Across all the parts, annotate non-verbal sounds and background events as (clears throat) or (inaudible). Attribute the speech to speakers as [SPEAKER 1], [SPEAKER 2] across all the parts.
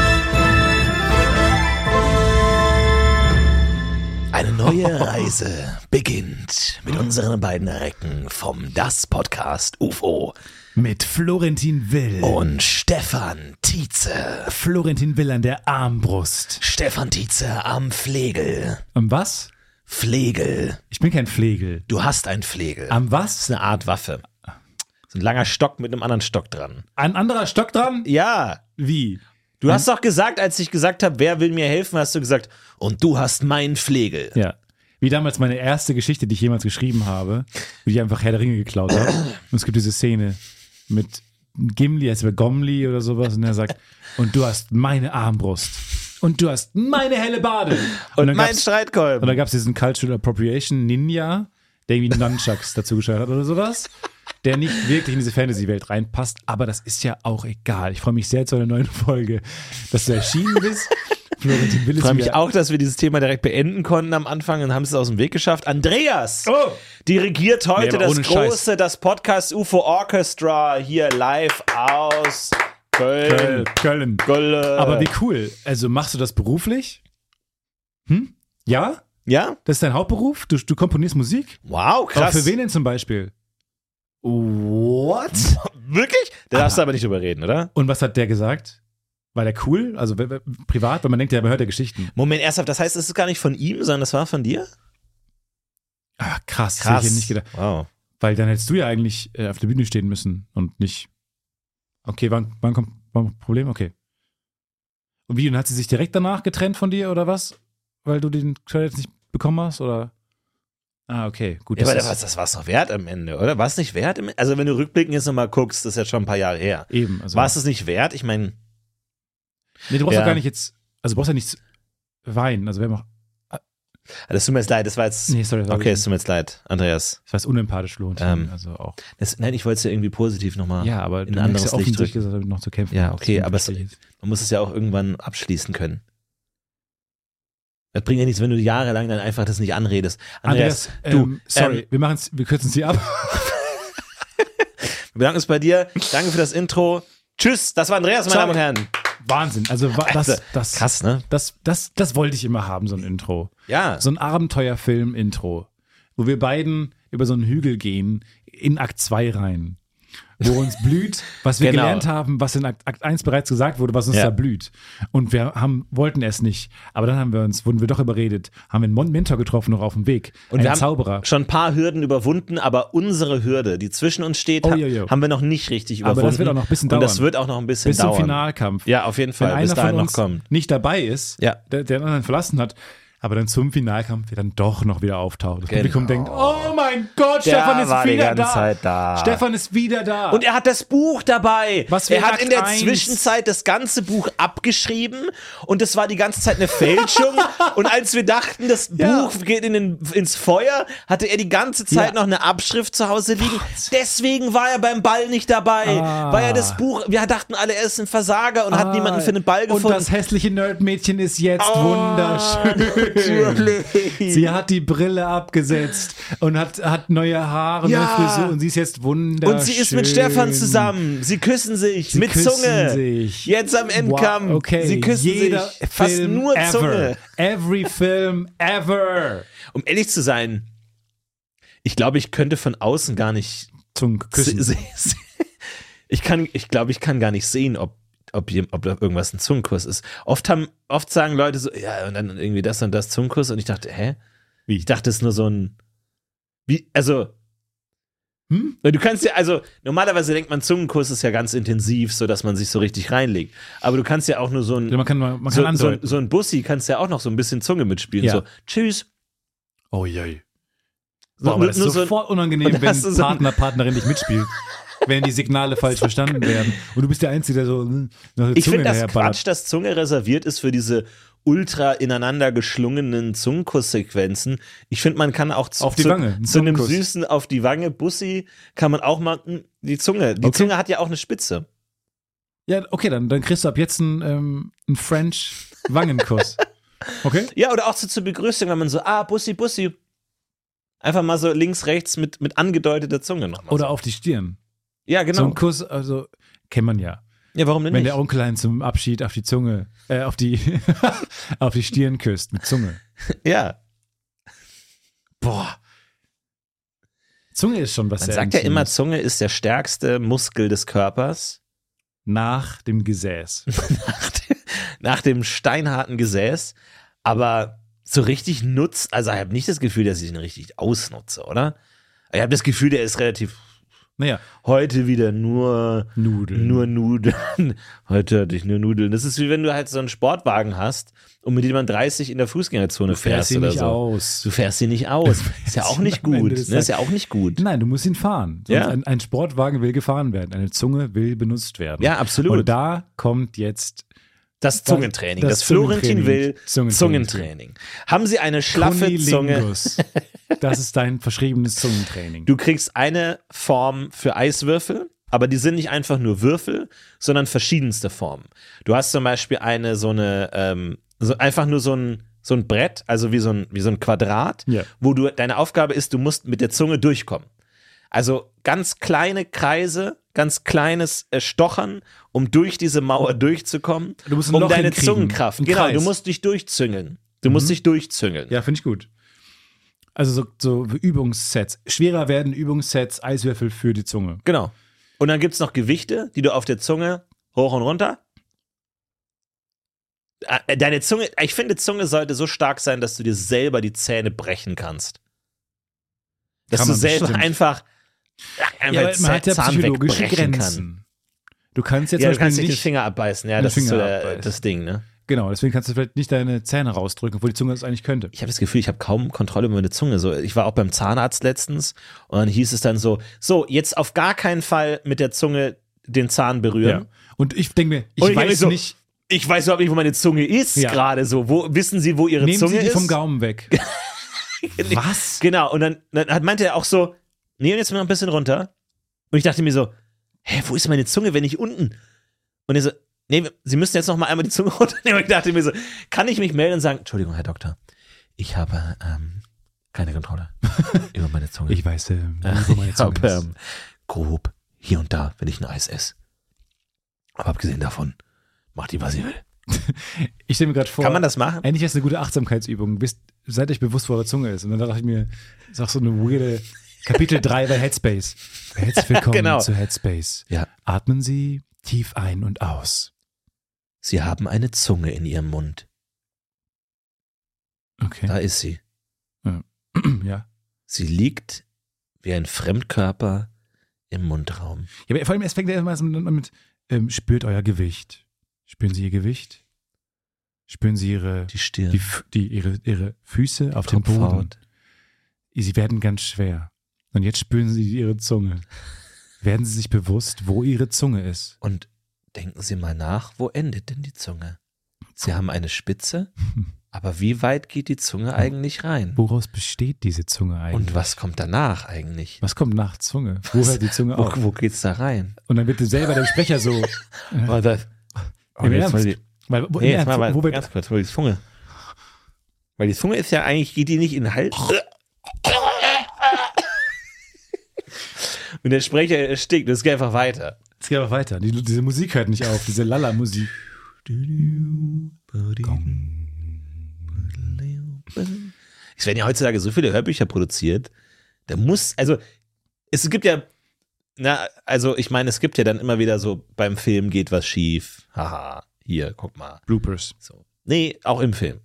[SPEAKER 1] (laughs) Reise beginnt mit unseren beiden Recken vom Das Podcast UFO
[SPEAKER 2] Mit Florentin Will.
[SPEAKER 1] und Stefan Tietze.
[SPEAKER 2] Florentin Will an der Armbrust.
[SPEAKER 1] Stefan Tietze am Pflegel.
[SPEAKER 2] Am was?
[SPEAKER 1] Pflegel.
[SPEAKER 2] Ich bin kein Pflegel.
[SPEAKER 1] Du hast ein Pflegel.
[SPEAKER 2] Am
[SPEAKER 1] Das
[SPEAKER 2] was?
[SPEAKER 1] ist eine Art Waffe. So ein langer Stock mit einem anderen Stock dran.
[SPEAKER 2] Ein anderer Stock dran?
[SPEAKER 1] Ja.
[SPEAKER 2] Wie?
[SPEAKER 1] Du hast doch gesagt, als ich gesagt habe, wer will mir helfen, hast du gesagt, und du hast meinen Pflegel.
[SPEAKER 2] Ja. Wie damals meine erste Geschichte, die ich jemals geschrieben habe, wo ich einfach Herr der Ringe geklaut habe. Und es gibt diese Szene mit Gimli, als über Gomli oder sowas, und er sagt, und du hast meine Armbrust. Und du hast meine helle Bade.
[SPEAKER 1] Und,
[SPEAKER 2] dann
[SPEAKER 1] mein
[SPEAKER 2] gab's-
[SPEAKER 1] Streitkolben.
[SPEAKER 2] Und dann gab es diesen Cultural Appropriation Ninja, der irgendwie Nunchucks (laughs) dazu geschaltet hat oder sowas, der nicht wirklich in diese Fantasy-Welt reinpasst, aber das ist ja auch egal. Ich freue mich sehr zu einer neuen Folge, dass du erschienen bist. Florentin Will ist
[SPEAKER 1] Ich freue mich
[SPEAKER 2] wieder-
[SPEAKER 1] auch, dass wir dieses Thema direkt beenden konnten am Anfang und haben es aus dem Weg geschafft. Andreas
[SPEAKER 2] Oh!
[SPEAKER 1] dirigiert heute
[SPEAKER 2] Nee, aber
[SPEAKER 1] das
[SPEAKER 2] ohne Scheiß.
[SPEAKER 1] große, das Podcast UFO Orchestra hier live aus Köln.
[SPEAKER 2] Köln. Köln.
[SPEAKER 1] Gölle.
[SPEAKER 2] Aber wie cool. Also machst du das beruflich? Hm? Ja?
[SPEAKER 1] ja?
[SPEAKER 2] Das ist dein Hauptberuf? Du, du komponierst Musik?
[SPEAKER 1] Wow,
[SPEAKER 2] Aber
[SPEAKER 1] krass.
[SPEAKER 2] für wen denn zum Beispiel? (laughs)
[SPEAKER 1] What? Wirklich? Da darfst
[SPEAKER 2] Ah.
[SPEAKER 1] du aber nicht drüber reden, oder?
[SPEAKER 2] Und was hat der gesagt? War der cool? Also w- w- privat, weil man denkt, ja, man hört ja Geschichten.
[SPEAKER 1] Moment, ernsthaft, das heißt, es ist gar nicht von ihm, sondern das war von dir?
[SPEAKER 2] Ah, krass, das
[SPEAKER 1] Krass.
[SPEAKER 2] hätte ich nicht gedacht.
[SPEAKER 1] Wow.
[SPEAKER 2] Weil dann hättest du ja eigentlich äh, auf der Bühne stehen müssen und nicht. Okay, wann, wann kommt wann kommt Problem? Okay. Und wie? Und hat sie sich direkt danach getrennt von dir oder was? Weil du den Credit nicht bekommen hast? Oder? Ah, okay, gut.
[SPEAKER 1] Ja, aber
[SPEAKER 2] das
[SPEAKER 1] das,
[SPEAKER 2] ist-
[SPEAKER 1] war's- das war es noch wert am Ende, oder? War es nicht wert? Im, also, wenn du rückblickend jetzt nochmal guckst, das ist jetzt schon ein paar Jahre her.
[SPEAKER 2] Eben. Also,
[SPEAKER 1] War es das nicht wert? Ich meine,
[SPEAKER 2] Nee, du brauchst
[SPEAKER 1] Ja.
[SPEAKER 2] ja gar nicht jetzt. Also, du brauchst ja nichts weinen. Also, wer macht.
[SPEAKER 1] das tut mir jetzt leid, das war jetzt.
[SPEAKER 2] Nee, sorry. sorry.
[SPEAKER 1] okay, es tut mir jetzt leid, Andreas.
[SPEAKER 2] Das war jetzt unempathisch, Florentin.
[SPEAKER 1] Ähm,
[SPEAKER 2] also auch.
[SPEAKER 1] Das, nein, ich wollte es ja irgendwie positiv nochmal.
[SPEAKER 2] Ja, aber
[SPEAKER 1] in
[SPEAKER 2] du
[SPEAKER 1] ein anderes
[SPEAKER 2] merkst ja
[SPEAKER 1] Licht
[SPEAKER 2] offensichtlich, dass er also noch zu kämpfen
[SPEAKER 1] Ja,
[SPEAKER 2] hat.
[SPEAKER 1] okay,
[SPEAKER 2] Das
[SPEAKER 1] aber es-
[SPEAKER 2] verstehe ich jetzt.
[SPEAKER 1] Man muss es ja auch irgendwann abschließen können. Das bringt ja nichts, wenn du jahrelang dann einfach das nicht anredest. Andreas,
[SPEAKER 2] Andreas,
[SPEAKER 1] du,
[SPEAKER 2] ähm, sorry, wir machen's, wir kürzen sie ab. (laughs)
[SPEAKER 1] wir bedanken uns bei dir. Danke für das Intro. Tschüss, das war Andreas, meine
[SPEAKER 2] Ciao.
[SPEAKER 1] Damen und Herren.
[SPEAKER 2] Wahnsinn. Also, wa- das, das,
[SPEAKER 1] Krass, ne?
[SPEAKER 2] Das, das, das wollte ich immer haben, so ein Intro.
[SPEAKER 1] Ja.
[SPEAKER 2] So ein Abenteuerfilm-Intro, wo wir beiden über so einen Hügel gehen, in Akt 2 rein. Wo uns blüht, was
[SPEAKER 1] (laughs)
[SPEAKER 2] wir
[SPEAKER 1] Genau.
[SPEAKER 2] gelernt haben, was in Akt, Akt 1 bereits gesagt wurde, was uns
[SPEAKER 1] Ja.
[SPEAKER 2] da blüht. Und wir haben, wollten es nicht. Aber dann haben wir uns, wurden wir doch überredet, haben wir einen Mon- Mentor getroffen, noch auf dem Weg.
[SPEAKER 1] Und
[SPEAKER 2] einen
[SPEAKER 1] wir haben
[SPEAKER 2] Zauberer.
[SPEAKER 1] schon ein paar Hürden überwunden, aber unsere Hürde, die zwischen uns steht,
[SPEAKER 2] Oh,
[SPEAKER 1] ha-
[SPEAKER 2] jo, jo.
[SPEAKER 1] haben wir noch nicht richtig
[SPEAKER 2] Aber das
[SPEAKER 1] überwunden.
[SPEAKER 2] wird auch noch ein bisschen
[SPEAKER 1] Und das
[SPEAKER 2] dauern.
[SPEAKER 1] wird auch noch ein bisschen
[SPEAKER 2] Bis
[SPEAKER 1] dauern.
[SPEAKER 2] zum Finalkampf.
[SPEAKER 1] Ja, auf jeden
[SPEAKER 2] Wenn
[SPEAKER 1] Fall, bis
[SPEAKER 2] einer
[SPEAKER 1] dahin
[SPEAKER 2] von
[SPEAKER 1] noch
[SPEAKER 2] uns
[SPEAKER 1] kommen.
[SPEAKER 2] nicht dabei ist,
[SPEAKER 1] Ja.
[SPEAKER 2] der, der den anderen verlassen hat, aber dann zum Finalkampf der dann doch noch wieder auftaucht. Das
[SPEAKER 1] Genau.
[SPEAKER 2] Publikum denkt, oh mein Gott,
[SPEAKER 1] Der
[SPEAKER 2] Stefan ist
[SPEAKER 1] war die
[SPEAKER 2] wieder
[SPEAKER 1] ganze
[SPEAKER 2] da.
[SPEAKER 1] Zeit da.
[SPEAKER 2] Stefan ist wieder da.
[SPEAKER 1] Und er hat das Buch dabei.
[SPEAKER 2] Was wir
[SPEAKER 1] er hat
[SPEAKER 2] in
[SPEAKER 1] in der
[SPEAKER 2] Akt eins-
[SPEAKER 1] Zwischenzeit das ganze Buch abgeschrieben und das war die ganze Zeit eine
[SPEAKER 2] (laughs)
[SPEAKER 1] Fälschung. und als wir dachten, das
[SPEAKER 2] Ja.
[SPEAKER 1] Buch geht in den, ins Feuer, hatte er die ganze Zeit
[SPEAKER 2] Ja.
[SPEAKER 1] noch eine Abschrift zu Hause liegen. Deswegen war er beim Ball nicht dabei,
[SPEAKER 2] Ah.
[SPEAKER 1] weil er das Buch, wir dachten alle, er ist ein Versager und hat niemanden für den Ball
[SPEAKER 2] Und
[SPEAKER 1] gefunden. Oh,
[SPEAKER 2] das hässliche Nerdmädchen ist jetzt
[SPEAKER 1] (laughs)
[SPEAKER 2] wunderschön.
[SPEAKER 1] Natürlich.
[SPEAKER 2] Sie hat die Brille abgesetzt und hat, hat neue Haare,
[SPEAKER 1] Ja.
[SPEAKER 2] neue Frisur und sie ist jetzt wunderschön.
[SPEAKER 1] Und sie ist mit Stefan zusammen. Sie küssen sich mit
[SPEAKER 2] küssen
[SPEAKER 1] Zunge.
[SPEAKER 2] sich.
[SPEAKER 1] Jetzt am Endkampf.
[SPEAKER 2] Wow, okay.
[SPEAKER 1] Sie küssen
[SPEAKER 2] Jeder
[SPEAKER 1] sich.
[SPEAKER 2] Film
[SPEAKER 1] Fast nur
[SPEAKER 2] ever.
[SPEAKER 1] Zunge.
[SPEAKER 2] Every film ever.
[SPEAKER 1] Um ehrlich zu sein, ich glaube, ich könnte von außen gar nicht
[SPEAKER 2] Zung
[SPEAKER 1] se-
[SPEAKER 2] küssen.
[SPEAKER 1] se- (laughs) se- ich kann, ich glaube, ich kann gar nicht sehen, ob ob, jem- ob da irgendwas ein Zungenkuss ist. Oft haben, oft sagen Leute so, ja, und dann irgendwie das und das Zungenkuss und ich dachte, hä?
[SPEAKER 2] Wie?
[SPEAKER 1] Ich dachte, es ist nur so ein, wie, also,
[SPEAKER 2] Hm?
[SPEAKER 1] Weil Du kannst ja, also normalerweise denkt man, Zungenkuss ist ja ganz intensiv, so dass man sich so richtig reinlegt. Aber du kannst ja auch nur so
[SPEAKER 2] Ja,
[SPEAKER 1] ein,
[SPEAKER 2] man kann, man kann
[SPEAKER 1] so, so, ein-
[SPEAKER 2] andeuten.
[SPEAKER 1] so ein Bussi kannst ja auch noch so ein bisschen Zunge mitspielen.
[SPEAKER 2] Ja.
[SPEAKER 1] So, tschüss.
[SPEAKER 2] oh je.
[SPEAKER 1] So,
[SPEAKER 2] Boah, aber das ist
[SPEAKER 1] so ein- (laughs)
[SPEAKER 2] sofort unangenehm,
[SPEAKER 1] Und
[SPEAKER 2] wenn
[SPEAKER 1] hast du so ein-
[SPEAKER 2] Partner, Partnerin nicht mitspielt. wenn die Signale falsch verstanden werden. Und du bist der Einzige, der so hm, noch eine
[SPEAKER 1] ich
[SPEAKER 2] Zunge
[SPEAKER 1] finde das
[SPEAKER 2] hinterherballert.
[SPEAKER 1] Quatsch, dass Zunge reserviert ist für diese ultra ineinander geschlungenen Zungenkusssequenzen. Ich finde, man kann auch zu,
[SPEAKER 2] Auf die
[SPEAKER 1] zu,
[SPEAKER 2] Wange, ein
[SPEAKER 1] zu einem
[SPEAKER 2] Zungenkuss.
[SPEAKER 1] süßen auf die Wange Bussi kann man auch mal mh, die Zunge. Die
[SPEAKER 2] Okay.
[SPEAKER 1] Zunge hat ja auch eine Spitze.
[SPEAKER 2] Ja, okay, dann, dann kriegst du ab jetzt einen, ähm, einen French-Wangenkuss. Okay?
[SPEAKER 1] (laughs) Ja, oder auch so zur Begrüßung, wenn man so, ah, Bussi, Bussi. Einfach mal so links, rechts mit, mit angedeuteter Zunge nochmal.
[SPEAKER 2] Oder auf die Stirn.
[SPEAKER 1] ja,
[SPEAKER 2] So
[SPEAKER 1] genau.
[SPEAKER 2] ein Kuss, also kennt man ja.
[SPEAKER 1] ja, warum denn
[SPEAKER 2] Wenn
[SPEAKER 1] nicht?
[SPEAKER 2] der Onkel einen zum Abschied auf die Zunge, äh, (laughs) auf die, auf die Stirn küsst mit Zunge.
[SPEAKER 1] Ja.
[SPEAKER 2] Boah. Zunge ist schon was
[SPEAKER 1] Man
[SPEAKER 2] sehr
[SPEAKER 1] sagt ja immer,
[SPEAKER 2] Intimes.
[SPEAKER 1] Zunge ist der stärkste Muskel des Körpers. (laughs)
[SPEAKER 2] Nach dem Gesäß.
[SPEAKER 1] Nach, de- nach dem steinharten Gesäß. Aber so richtig nutzt, also ich habe nicht das Gefühl, dass ich ihn richtig ausnutze, oder? Ich habe das Gefühl, der ist relativ
[SPEAKER 2] Naja,
[SPEAKER 1] heute wieder nur
[SPEAKER 2] Nudeln.
[SPEAKER 1] Nur Nudeln. (laughs) Heute hatte ich nur Nudeln. Das ist wie wenn du halt so einen Sportwagen hast und mit dem man 30 in der Fußgängerzone fährst
[SPEAKER 2] fährst ihn
[SPEAKER 1] oder
[SPEAKER 2] nicht
[SPEAKER 1] so.
[SPEAKER 2] aus.
[SPEAKER 1] Du fährst sie nicht aus. Ist ja auch nicht
[SPEAKER 2] Am Ende
[SPEAKER 1] gut.
[SPEAKER 2] des
[SPEAKER 1] Ne? Ist ja auch nicht gut.
[SPEAKER 2] Nein, du musst ihn fahren. Sonst
[SPEAKER 1] Ja.
[SPEAKER 2] Ein, ein Sportwagen will gefahren werden. Eine Zunge will benutzt werden.
[SPEAKER 1] Ja, absolut.
[SPEAKER 2] Und da kommt jetzt
[SPEAKER 1] Das Zungentraining, das,
[SPEAKER 2] das
[SPEAKER 1] Florentin
[SPEAKER 2] Zungentraining.
[SPEAKER 1] will, Zungentraining.
[SPEAKER 2] Zungentraining.
[SPEAKER 1] Haben sie eine schlaffe Zunge? (laughs)
[SPEAKER 2] Kunilingus. Das ist dein verschriebenes Zungentraining.
[SPEAKER 1] Du kriegst eine Form für Eiswürfel, aber die sind nicht einfach nur Würfel, sondern verschiedenste Formen. Du hast zum Beispiel eine so eine, ähm, so einfach nur so ein, so ein Brett, also wie so ein, wie so ein Quadrat,
[SPEAKER 2] Ja.
[SPEAKER 1] wo du, deine Aufgabe ist, du musst mit der Zunge durchkommen. Also ganz kleine Kreise, ganz kleines äh, Stochern, um durch diese Mauer durchzukommen,
[SPEAKER 2] Du musst ein
[SPEAKER 1] um
[SPEAKER 2] Loch
[SPEAKER 1] deine
[SPEAKER 2] hinkriegen,
[SPEAKER 1] Zungenkraft.
[SPEAKER 2] einen
[SPEAKER 1] Genau,
[SPEAKER 2] Kreis. Mhm.
[SPEAKER 1] du musst dich durchzüngeln. Du musst dich durchzüngeln.
[SPEAKER 2] ja, finde ich gut. Also so, so Übungssets. Schwerer werden Übungssets, Eiswürfel für die Zunge.
[SPEAKER 1] Genau. Und dann gibt es noch Gewichte, die du auf der Zunge hoch und runter. Äh, Deine Zunge, ich finde, Zunge sollte so stark sein, dass du dir selber die Zähne brechen kannst. Dass
[SPEAKER 2] Kann
[SPEAKER 1] du
[SPEAKER 2] man
[SPEAKER 1] selber
[SPEAKER 2] bestimmt.
[SPEAKER 1] einfach, einfach
[SPEAKER 2] Ja,
[SPEAKER 1] den
[SPEAKER 2] aber man hat ja
[SPEAKER 1] Zahn
[SPEAKER 2] psychologische
[SPEAKER 1] wegbrechen kann.
[SPEAKER 2] Grenzen. Du kannst jetzt
[SPEAKER 1] Ja,
[SPEAKER 2] zum
[SPEAKER 1] du kannst
[SPEAKER 2] Beispiel
[SPEAKER 1] nicht den
[SPEAKER 2] nicht,
[SPEAKER 1] Finger abbeißen, ja,
[SPEAKER 2] den
[SPEAKER 1] das ist so
[SPEAKER 2] Finger
[SPEAKER 1] der,
[SPEAKER 2] abbeißen.
[SPEAKER 1] das Ding, ne?
[SPEAKER 2] genau, deswegen kannst du vielleicht nicht deine Zähne rausdrücken, obwohl die Zunge das eigentlich könnte.
[SPEAKER 1] ich habe das Gefühl, ich habe kaum Kontrolle über meine Zunge. So, ich war auch beim Zahnarzt letztens und dann hieß es dann so, so, jetzt auf gar keinen Fall mit der Zunge den Zahn berühren.
[SPEAKER 2] Ja. Und ich denke mir, ich
[SPEAKER 1] Und ich denk mir
[SPEAKER 2] weiß
[SPEAKER 1] so,
[SPEAKER 2] nicht,
[SPEAKER 1] Ich weiß überhaupt nicht, wo meine Zunge ist
[SPEAKER 2] Ja.
[SPEAKER 1] gerade so. Wo, wissen Sie, wo Ihre
[SPEAKER 2] nehmen
[SPEAKER 1] Zunge
[SPEAKER 2] Sie die
[SPEAKER 1] ist? (laughs)
[SPEAKER 2] vom Gaumen weg. Was?
[SPEAKER 1] Genau, und dann, dann hat- meinte er auch so, nee, und jetzt noch ein bisschen runter. Und ich dachte mir so, hä, wo ist meine Zunge, wenn ich unten? Und er so, nee, Sie müssen jetzt noch mal einmal die Zunge (laughs) runternehmen. Und ich dachte mir so, kann ich mich melden und sagen, Entschuldigung, Herr Doktor, ich habe ähm, keine Kontrolle (laughs) über meine Zunge.
[SPEAKER 2] Ich weiß, ähm,
[SPEAKER 1] Ach, (laughs)
[SPEAKER 2] wo meine
[SPEAKER 1] ich
[SPEAKER 2] Zunge
[SPEAKER 1] hab,
[SPEAKER 2] ist.
[SPEAKER 1] ähm, grob hier und da, wenn ich ein Eis esse. Aber abgesehen davon, macht die, was sie will.
[SPEAKER 2] Ich stelle mir gerade vor,
[SPEAKER 1] Kann man das machen?
[SPEAKER 2] eigentlich ist eine gute Achtsamkeitsübung. Wisst, seid euch bewusst, wo eure Zunge ist. Und dann dachte ich mir, das ist auch so eine weirde Kapitel 3 bei Headspace. Herzlich
[SPEAKER 1] (laughs)
[SPEAKER 2] willkommen
[SPEAKER 1] Genau.
[SPEAKER 2] zu Headspace.
[SPEAKER 1] Ja.
[SPEAKER 2] Atmen Sie tief ein und aus.
[SPEAKER 1] Sie haben eine Zunge in ihrem Mund.
[SPEAKER 2] Okay.
[SPEAKER 1] Da ist sie.
[SPEAKER 2] (clears throat) Ja.
[SPEAKER 1] Sie liegt wie ein Fremdkörper im Mundraum.
[SPEAKER 2] Ja, aber vor allem, es fängt ja immer so mit, mit ähm, spürt euer Gewicht. Spüren Sie Ihr Gewicht? Spüren Sie Ihre,
[SPEAKER 1] Die Stirn,
[SPEAKER 2] die, F- die, ihre, ihre Füße auf dem Boden?
[SPEAKER 1] Kopfhaut.
[SPEAKER 2] Sie werden ganz schwer. Und jetzt spüren Sie Ihre Zunge. Werden Sie sich bewusst, wo Ihre Zunge ist?
[SPEAKER 1] Und denken Sie mal nach, wo endet denn die Zunge? Sie haben eine
[SPEAKER 2] (laughs)
[SPEAKER 1] Spitze, aber wie weit geht die Zunge eigentlich rein?
[SPEAKER 2] Woraus besteht diese Zunge eigentlich?
[SPEAKER 1] Und was kommt danach eigentlich?
[SPEAKER 2] was kommt nach Zunge? Wo hört die Zunge
[SPEAKER 1] Wo,
[SPEAKER 2] auf?
[SPEAKER 1] wo geht's da rein?
[SPEAKER 2] Und dann wird selber der Sprecher so.
[SPEAKER 1] (laughs) Oh, das, oh,
[SPEAKER 2] Im
[SPEAKER 1] jetzt mal
[SPEAKER 2] Ernst?
[SPEAKER 1] die,
[SPEAKER 2] Weil, wo,
[SPEAKER 1] nee,
[SPEAKER 2] ja,
[SPEAKER 1] jetzt mal, mal
[SPEAKER 2] wo wir,
[SPEAKER 1] ganz kurz, weil die Zunge. Weil die Zunge ist ja eigentlich, geht die nicht in den Hals. (laughs) Und der Sprecher erstickt, das geht einfach weiter.
[SPEAKER 2] jetzt geht aber weiter. Die, diese Musik hört nicht auf, diese Lala-Musik.
[SPEAKER 1] Es werden ja heutzutage so viele Hörbücher produziert, da muss, also es gibt ja, na, also ich meine, es gibt ja dann immer wieder so, beim Film geht was schief, haha, hier, guck mal.
[SPEAKER 2] Bloopers.
[SPEAKER 1] So. Nee, auch im Film.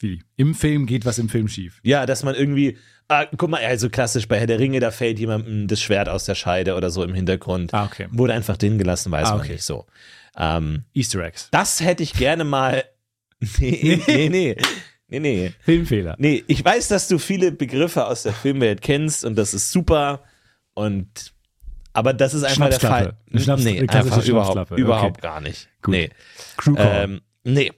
[SPEAKER 2] Wie? Im Film geht was im Film schief.
[SPEAKER 1] Ja, dass man irgendwie, ah, guck mal, also klassisch bei Herr der Ringe, da fällt jemandem das Schwert aus der Scheide oder so im Hintergrund.
[SPEAKER 2] Ah, okay.
[SPEAKER 1] Wurde einfach drin gelassen, weiß
[SPEAKER 2] Ah,
[SPEAKER 1] man
[SPEAKER 2] okay.
[SPEAKER 1] nicht so. Ähm,
[SPEAKER 2] Easter Eggs.
[SPEAKER 1] das hätte ich gerne mal. (laughs) Nee, nee, nee. Nee, nee.
[SPEAKER 2] Filmfehler.
[SPEAKER 1] Nee, ich weiß, dass du viele Begriffe aus der Filmwelt kennst und das ist super und aber das ist einfach der
[SPEAKER 2] Schnapsklappe.
[SPEAKER 1] Fall.
[SPEAKER 2] Eine Schnaps-
[SPEAKER 1] nee,
[SPEAKER 2] eine klassische
[SPEAKER 1] einfach überhaupt,
[SPEAKER 2] Schnapsklappe. Okay.
[SPEAKER 1] überhaupt gar nicht.
[SPEAKER 2] Gut.
[SPEAKER 1] Nee.
[SPEAKER 2] Crewcall.
[SPEAKER 1] Ähm, nee.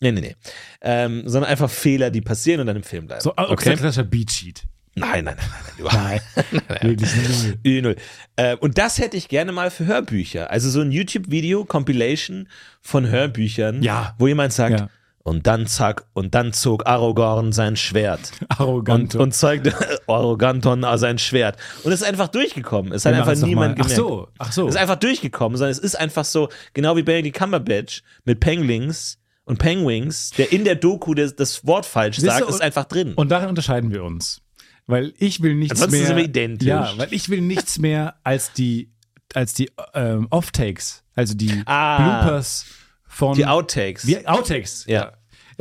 [SPEAKER 1] Nee, nee, nee. Ähm, sondern einfach Fehler, die passieren und dann im Film bleiben.
[SPEAKER 2] so, ah, okay. klassischer Beatsheet.
[SPEAKER 1] Nein, nein, nein, nein, (laughs) nein, überhaupt
[SPEAKER 2] Nein. Wirklich
[SPEAKER 1] (laughs)
[SPEAKER 2] null.
[SPEAKER 1] Äh, null. Äh, und das hätte ich gerne mal für Hörbücher. Also so ein YouTube-Video-Compilation von Hörbüchern,
[SPEAKER 2] Ja.
[SPEAKER 1] wo jemand sagt,
[SPEAKER 2] Ja.
[SPEAKER 1] und dann zack, und dann zog Aragorn sein Schwert. Und,
[SPEAKER 2] Arrogant.
[SPEAKER 1] und zeigte (laughs) Arroganton ah, sein Schwert. Und es ist einfach durchgekommen. Es hat einfach niemand
[SPEAKER 2] Ach
[SPEAKER 1] gemerkt.
[SPEAKER 2] so, ach so.
[SPEAKER 1] Es ist einfach durchgekommen, sondern es ist einfach so, genau wie Benedict Cumberbatch mit Penglings und Penguins, der in der Doku das, das Wort falsch
[SPEAKER 2] Wisst ihr,
[SPEAKER 1] sagt,
[SPEAKER 2] und-
[SPEAKER 1] ist einfach drin.
[SPEAKER 2] Und darin unterscheiden wir uns. Weil ich will nichts
[SPEAKER 1] Ansonsten
[SPEAKER 2] mehr.
[SPEAKER 1] sind wir identisch.
[SPEAKER 2] Ja, weil ich will nichts mehr als die, als die ähm, Off-Takes, also die
[SPEAKER 1] Ah.
[SPEAKER 2] Bloopers von.
[SPEAKER 1] die Outtakes.
[SPEAKER 2] Wie- Outtakes.
[SPEAKER 1] Ja.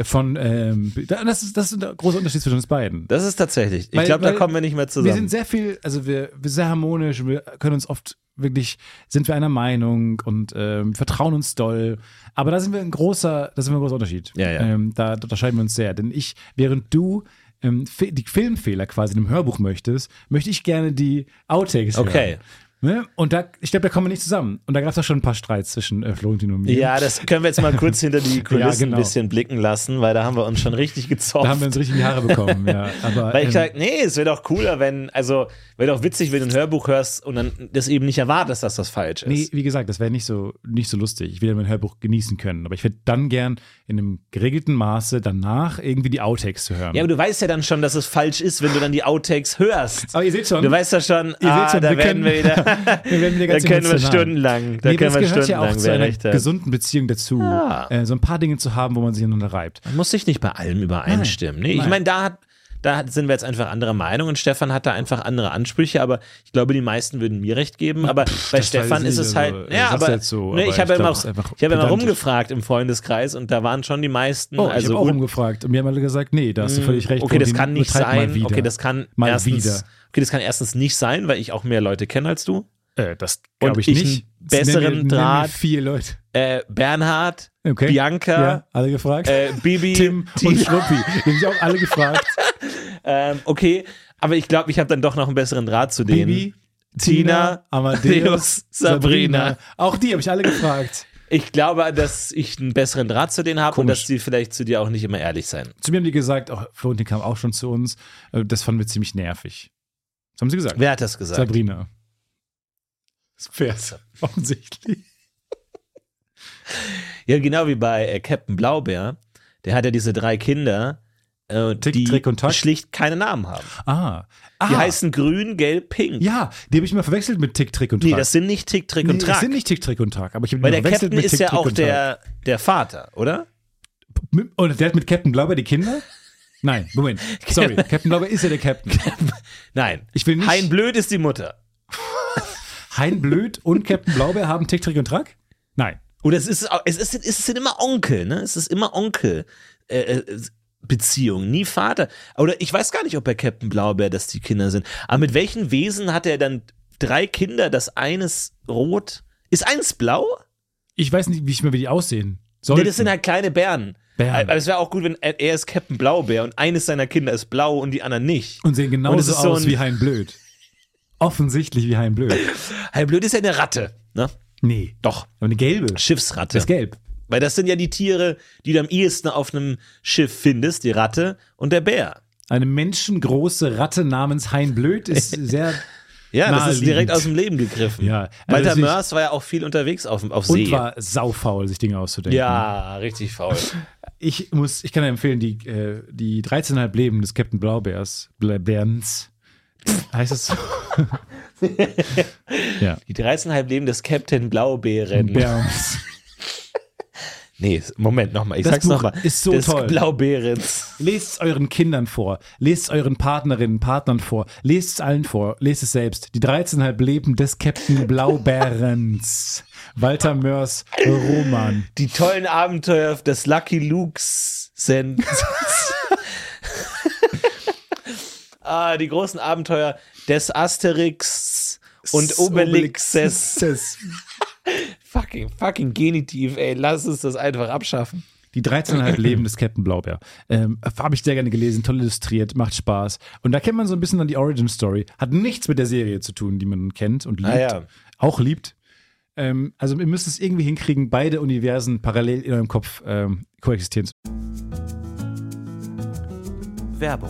[SPEAKER 2] Von, ähm, da- das, ist, das ist ein großer Unterschied zwischen uns beiden.
[SPEAKER 1] das ist tatsächlich. Ich
[SPEAKER 2] Weil-
[SPEAKER 1] glaube, da
[SPEAKER 2] weil
[SPEAKER 1] kommen wir nicht mehr
[SPEAKER 2] Wir sind
[SPEAKER 1] zusammen.
[SPEAKER 2] sehr viel, also wir, wir sehr harmonisch, wir können uns oft wirklich, sind wir einer Meinung und ähm, vertrauen uns doll. Aber da sind wir ein großer, da sind wir ein großer Unterschied.
[SPEAKER 1] Ja, ja.
[SPEAKER 2] Ähm, da, da unterscheiden wir uns sehr. Denn ich, während du ähm, Fe- die Filmfehler quasi in einem Hörbuch möchtest, möchte ich gerne die Outtakes
[SPEAKER 1] Okay.
[SPEAKER 2] hören. Ne? Und da, ich glaube, da kommen wir nicht zusammen. Und da gab es doch schon ein paar Streits zwischen äh, Florentin und mir.
[SPEAKER 1] ja, das können wir jetzt mal kurz hinter
[SPEAKER 2] (laughs)
[SPEAKER 1] die Kulissen
[SPEAKER 2] genau.
[SPEAKER 1] ein bisschen blicken lassen, weil da haben wir uns schon richtig gezofft.
[SPEAKER 2] Da haben wir uns richtig in die Haare
[SPEAKER 1] (laughs)
[SPEAKER 2] bekommen, ja. Aber,
[SPEAKER 1] Weil ich
[SPEAKER 2] ähm,
[SPEAKER 1] sage, nee, es wäre doch cooler, wenn, also, wäre doch witzig, wenn du ein Hörbuch hörst und dann das eben nicht erwartest, dass das falsch ist.
[SPEAKER 2] Nee, wie gesagt, das wäre nicht so, nicht so lustig. Ich will ja mein Hörbuch genießen können, aber ich würde dann gern in einem geregelten Maße danach irgendwie die Outtakes zu hören.
[SPEAKER 1] Ja, aber du weißt ja dann schon, dass es falsch ist, wenn du dann die Outtakes hörst.
[SPEAKER 2] aber ihr seht schon,
[SPEAKER 1] Du weißt ja schon,
[SPEAKER 2] Ihr
[SPEAKER 1] ah,
[SPEAKER 2] seht schon,
[SPEAKER 1] da
[SPEAKER 2] (laughs) wir
[SPEAKER 1] werden
[SPEAKER 2] können-
[SPEAKER 1] wir wieder,
[SPEAKER 2] wir werden wieder
[SPEAKER 1] da
[SPEAKER 2] ganz
[SPEAKER 1] können wir
[SPEAKER 2] emotional.
[SPEAKER 1] stundenlang, da
[SPEAKER 2] Nee,
[SPEAKER 1] können
[SPEAKER 2] das
[SPEAKER 1] wir
[SPEAKER 2] gehört ja auch
[SPEAKER 1] stundenlang,
[SPEAKER 2] zu
[SPEAKER 1] wer
[SPEAKER 2] einer
[SPEAKER 1] recht hat.
[SPEAKER 2] gesunden Beziehung dazu,
[SPEAKER 1] Ja.
[SPEAKER 2] äh, so ein paar Dinge zu haben, wo man sich aneinander reibt.
[SPEAKER 1] Man muss sich nicht bei allem übereinstimmen. Nee, ich
[SPEAKER 2] Nein.
[SPEAKER 1] meine, da, hat, da hat- sind wir jetzt einfach anderer Meinung und Stefan hat da einfach andere Ansprüche, aber ich glaube, die meisten würden mir recht geben. Aber bei
[SPEAKER 2] das weiß
[SPEAKER 1] Stefan
[SPEAKER 2] ich
[SPEAKER 1] ist
[SPEAKER 2] nicht,
[SPEAKER 1] es halt.
[SPEAKER 2] also,
[SPEAKER 1] ja,
[SPEAKER 2] sagst du
[SPEAKER 1] aber,
[SPEAKER 2] jetzt so,
[SPEAKER 1] nee,
[SPEAKER 2] aber
[SPEAKER 1] ich habe
[SPEAKER 2] ich
[SPEAKER 1] ja immer,
[SPEAKER 2] glaub,
[SPEAKER 1] auch-
[SPEAKER 2] es ist einfach
[SPEAKER 1] ich habe ja immer
[SPEAKER 2] pedantisch.
[SPEAKER 1] rumgefragt im Freundeskreis und da waren schon die meisten.
[SPEAKER 2] Oh, ich
[SPEAKER 1] also
[SPEAKER 2] habe auch
[SPEAKER 1] un- Mm,
[SPEAKER 2] rumgefragt und mir haben alle gesagt, nee, da hast du völlig recht.
[SPEAKER 1] Okay, das
[SPEAKER 2] Florentin,
[SPEAKER 1] kann nicht
[SPEAKER 2] übertreib mal
[SPEAKER 1] sein.
[SPEAKER 2] wieder.
[SPEAKER 1] Okay, das kann
[SPEAKER 2] Mal
[SPEAKER 1] erstens,
[SPEAKER 2] wieder.
[SPEAKER 1] Okay, das kann erstens nicht sein, weil ich auch mehr Leute kenne als du.
[SPEAKER 2] äh, das
[SPEAKER 1] Und
[SPEAKER 2] glaube ich,
[SPEAKER 1] ich
[SPEAKER 2] nicht.
[SPEAKER 1] einen besseren
[SPEAKER 2] Nenn mir- nenn mir
[SPEAKER 1] Draht.
[SPEAKER 2] Vier Leute.
[SPEAKER 1] Äh, Bernhard,
[SPEAKER 2] Okay.
[SPEAKER 1] Bianca,
[SPEAKER 2] Ja, alle gefragt.
[SPEAKER 1] äh, Bibi,
[SPEAKER 2] Tim und Schruppi. Die haben sich auch alle gefragt.
[SPEAKER 1] Ähm, okay, aber ich glaube, ich habe dann doch noch einen besseren Draht zu denen.
[SPEAKER 2] Bibi,
[SPEAKER 1] Tina,
[SPEAKER 2] Tina, Amadeus,
[SPEAKER 1] Amadeus, (laughs) Sabrina.
[SPEAKER 2] Sabrina. Auch die habe ich alle gefragt.
[SPEAKER 1] Ich glaube, dass ich einen besseren Draht zu denen habe und
[SPEAKER 2] Komisch.
[SPEAKER 1] dass die vielleicht zu dir auch nicht immer ehrlich sein.
[SPEAKER 2] Zu mir haben die gesagt, auch Florentin kam auch schon zu uns. äh, Das fanden wir ziemlich nervig. Das haben sie gesagt.
[SPEAKER 1] Wer hat das gesagt?
[SPEAKER 2] Sabrina. Das Pferd, offensichtlich.
[SPEAKER 1] Ja, genau wie bei äh, Captain Blaubeer. Der hat ja diese drei Kinder, äh,
[SPEAKER 2] Tick,
[SPEAKER 1] die
[SPEAKER 2] Trick und Tack.
[SPEAKER 1] schlicht keine Namen haben.
[SPEAKER 2] Ah. ah
[SPEAKER 1] Die heißen Grün, Gelb, Pink.
[SPEAKER 2] Ja, die habe ich mal verwechselt mit Tick, Trick und Track.
[SPEAKER 1] Nee, das sind nicht Tick, Trick und
[SPEAKER 2] Nee,
[SPEAKER 1] Track.
[SPEAKER 2] Das sind nicht Tick, Trick und Track, aber ich habe die
[SPEAKER 1] Weil
[SPEAKER 2] mal
[SPEAKER 1] der
[SPEAKER 2] verwechselt
[SPEAKER 1] Captain
[SPEAKER 2] mit
[SPEAKER 1] ist
[SPEAKER 2] Tick,
[SPEAKER 1] ja
[SPEAKER 2] Trick
[SPEAKER 1] auch
[SPEAKER 2] und Track.
[SPEAKER 1] der, der Vater, oder?
[SPEAKER 2] Mit- Und der hat mit Captain Blaubeer die Kinder? Nein,
[SPEAKER 1] (laughs)
[SPEAKER 2] Moment. Sorry, Captain Blaubeer ist ja der Captain.
[SPEAKER 1] Nein.
[SPEAKER 2] Ich will nicht-
[SPEAKER 1] Hein Blöd ist die Mutter.
[SPEAKER 2] Hein Blöd und Captain Blaubeer haben Tick, Trick und Track? Nein.
[SPEAKER 1] Und es ist, au- es ist, es sind immer Onkel, ne? Es ist immer Onkel. Äh, äh, Beziehung, nie Vater. Oder ich weiß gar nicht, ob bei Captain Blaubeer das die Kinder sind. Aber mit welchen Wesen hat er dann drei Kinder? Das eines rot. Ist eins blau?
[SPEAKER 2] Ich weiß nicht, wie ich mir wie die aussehen.
[SPEAKER 1] Nee,
[SPEAKER 2] Sollten.
[SPEAKER 1] das sind halt kleine Bären.
[SPEAKER 2] Bären.
[SPEAKER 1] Aber es wäre auch gut, wenn er, er ist Captain Blaubeer und eines seiner Kinder ist blau und die anderen nicht.
[SPEAKER 2] und sehen
[SPEAKER 1] Und es
[SPEAKER 2] genauso
[SPEAKER 1] ist so
[SPEAKER 2] aus
[SPEAKER 1] ein-
[SPEAKER 2] wie Hein Blöd. Offensichtlich wie Hein Blöd.
[SPEAKER 1] Halb blöd ist ja eine Ratte, ne?
[SPEAKER 2] Nee.
[SPEAKER 1] Doch.
[SPEAKER 2] Aber eine gelbe.
[SPEAKER 1] Schiffsratte.
[SPEAKER 2] Das ist gelb.
[SPEAKER 1] Weil das sind ja die Tiere, die du am ehesten auf einem Schiff findest, die Ratte und der Bär.
[SPEAKER 2] Eine menschengroße Ratte namens Hein
[SPEAKER 1] (laughs)
[SPEAKER 2] Blöd ist sehr.
[SPEAKER 1] Ja, das ist
[SPEAKER 2] Naheliegend.
[SPEAKER 1] direkt aus dem Leben gegriffen.
[SPEAKER 2] Ja, also
[SPEAKER 1] Walter
[SPEAKER 2] das ist-
[SPEAKER 1] Mörs war ja auch viel unterwegs auf, auf See.
[SPEAKER 2] Und war saufaul, sich Dinge auszudenken.
[SPEAKER 1] ja, richtig faul.
[SPEAKER 2] Ich muss, ich kann empfehlen, die, äh, die 13,5 Leben des Captain Blaubeers, Blaubeerns,
[SPEAKER 1] (laughs)
[SPEAKER 2] heißt es so? (laughs) ja.
[SPEAKER 1] Die 13,5 Leben des Captain Blaubeeren.
[SPEAKER 2] Berns.
[SPEAKER 1] Nee, Moment nochmal, ich
[SPEAKER 2] Das
[SPEAKER 1] sag's
[SPEAKER 2] Buch
[SPEAKER 1] nochmal.
[SPEAKER 2] ist so
[SPEAKER 1] des
[SPEAKER 2] toll.
[SPEAKER 1] Blaubeerens.
[SPEAKER 2] Lest es euren Kindern vor, lest es euren Partnerinnen, Partnern vor, lest es allen vor, lest es selbst. Die 13,5 Leben des Captain
[SPEAKER 1] (laughs)
[SPEAKER 2] Blaubeerens. Walter Mörs Roman.
[SPEAKER 1] Die tollen Abenteuer des Lucky Lukes
[SPEAKER 2] (laughs)
[SPEAKER 1] sind. ah, die großen Abenteuer des Asterix und Obelixes.
[SPEAKER 2] Obelixes.
[SPEAKER 1] Fucking, fucking Genitiv, ey. Lass uns das einfach abschaffen.
[SPEAKER 2] Die 13,5 Leben des Captain Blaubeer. Ähm, Habe ich sehr gerne gelesen, toll illustriert, macht Spaß. Und da kennt man so ein bisschen dann die Origin Story. Hat nichts mit der Serie zu tun, die man kennt und liebt.
[SPEAKER 1] Ah, ja.
[SPEAKER 2] Auch liebt. Ähm, also ihr müsst es irgendwie hinkriegen, beide Universen parallel in eurem Kopf ähm, koexistieren zu
[SPEAKER 1] Werbung.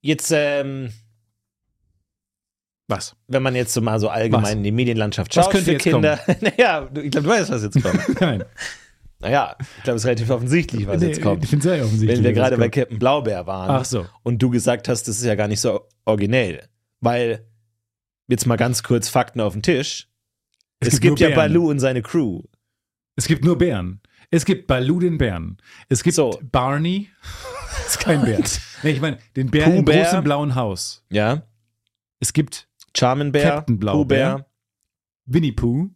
[SPEAKER 1] jetzt, ähm,
[SPEAKER 2] (laughs) was?
[SPEAKER 1] wenn man jetzt so mal so allgemein
[SPEAKER 2] Was?
[SPEAKER 1] in die Medienlandschaft
[SPEAKER 2] Was
[SPEAKER 1] schaut
[SPEAKER 2] könnte
[SPEAKER 1] für
[SPEAKER 2] jetzt
[SPEAKER 1] Kinder. (laughs) Naja, du- ich glaube, du weißt, was jetzt
[SPEAKER 2] (laughs)
[SPEAKER 1] kommt.
[SPEAKER 2] Nein.
[SPEAKER 1] naja, ich glaube, es ist relativ offensichtlich, was
[SPEAKER 2] Nee,
[SPEAKER 1] jetzt kommt.
[SPEAKER 2] Ich finde sehr
[SPEAKER 1] Wenn
[SPEAKER 2] offensichtlich.
[SPEAKER 1] wir
[SPEAKER 2] was
[SPEAKER 1] gerade bei
[SPEAKER 2] kommt.
[SPEAKER 1] Captain Blaubeer waren
[SPEAKER 2] Ach so.
[SPEAKER 1] und du gesagt hast, das ist ja gar nicht so originell. Weil, jetzt mal ganz kurz Fakten auf den Tisch. Es, gibt,
[SPEAKER 2] nur
[SPEAKER 1] ja
[SPEAKER 2] Bären.
[SPEAKER 1] Baloo und seine Crew.
[SPEAKER 2] Es gibt nur Bären. Es gibt Baloo den Bären. Es gibt
[SPEAKER 1] So.
[SPEAKER 2] Barney. ist kein Bär. (laughs) Nee, ich meine, den Bären
[SPEAKER 1] Pooh
[SPEAKER 2] im
[SPEAKER 1] Bär.
[SPEAKER 2] großen blauen Haus.
[SPEAKER 1] Ja.
[SPEAKER 2] Es gibt
[SPEAKER 1] Charmin Bär,
[SPEAKER 2] Captain Blaubeer,
[SPEAKER 1] Pooh
[SPEAKER 2] Winnie Pooh,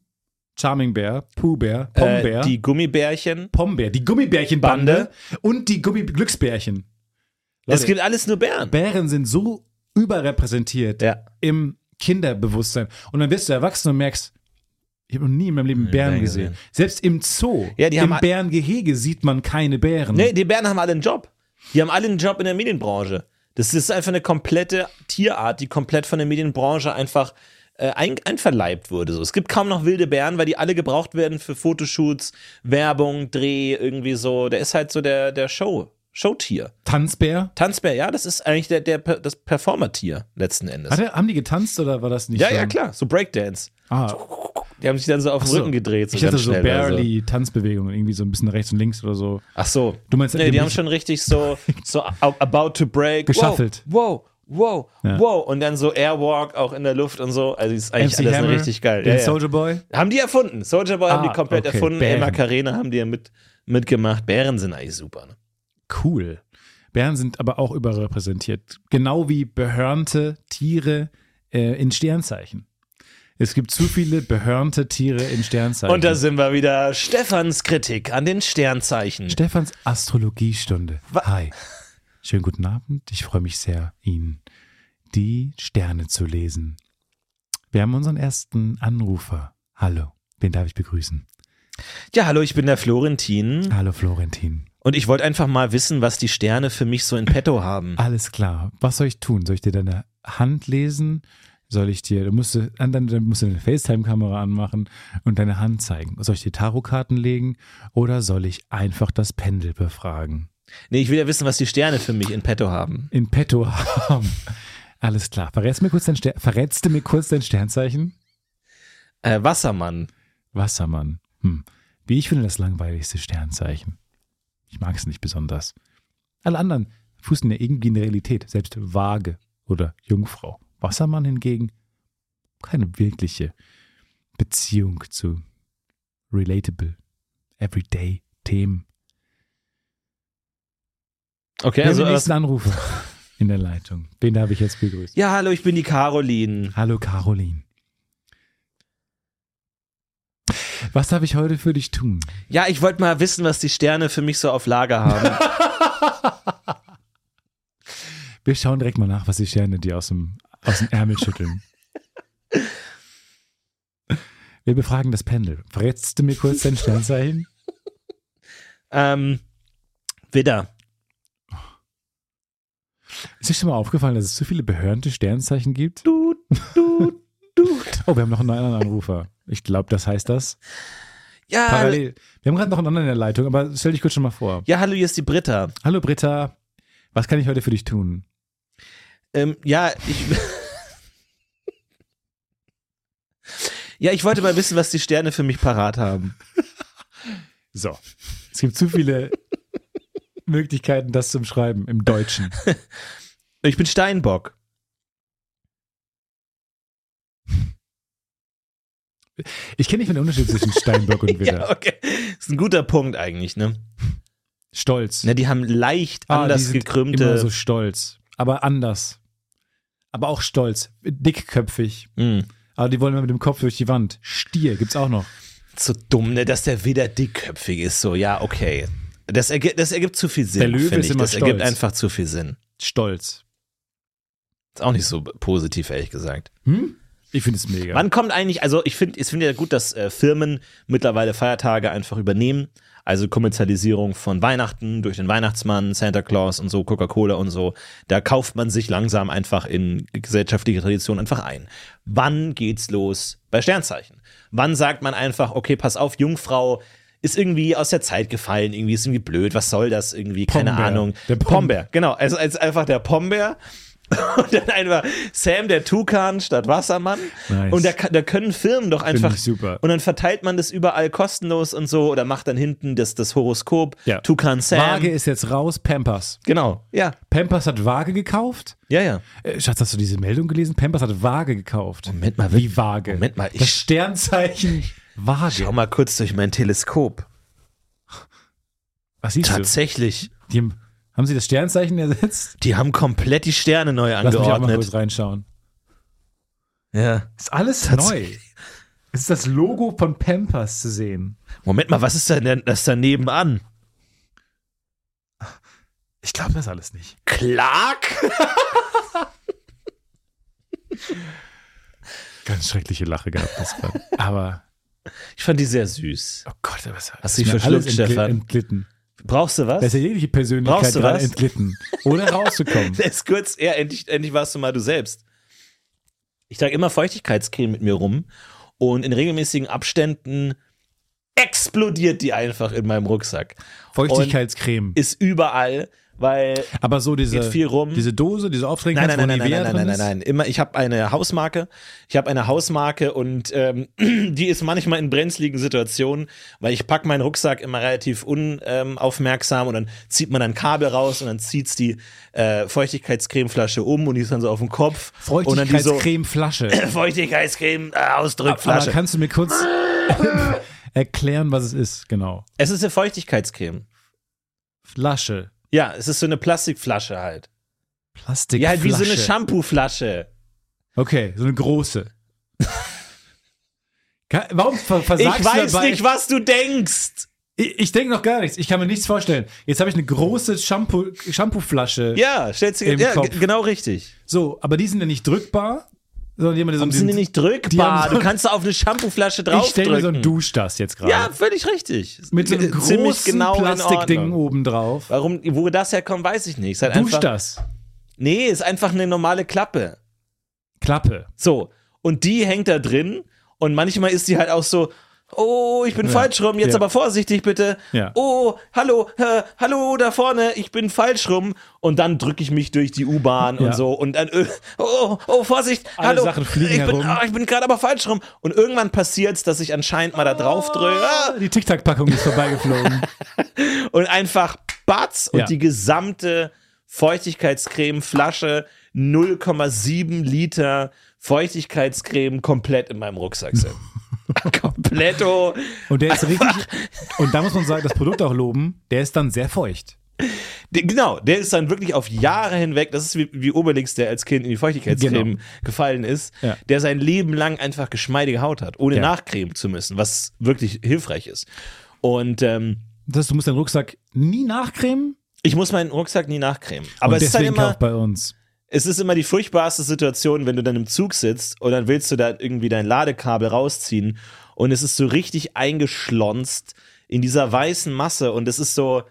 [SPEAKER 2] Charming Bär, Pooh Bär,
[SPEAKER 1] Bär,
[SPEAKER 2] Pombär,
[SPEAKER 1] äh, die Gummibärchen.
[SPEAKER 2] Pombär, die Gummibärchenbande und die Gummiglücksbärchen.
[SPEAKER 1] Es gibt alles nur Bären.
[SPEAKER 2] Bären sind so überrepräsentiert
[SPEAKER 1] Ja.
[SPEAKER 2] im Kinderbewusstsein. Und dann wirst du erwachsen und merkst, ich habe noch nie in meinem Leben Bären
[SPEAKER 1] Bären
[SPEAKER 2] gesehen.
[SPEAKER 1] gesehen.
[SPEAKER 2] Selbst im Zoo,
[SPEAKER 1] Ja, die
[SPEAKER 2] im
[SPEAKER 1] haben a-
[SPEAKER 2] Bärengehege sieht man keine Bären.
[SPEAKER 1] Nee, die Bären haben alle einen Job. Die haben alle einen Job in der Medienbranche. Das ist einfach eine komplette Tierart, die komplett von der Medienbranche einfach äh, ein, einverleibt wurde. So. Es gibt kaum noch wilde Bären, weil die alle gebraucht werden für Fotoshoots, Werbung, Dreh, irgendwie so. Der ist halt so der, der Show, Showtier.
[SPEAKER 2] Tanzbär?
[SPEAKER 1] Tanzbär, ja, das ist eigentlich der, der, das Performertier letzten Endes.
[SPEAKER 2] Hat er, haben die getanzt oder war das nicht?
[SPEAKER 1] ja,
[SPEAKER 2] so?
[SPEAKER 1] ja, klar, so Breakdance.
[SPEAKER 2] Ah,
[SPEAKER 1] Die haben sich dann so auf den
[SPEAKER 2] so.
[SPEAKER 1] Rücken gedreht. So
[SPEAKER 2] ich hatte
[SPEAKER 1] ganz
[SPEAKER 2] so
[SPEAKER 1] schnell, also.
[SPEAKER 2] barely Tanzbewegungen, irgendwie so ein bisschen rechts und links oder so.
[SPEAKER 1] Ach so.
[SPEAKER 2] Du meinst,
[SPEAKER 1] nee,
[SPEAKER 2] die
[SPEAKER 1] die haben
[SPEAKER 2] müssen-
[SPEAKER 1] schon richtig so,
[SPEAKER 2] (laughs)
[SPEAKER 1] so a- about to break.
[SPEAKER 2] Geschaffelt.
[SPEAKER 1] Wow, wow, wow,
[SPEAKER 2] Ja.
[SPEAKER 1] wow. Und dann so Airwalk auch in der Luft und so. Also, das ist eigentlich alles richtig geil.
[SPEAKER 2] Den
[SPEAKER 1] Ja, ja.
[SPEAKER 2] Soldier Boy.
[SPEAKER 1] Haben die erfunden. Soldier Boy haben
[SPEAKER 2] Ah,
[SPEAKER 1] die komplett
[SPEAKER 2] okay.
[SPEAKER 1] erfunden.
[SPEAKER 2] Bären.
[SPEAKER 1] Emma Karena haben die ja mit, mitgemacht. Bären sind eigentlich super. Ne?
[SPEAKER 2] Cool. Bären sind aber auch überrepräsentiert. Genau wie behörnte Tiere äh, in Sternzeichen. Es gibt zu viele behörnte Tiere in Sternzeichen.
[SPEAKER 1] Und da sind wir wieder. Stefans Kritik an den Sternzeichen.
[SPEAKER 2] Stefans Astrologiestunde. Hi. Schönen guten Abend. Ich freue mich sehr, Ihnen die Sterne zu lesen. Wir haben unseren ersten Anrufer. Hallo. Wen darf ich begrüßen?
[SPEAKER 1] ja, hallo, ich bin der Florentin.
[SPEAKER 2] Hallo, Florentin.
[SPEAKER 1] Und ich wollte einfach mal wissen, was die Sterne für mich so in petto haben.
[SPEAKER 2] Alles klar. Was soll ich tun? Soll ich dir deine Hand lesen? Soll ich dir, du musst, du- an deine- dann musst du deine FaceTime-Kamera anmachen und deine Hand zeigen. Soll ich dir Tarotkarten legen oder soll ich einfach das Pendel befragen?
[SPEAKER 1] Nee, ich will ja wissen, was die Sterne für mich in petto haben.
[SPEAKER 2] in petto haben. Alles klar. Verrätst, du mir kurz dein Ster Verrätst du mir kurz dein Sternzeichen?
[SPEAKER 1] Äh, Wassermann.
[SPEAKER 2] Wassermann. Hm. Wie ich finde, das langweiligste Sternzeichen. Ich mag es nicht besonders. Alle anderen fußen ja irgendwie in der Realität, selbst Waage oder Jungfrau. Wassermann hingegen keine wirkliche Beziehung zu relatable, everyday Themen.
[SPEAKER 1] Okay,
[SPEAKER 2] Wir haben
[SPEAKER 1] also
[SPEAKER 2] den
[SPEAKER 1] was
[SPEAKER 2] nächsten Anrufer in der Leitung. Wen darf ich jetzt begrüßen?
[SPEAKER 1] Ja, hallo, ich bin die Caroline.
[SPEAKER 2] Hallo Caroline. Was darf ich heute für dich tun?
[SPEAKER 1] Ja, ich wollte mal
[SPEAKER 2] (laughs)
[SPEAKER 1] wissen, was die Sterne für mich so auf Lager haben.
[SPEAKER 2] Wir schauen direkt mal nach, was die Sterne dir aus dem, aus dem Ärmel schütteln. Wir befragen das Pendel. Verrätst du mir kurz dein Sternzeichen?
[SPEAKER 1] Ähm, Widder.
[SPEAKER 2] Ist dir schon mal aufgefallen, dass es so viele behörnte Sternzeichen gibt?
[SPEAKER 1] Du, du, du.
[SPEAKER 2] Oh, wir haben noch einen anderen Anrufer. Ich glaube, das heißt das.
[SPEAKER 1] Ja,
[SPEAKER 2] Parallel. Wir haben gerade noch einen anderen in der Leitung, aber stell dich kurz schon mal vor.
[SPEAKER 1] ja, hallo, hier ist die Britta.
[SPEAKER 2] Hallo Britta, was kann ich heute für dich tun?
[SPEAKER 1] Ähm, ja, ich. (laughs) ja, ich wollte mal wissen, was die Sterne für mich parat haben.
[SPEAKER 2] So, es gibt zu viele Möglichkeiten, das zum Schreiben im Deutschen.
[SPEAKER 1] Ich bin Steinbock.
[SPEAKER 2] Ich kenne nicht den Unterschied zwischen Steinbock und Widder.
[SPEAKER 1] Ja, okay. Ist ein guter Punkt eigentlich, ne?
[SPEAKER 2] Stolz.
[SPEAKER 1] Na, die haben leicht
[SPEAKER 2] Ah, die
[SPEAKER 1] Ne, anders
[SPEAKER 2] sind Immer
[SPEAKER 1] gekrümmte.
[SPEAKER 2] so stolz, aber anders. Aber auch stolz, dickköpfig.
[SPEAKER 1] Mm.
[SPEAKER 2] Aber die wollen immer mit dem Kopf durch die Wand. Stier gibt's auch noch.
[SPEAKER 1] So dumm, ne, dass der Widder dickköpfig ist. So, ja, okay. Das, ergi das ergibt zu viel Sinn.
[SPEAKER 2] Der Löwe
[SPEAKER 1] finde
[SPEAKER 2] ist
[SPEAKER 1] ich.
[SPEAKER 2] immer
[SPEAKER 1] Das ergibt
[SPEAKER 2] stolz.
[SPEAKER 1] einfach zu viel Sinn.
[SPEAKER 2] Stolz.
[SPEAKER 1] Ist auch nicht so positiv, ehrlich gesagt.
[SPEAKER 2] Hm? Ich finde es mega.
[SPEAKER 1] Wann kommt eigentlich, also ich finde ich find ja gut, dass äh, Firmen mittlerweile Feiertage einfach übernehmen. Also Kommerzialisierung von Weihnachten durch den Weihnachtsmann, Santa Claus und so, Coca-Cola und so. Da kauft man sich langsam einfach in gesellschaftliche Tradition einfach ein. Wann geht's los bei Sternzeichen? Wann sagt man einfach, okay, pass auf, Jungfrau ist irgendwie aus der Zeit gefallen, irgendwie ist irgendwie blöd, was soll das irgendwie, keine
[SPEAKER 2] Pombeer.
[SPEAKER 1] Ahnung.
[SPEAKER 2] Der Pom-
[SPEAKER 1] Pombeer, genau. Also als einfach der Pombeer. (laughs) Und dann einfach Sam der Tukan statt Wassermann.
[SPEAKER 2] Nice.
[SPEAKER 1] Und da, ka- da können Firmen doch einfach.
[SPEAKER 2] ich super.
[SPEAKER 1] Und dann verteilt man das überall kostenlos und so oder macht dann hinten das, das Horoskop.
[SPEAKER 2] Ja.
[SPEAKER 1] Tukan Sam.
[SPEAKER 2] Waage ist jetzt raus, Pampers.
[SPEAKER 1] Genau. Ja.
[SPEAKER 2] Pampers hat Waage gekauft?
[SPEAKER 1] Ja, ja.
[SPEAKER 2] Äh, Schatz, hast du diese Meldung gelesen? Pampers hat Waage gekauft.
[SPEAKER 1] Moment mal,
[SPEAKER 2] Wie Waage?
[SPEAKER 1] Moment mal, ich- (laughs)
[SPEAKER 2] das Sternzeichen
[SPEAKER 1] Schau
[SPEAKER 2] Waage.
[SPEAKER 1] mal kurz durch mein Teleskop.
[SPEAKER 2] Was siehst du?
[SPEAKER 1] Tatsächlich.
[SPEAKER 2] Die, haben- haben sie das Sternzeichen ersetzt?
[SPEAKER 1] Die haben komplett die Sterne neu
[SPEAKER 2] Lass mich auch mal
[SPEAKER 1] angeordnet.
[SPEAKER 2] kurz reinschauen.
[SPEAKER 1] Ja.
[SPEAKER 2] Ist alles neu.
[SPEAKER 1] Tatsächlich.
[SPEAKER 2] Ist das Logo von Pampers zu sehen?
[SPEAKER 1] Moment mal, was ist denn denn das daneben an?
[SPEAKER 2] Ich glaube das alles nicht.
[SPEAKER 1] Clark?
[SPEAKER 2] Ganz schreckliche Lache gehabt. Das gerade. (laughs) aber,
[SPEAKER 1] Ich fand die sehr süß.
[SPEAKER 2] oh Gott, was
[SPEAKER 1] Hast du dich verschluckt, Stefan?
[SPEAKER 2] Entglitten.
[SPEAKER 1] Brauchst du was?
[SPEAKER 2] Da ist ja jegliche Persönlichkeit
[SPEAKER 1] Brauchst du
[SPEAKER 2] gerade
[SPEAKER 1] was?
[SPEAKER 2] entglitten.
[SPEAKER 1] (laughs)
[SPEAKER 2] Ohne rauszukommen.
[SPEAKER 1] Der ist kurz, ja, endlich, endlich warst du mal du selbst. Ich trage immer Feuchtigkeitscreme mit mir rum und in regelmäßigen Abständen explodiert die einfach in meinem Rucksack.
[SPEAKER 2] Feuchtigkeitscreme.
[SPEAKER 1] Ist überall, weil.
[SPEAKER 2] Aber so diese,
[SPEAKER 1] Geht viel rum.
[SPEAKER 2] diese Dose, diese Aufregung,
[SPEAKER 1] Nein, nein,
[SPEAKER 2] wo
[SPEAKER 1] nein, nein, nein,
[SPEAKER 2] Nivea
[SPEAKER 1] nein, nein, nein,
[SPEAKER 2] drin
[SPEAKER 1] nein, nein. Immer, ich habe eine Hausmarke. Ich habe eine Hausmarke und ähm, (clears throat) die ist manchmal in brenzligen Situationen, weil ich pack meinen Rucksack immer relativ unaufmerksam und dann zieht man ein Kabel raus und dann zieht's die äh, Feuchtigkeitscremeflasche um und die ist dann so auf dem Kopf.
[SPEAKER 2] ist.
[SPEAKER 1] Und dann die so, (clears throat)
[SPEAKER 2] Feuchtigkeitscremeflasche.
[SPEAKER 1] Feuchtigkeitscreme, äh,
[SPEAKER 2] Aber
[SPEAKER 1] Ausdrückflasche.
[SPEAKER 2] kannst du
[SPEAKER 1] (laughs)
[SPEAKER 2] mir kurz (laughs) erklären, was es ist? Genau.
[SPEAKER 1] Es ist eine Feuchtigkeitscreme.
[SPEAKER 2] Flasche.
[SPEAKER 1] Ja, es ist so eine Plastikflasche halt.
[SPEAKER 2] Plastikflasche.
[SPEAKER 1] Ja, halt wie so eine Shampooflasche.
[SPEAKER 2] Okay, so eine große. Ka- Warum ver
[SPEAKER 1] Ich
[SPEAKER 2] versagst du
[SPEAKER 1] weiß
[SPEAKER 2] dabei?
[SPEAKER 1] nicht, was du denkst.
[SPEAKER 2] ich ich denke noch gar nichts. Ich kann mir nichts vorstellen. Jetzt habe ich eine große Shampoo- Shampoo-Flasche.
[SPEAKER 1] Ja, stellst du
[SPEAKER 2] Im
[SPEAKER 1] ja,
[SPEAKER 2] Kopf.
[SPEAKER 1] g- genau richtig.
[SPEAKER 2] So, aber die sind ja nicht drückbar, sondern jemand, der so
[SPEAKER 1] Warum sind die nicht drückbar?
[SPEAKER 2] haben so-
[SPEAKER 1] du kannst da auf eine Shampooflasche
[SPEAKER 2] Ich stelle mir so ein
[SPEAKER 1] draufdrücken.
[SPEAKER 2] Duschdas jetzt gerade.
[SPEAKER 1] ja, völlig richtig.
[SPEAKER 2] Mit so einem
[SPEAKER 1] G-
[SPEAKER 2] großen
[SPEAKER 1] in
[SPEAKER 2] Plastikding
[SPEAKER 1] Ordnung.
[SPEAKER 2] oben drauf.
[SPEAKER 1] Warum, wo das herkommt, weiß ich nicht. Ist halt einfach,
[SPEAKER 2] Duschdas.
[SPEAKER 1] nee, ist einfach eine normale Klappe.
[SPEAKER 2] Klappe.
[SPEAKER 1] So, und die hängt da drin und manchmal ist die halt auch so, oh, ich bin falsch rum, jetzt
[SPEAKER 2] ja.
[SPEAKER 1] aber vorsichtig bitte.
[SPEAKER 2] Ja.
[SPEAKER 1] Oh, hallo, äh, hallo da vorne, ich bin falsch rum. Und dann drücke ich mich durch die U-Bahn
[SPEAKER 2] Ja.
[SPEAKER 1] und so und dann, äh, oh, oh, Vorsicht,
[SPEAKER 2] Alle
[SPEAKER 1] hallo,
[SPEAKER 2] Sachen fliegen
[SPEAKER 1] ich bin,
[SPEAKER 2] herum.
[SPEAKER 1] ah, ich bin gerade aber falsch rum. Und irgendwann passiert's, dass ich anscheinend mal da drauf
[SPEAKER 2] Oh.
[SPEAKER 1] drücke ah,
[SPEAKER 2] Die Tic-Tac-Packung ist vorbeigeflogen.
[SPEAKER 1] und einfach batz und
[SPEAKER 2] Ja.
[SPEAKER 1] die gesamte Feuchtigkeitscremeflasche 0,7 Liter Feuchtigkeitscreme komplett in meinem Rucksack
[SPEAKER 2] (laughs)
[SPEAKER 1] sind. Kompletto.
[SPEAKER 2] Und der ist richtig. Und da muss man sagen, das Produkt auch loben, der ist dann sehr feucht.
[SPEAKER 1] De- Genau, der ist dann wirklich auf Jahre hinweg, das ist wie, wie Obelix, der als Kind in die Feuchtigkeitscreme
[SPEAKER 2] Genau.
[SPEAKER 1] gefallen ist,
[SPEAKER 2] Ja.
[SPEAKER 1] der sein Leben lang einfach geschmeidige Haut hat, ohne
[SPEAKER 2] Ja.
[SPEAKER 1] nachcremen zu müssen, was wirklich hilfreich ist. Und ähm,
[SPEAKER 2] Das heißt, du musst deinen Rucksack nie nachcremen,
[SPEAKER 1] Ich muss meinen Rucksack nie nachcremen. Aber
[SPEAKER 2] und
[SPEAKER 1] es ist halt
[SPEAKER 2] deswegen
[SPEAKER 1] immer,
[SPEAKER 2] kauft bei uns.
[SPEAKER 1] es ist immer die furchtbarste Situation, wenn du dann im Zug sitzt und dann willst du da irgendwie dein Ladekabel rausziehen und es ist so richtig eingeschlonzt in dieser weißen Masse und es ist so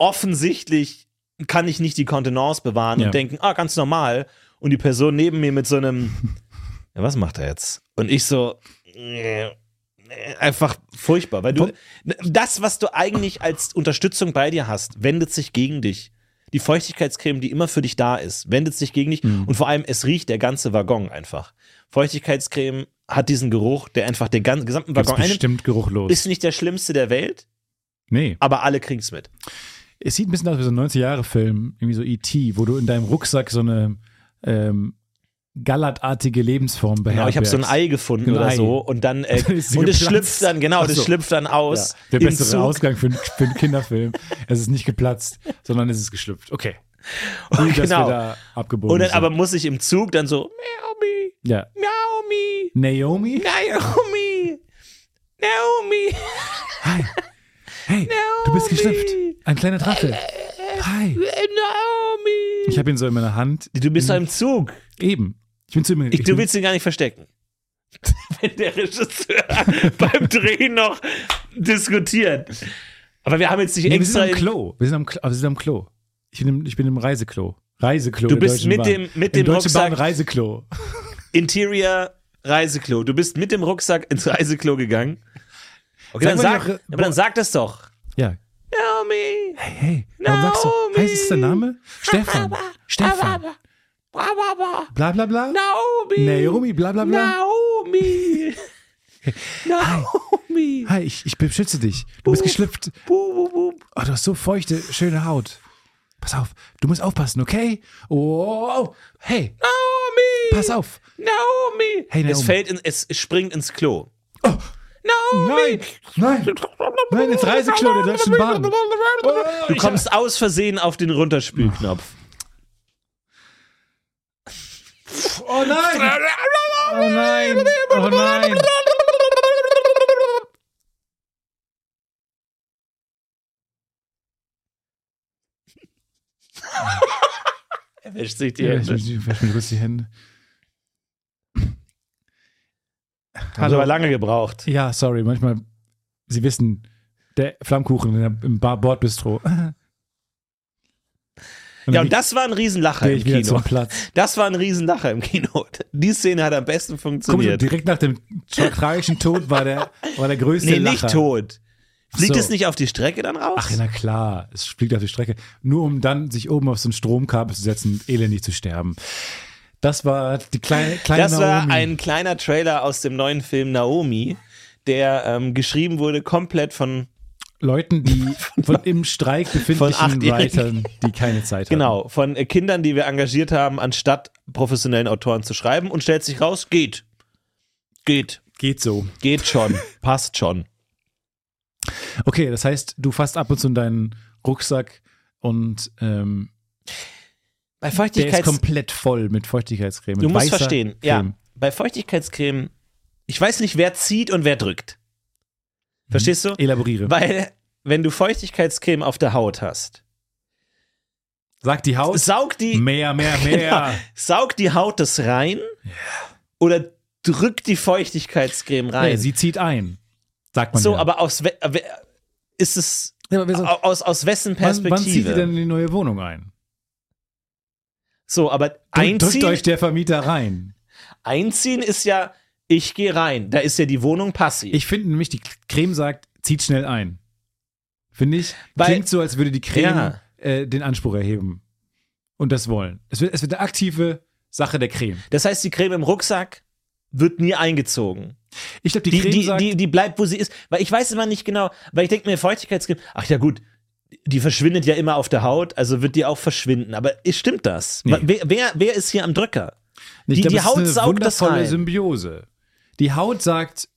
[SPEAKER 1] offensichtlich kann ich nicht die Kontenance bewahren
[SPEAKER 2] Ja.
[SPEAKER 1] und denken, ah, ganz normal. Und die Person neben mir mit so einem, (laughs) ja, was macht er jetzt? Und ich so, äh, äh, einfach furchtbar, weil du, das, was du eigentlich als Unterstützung bei dir hast, wendet sich gegen dich. Die Feuchtigkeitscreme, die immer für dich da ist, wendet sich gegen dich
[SPEAKER 2] Mhm.
[SPEAKER 1] und vor allem, es riecht der ganze Waggon einfach. Feuchtigkeitscreme hat diesen Geruch, der einfach den ganzen, gesamten
[SPEAKER 2] Gibt's
[SPEAKER 1] Waggon einnimmt.
[SPEAKER 2] bestimmt geruchlos.
[SPEAKER 1] Ist nicht der schlimmste der Welt,
[SPEAKER 2] nee.
[SPEAKER 1] aber alle kriegen's mit.
[SPEAKER 2] Es sieht ein bisschen aus wie so ein 90-Jahre-Film, irgendwie so E.T., wo du in deinem Rucksack so eine ähm, gallertartige Lebensform
[SPEAKER 1] Genau,
[SPEAKER 2] beherbergst.
[SPEAKER 1] ich habe so ein Ei gefunden
[SPEAKER 2] Ein
[SPEAKER 1] oder
[SPEAKER 2] Genau, Ei.
[SPEAKER 1] so und dann äh,
[SPEAKER 2] (laughs) Dann ist sie
[SPEAKER 1] und es
[SPEAKER 2] geplatzt.
[SPEAKER 1] schlüpft dann genau,
[SPEAKER 2] Ach
[SPEAKER 1] das
[SPEAKER 2] so.
[SPEAKER 1] schlüpft dann aus
[SPEAKER 2] Der
[SPEAKER 1] im
[SPEAKER 2] bessere
[SPEAKER 1] Zug. (laughs)
[SPEAKER 2] Ausgang für, einen- für einen Kinderfilm. es ist nicht geplatzt, sondern es ist geschlüpft. Okay. Gut, dass
[SPEAKER 1] genau.
[SPEAKER 2] wir da abgebogen
[SPEAKER 1] und dann
[SPEAKER 2] sind.
[SPEAKER 1] aber muss ich im Zug dann so Naomi,
[SPEAKER 2] ja.
[SPEAKER 1] Naomi,
[SPEAKER 2] Naomi?
[SPEAKER 1] Naomi, Naomi,
[SPEAKER 2] Hi. Hey, du bist geschlüpft. Ein kleiner Drache. Hi.
[SPEAKER 1] Naomi.
[SPEAKER 2] Ich habe ihn so in meiner Hand.
[SPEAKER 1] Du bist doch im Zug.
[SPEAKER 2] Eben. Ich bin zu ihm.
[SPEAKER 1] Ich,
[SPEAKER 2] ich
[SPEAKER 1] du
[SPEAKER 2] bin-
[SPEAKER 1] willst ihn gar nicht verstecken. (laughs) Wenn der Regisseur (laughs) beim Drehen noch diskutiert. Aber wir haben jetzt nicht
[SPEAKER 2] Nee, wir
[SPEAKER 1] extra
[SPEAKER 2] sind am
[SPEAKER 1] in-
[SPEAKER 2] Klo. Wir sind am, Klo- wir sind am Klo. Ich bin im, ich bin im Reiseklo. Reiseklo.
[SPEAKER 1] Du
[SPEAKER 2] der
[SPEAKER 1] bist
[SPEAKER 2] Deutschen
[SPEAKER 1] mit
[SPEAKER 2] Bahn.
[SPEAKER 1] dem- mit
[SPEAKER 2] Im
[SPEAKER 1] dem
[SPEAKER 2] Deutsche Bahn
[SPEAKER 1] Rucksack-
[SPEAKER 2] Reiseklo.
[SPEAKER 1] Interior Reiseklo. Du bist mit dem Rucksack ins Reiseklo gegangen. Okay,
[SPEAKER 2] Sag
[SPEAKER 1] dann
[SPEAKER 2] mal
[SPEAKER 1] sag,
[SPEAKER 2] die Re-
[SPEAKER 1] aber dann sag das doch.
[SPEAKER 2] Ja.
[SPEAKER 1] Naomi.
[SPEAKER 2] Hey, hey. Warum sagst
[SPEAKER 1] Naomi.
[SPEAKER 2] du? Heißt es der Name? Stefan. Stefan.
[SPEAKER 1] Bla, bla, bla.
[SPEAKER 2] Bla bla bla.
[SPEAKER 1] Naomi.
[SPEAKER 2] Naomi, bla bla bla.
[SPEAKER 1] (laughs) Naomi. Naomi.
[SPEAKER 2] Hi, ich, ich beschütze dich. Du bist geschlüpft.
[SPEAKER 1] Bu, bu, bu.
[SPEAKER 2] Oh, du hast so feuchte, schöne Haut. Pass auf, du musst aufpassen, okay? Oh, hey,
[SPEAKER 1] Naomi.
[SPEAKER 2] pass auf.
[SPEAKER 1] Naomi.
[SPEAKER 2] Hey,
[SPEAKER 1] Es
[SPEAKER 2] Naomi.
[SPEAKER 1] fällt in, es springt ins Klo.
[SPEAKER 2] Oh,
[SPEAKER 1] Naomi.
[SPEAKER 2] nein, nein. Oh, Nein, ins Reiseklo der Deutschen Bahn.
[SPEAKER 1] Du kommst aus Versehen auf den Runterspülknopf.
[SPEAKER 2] Oh nein. Oh nein. Oh nein.
[SPEAKER 1] (laughs) Er wäscht sich die
[SPEAKER 2] Ja, ich
[SPEAKER 1] Hände.
[SPEAKER 2] wasche mir kurz die Hände.
[SPEAKER 1] Hat
[SPEAKER 2] Also-
[SPEAKER 1] aber lange gebraucht.
[SPEAKER 2] Ja, sorry, manchmal, Sie wissen, der Flammkuchen in der, im Bar Bordbistro. (laughs) Und
[SPEAKER 1] Ja,
[SPEAKER 2] dann
[SPEAKER 1] und das war ein Riesenlacher
[SPEAKER 2] gehe
[SPEAKER 1] im
[SPEAKER 2] ich wieder
[SPEAKER 1] Kino.
[SPEAKER 2] zum
[SPEAKER 1] (laughs)
[SPEAKER 2] Platz.
[SPEAKER 1] Das war ein Riesenlacher im Kino. Die Szene hat am besten
[SPEAKER 2] Guck mal,
[SPEAKER 1] funktioniert.
[SPEAKER 2] direkt nach dem tra- tragischen Tod war der, war der größte
[SPEAKER 1] nee,
[SPEAKER 2] Lacher.
[SPEAKER 1] nicht tot. Fliegt
[SPEAKER 2] so.
[SPEAKER 1] es nicht auf die Strecke dann raus?
[SPEAKER 2] Ach, na klar, es fliegt auf die Strecke. Nur um dann sich oben auf so ein Stromkabel zu setzen und elendig zu sterben. Das war die kleine, kleine
[SPEAKER 1] das war
[SPEAKER 2] Naomi.
[SPEAKER 1] ein kleiner Trailer aus dem neuen Film Naomi, der ähm, geschrieben wurde komplett von, (laughs)
[SPEAKER 2] Leuten, die von im Streik befindlichen
[SPEAKER 1] Achtjährigen.
[SPEAKER 2] Writern, die keine Zeit haben.
[SPEAKER 1] genau, von äh, Kindern, die wir engagiert haben, anstatt professionellen Autoren zu schreiben und stellt sich raus, geht. Geht.
[SPEAKER 2] Geht so.
[SPEAKER 1] Geht
[SPEAKER 2] (laughs)
[SPEAKER 1] schon. Passt schon.
[SPEAKER 2] Okay, das heißt, du fasst ab und zu in deinen Rucksack und ähm,
[SPEAKER 1] Bei
[SPEAKER 2] der ist
[SPEAKER 1] Feuchtigkeits
[SPEAKER 2] komplett voll mit Feuchtigkeitscreme.
[SPEAKER 1] Du
[SPEAKER 2] mit
[SPEAKER 1] musst
[SPEAKER 2] weißer
[SPEAKER 1] verstehen, ja,
[SPEAKER 2] Creme.
[SPEAKER 1] bei Feuchtigkeitscreme, ich weiß nicht, wer zieht und wer drückt. Verstehst du?
[SPEAKER 2] Elaboriere.
[SPEAKER 1] Weil, wenn du Feuchtigkeitscreme auf der Haut hast,
[SPEAKER 2] Sag die Haut.
[SPEAKER 1] saug die, (laughs)
[SPEAKER 2] Mehr, mehr, mehr.
[SPEAKER 1] saug die Haut das rein oder drückt die Feuchtigkeitscreme
[SPEAKER 2] Nee,
[SPEAKER 1] rein.
[SPEAKER 2] sie zieht ein. Sagt man
[SPEAKER 1] so,
[SPEAKER 2] ja.
[SPEAKER 1] aber aus we- äh, we- ist es
[SPEAKER 2] Ja, aber wieso-
[SPEAKER 1] au- aus, aus wessen
[SPEAKER 2] wann,
[SPEAKER 1] Perspektive?
[SPEAKER 2] wann zieht ihr denn in die neue Wohnung ein?
[SPEAKER 1] so, aber
[SPEAKER 2] Drückt, drückt
[SPEAKER 1] einziehen,
[SPEAKER 2] euch der Vermieter rein.
[SPEAKER 1] einziehen ist ja, ich gehe rein. Da ist ja die Wohnung passiv.
[SPEAKER 2] Ich finde nämlich, die Creme sagt, zieht schnell ein. Finde ich,
[SPEAKER 1] Weil-
[SPEAKER 2] klingt so, als würde die Creme
[SPEAKER 1] Ja.
[SPEAKER 2] äh, den Anspruch erheben. Und das wollen. Es wird, es wird eine aktive Sache der Creme.
[SPEAKER 1] das heißt, die Creme im Rucksack wird nie eingezogen.
[SPEAKER 2] Ich glaube, die,
[SPEAKER 1] Die,
[SPEAKER 2] Creme
[SPEAKER 1] die,
[SPEAKER 2] sagt,
[SPEAKER 1] die, die bleibt, wo sie ist. Weil ich weiß immer nicht genau, weil ich denke mir, Feuchtigkeitscreme, ach ja gut, die verschwindet ja immer auf der Haut, also wird die auch verschwinden. Aber ist- stimmt das?
[SPEAKER 2] Nee.
[SPEAKER 1] Wer, wer, wer ist hier am Drücker?
[SPEAKER 2] Ich
[SPEAKER 1] Die-
[SPEAKER 2] glaube,
[SPEAKER 1] die
[SPEAKER 2] das ist
[SPEAKER 1] Haut
[SPEAKER 2] eine
[SPEAKER 1] saugt das
[SPEAKER 2] wundervolle
[SPEAKER 1] rein.
[SPEAKER 2] Symbiose. Die Haut sagt,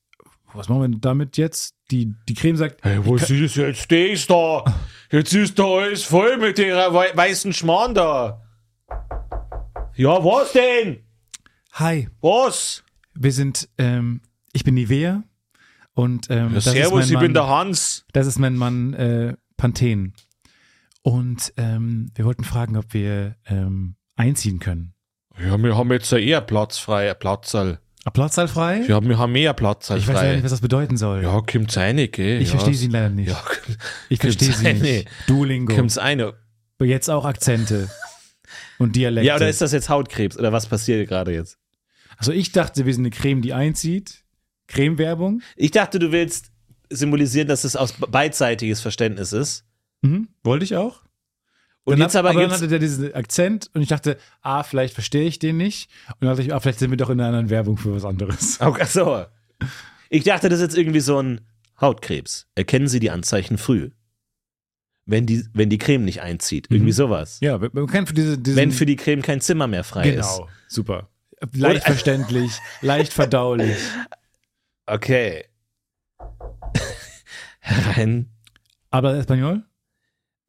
[SPEAKER 2] was machen wir damit jetzt? Die, die Creme sagt,
[SPEAKER 1] Hey, wo ist das jetzt? Die ist da. Jetzt ist da alles voll mit ihrer weißen Schmarrn da. Ja, was denn?
[SPEAKER 2] hi,
[SPEAKER 1] Was?
[SPEAKER 2] wir sind, ähm, ich bin Nivea und ähm, das, ist mein Mann,
[SPEAKER 1] Hans.
[SPEAKER 2] das ist mein Mann äh, Panthen. Und ähm, wir wollten fragen, ob wir ähm, einziehen können.
[SPEAKER 3] Ja, wir haben jetzt ja eher Platz frei, Platzerl.
[SPEAKER 2] Platzsaal frei?
[SPEAKER 3] Ja, wir haben eher Platzerl
[SPEAKER 2] ich weiß leider nicht,
[SPEAKER 3] frei.
[SPEAKER 2] was das bedeuten soll.
[SPEAKER 3] Ja, kommt's rein, gell?
[SPEAKER 2] ich
[SPEAKER 3] ja.
[SPEAKER 2] verstehe sie leider nicht.
[SPEAKER 3] Ja,
[SPEAKER 2] ich verstehe
[SPEAKER 1] (laughs)
[SPEAKER 2] sie
[SPEAKER 3] kommt's
[SPEAKER 2] nicht. Duolingo.
[SPEAKER 3] kommt's rein.
[SPEAKER 2] Aber Jetzt auch
[SPEAKER 1] (laughs)
[SPEAKER 2] Akzente und Dialekte.
[SPEAKER 1] Ja, oder ist das jetzt Hautkrebs? Oder was passiert gerade jetzt?
[SPEAKER 2] also ich dachte, wir sind eine Creme, die einzieht. Creme-Werbung.
[SPEAKER 1] Ich dachte, du willst symbolisieren, dass es aus beidseitiges Verständnis ist.
[SPEAKER 2] Mhm. Wollte ich auch.
[SPEAKER 1] Und
[SPEAKER 2] dann
[SPEAKER 1] jetzt
[SPEAKER 2] hab-
[SPEAKER 1] aber,
[SPEAKER 2] dann
[SPEAKER 1] gibt's,
[SPEAKER 2] hatte der diesen Akzent und ich dachte, ah, vielleicht verstehe ich den nicht. Und dann dachte ich, ah, vielleicht sind wir doch in einer anderen Werbung für was anderes. (laughs)
[SPEAKER 1] Okay, so. Ich dachte, das ist jetzt irgendwie so ein Hautkrebs. Erkennen Sie die Anzeichen früh. Wenn die, wenn die Creme nicht einzieht. Irgendwie sowas.
[SPEAKER 2] Mhm. Ja, man- man kann für diese, diesen,
[SPEAKER 1] Wenn für die Creme kein Zimmer mehr frei
[SPEAKER 2] genau, super. Leicht verständlich, leicht verdaulich.
[SPEAKER 1] ist. Okay. (laughs) Herein.
[SPEAKER 2] Aber Espanol?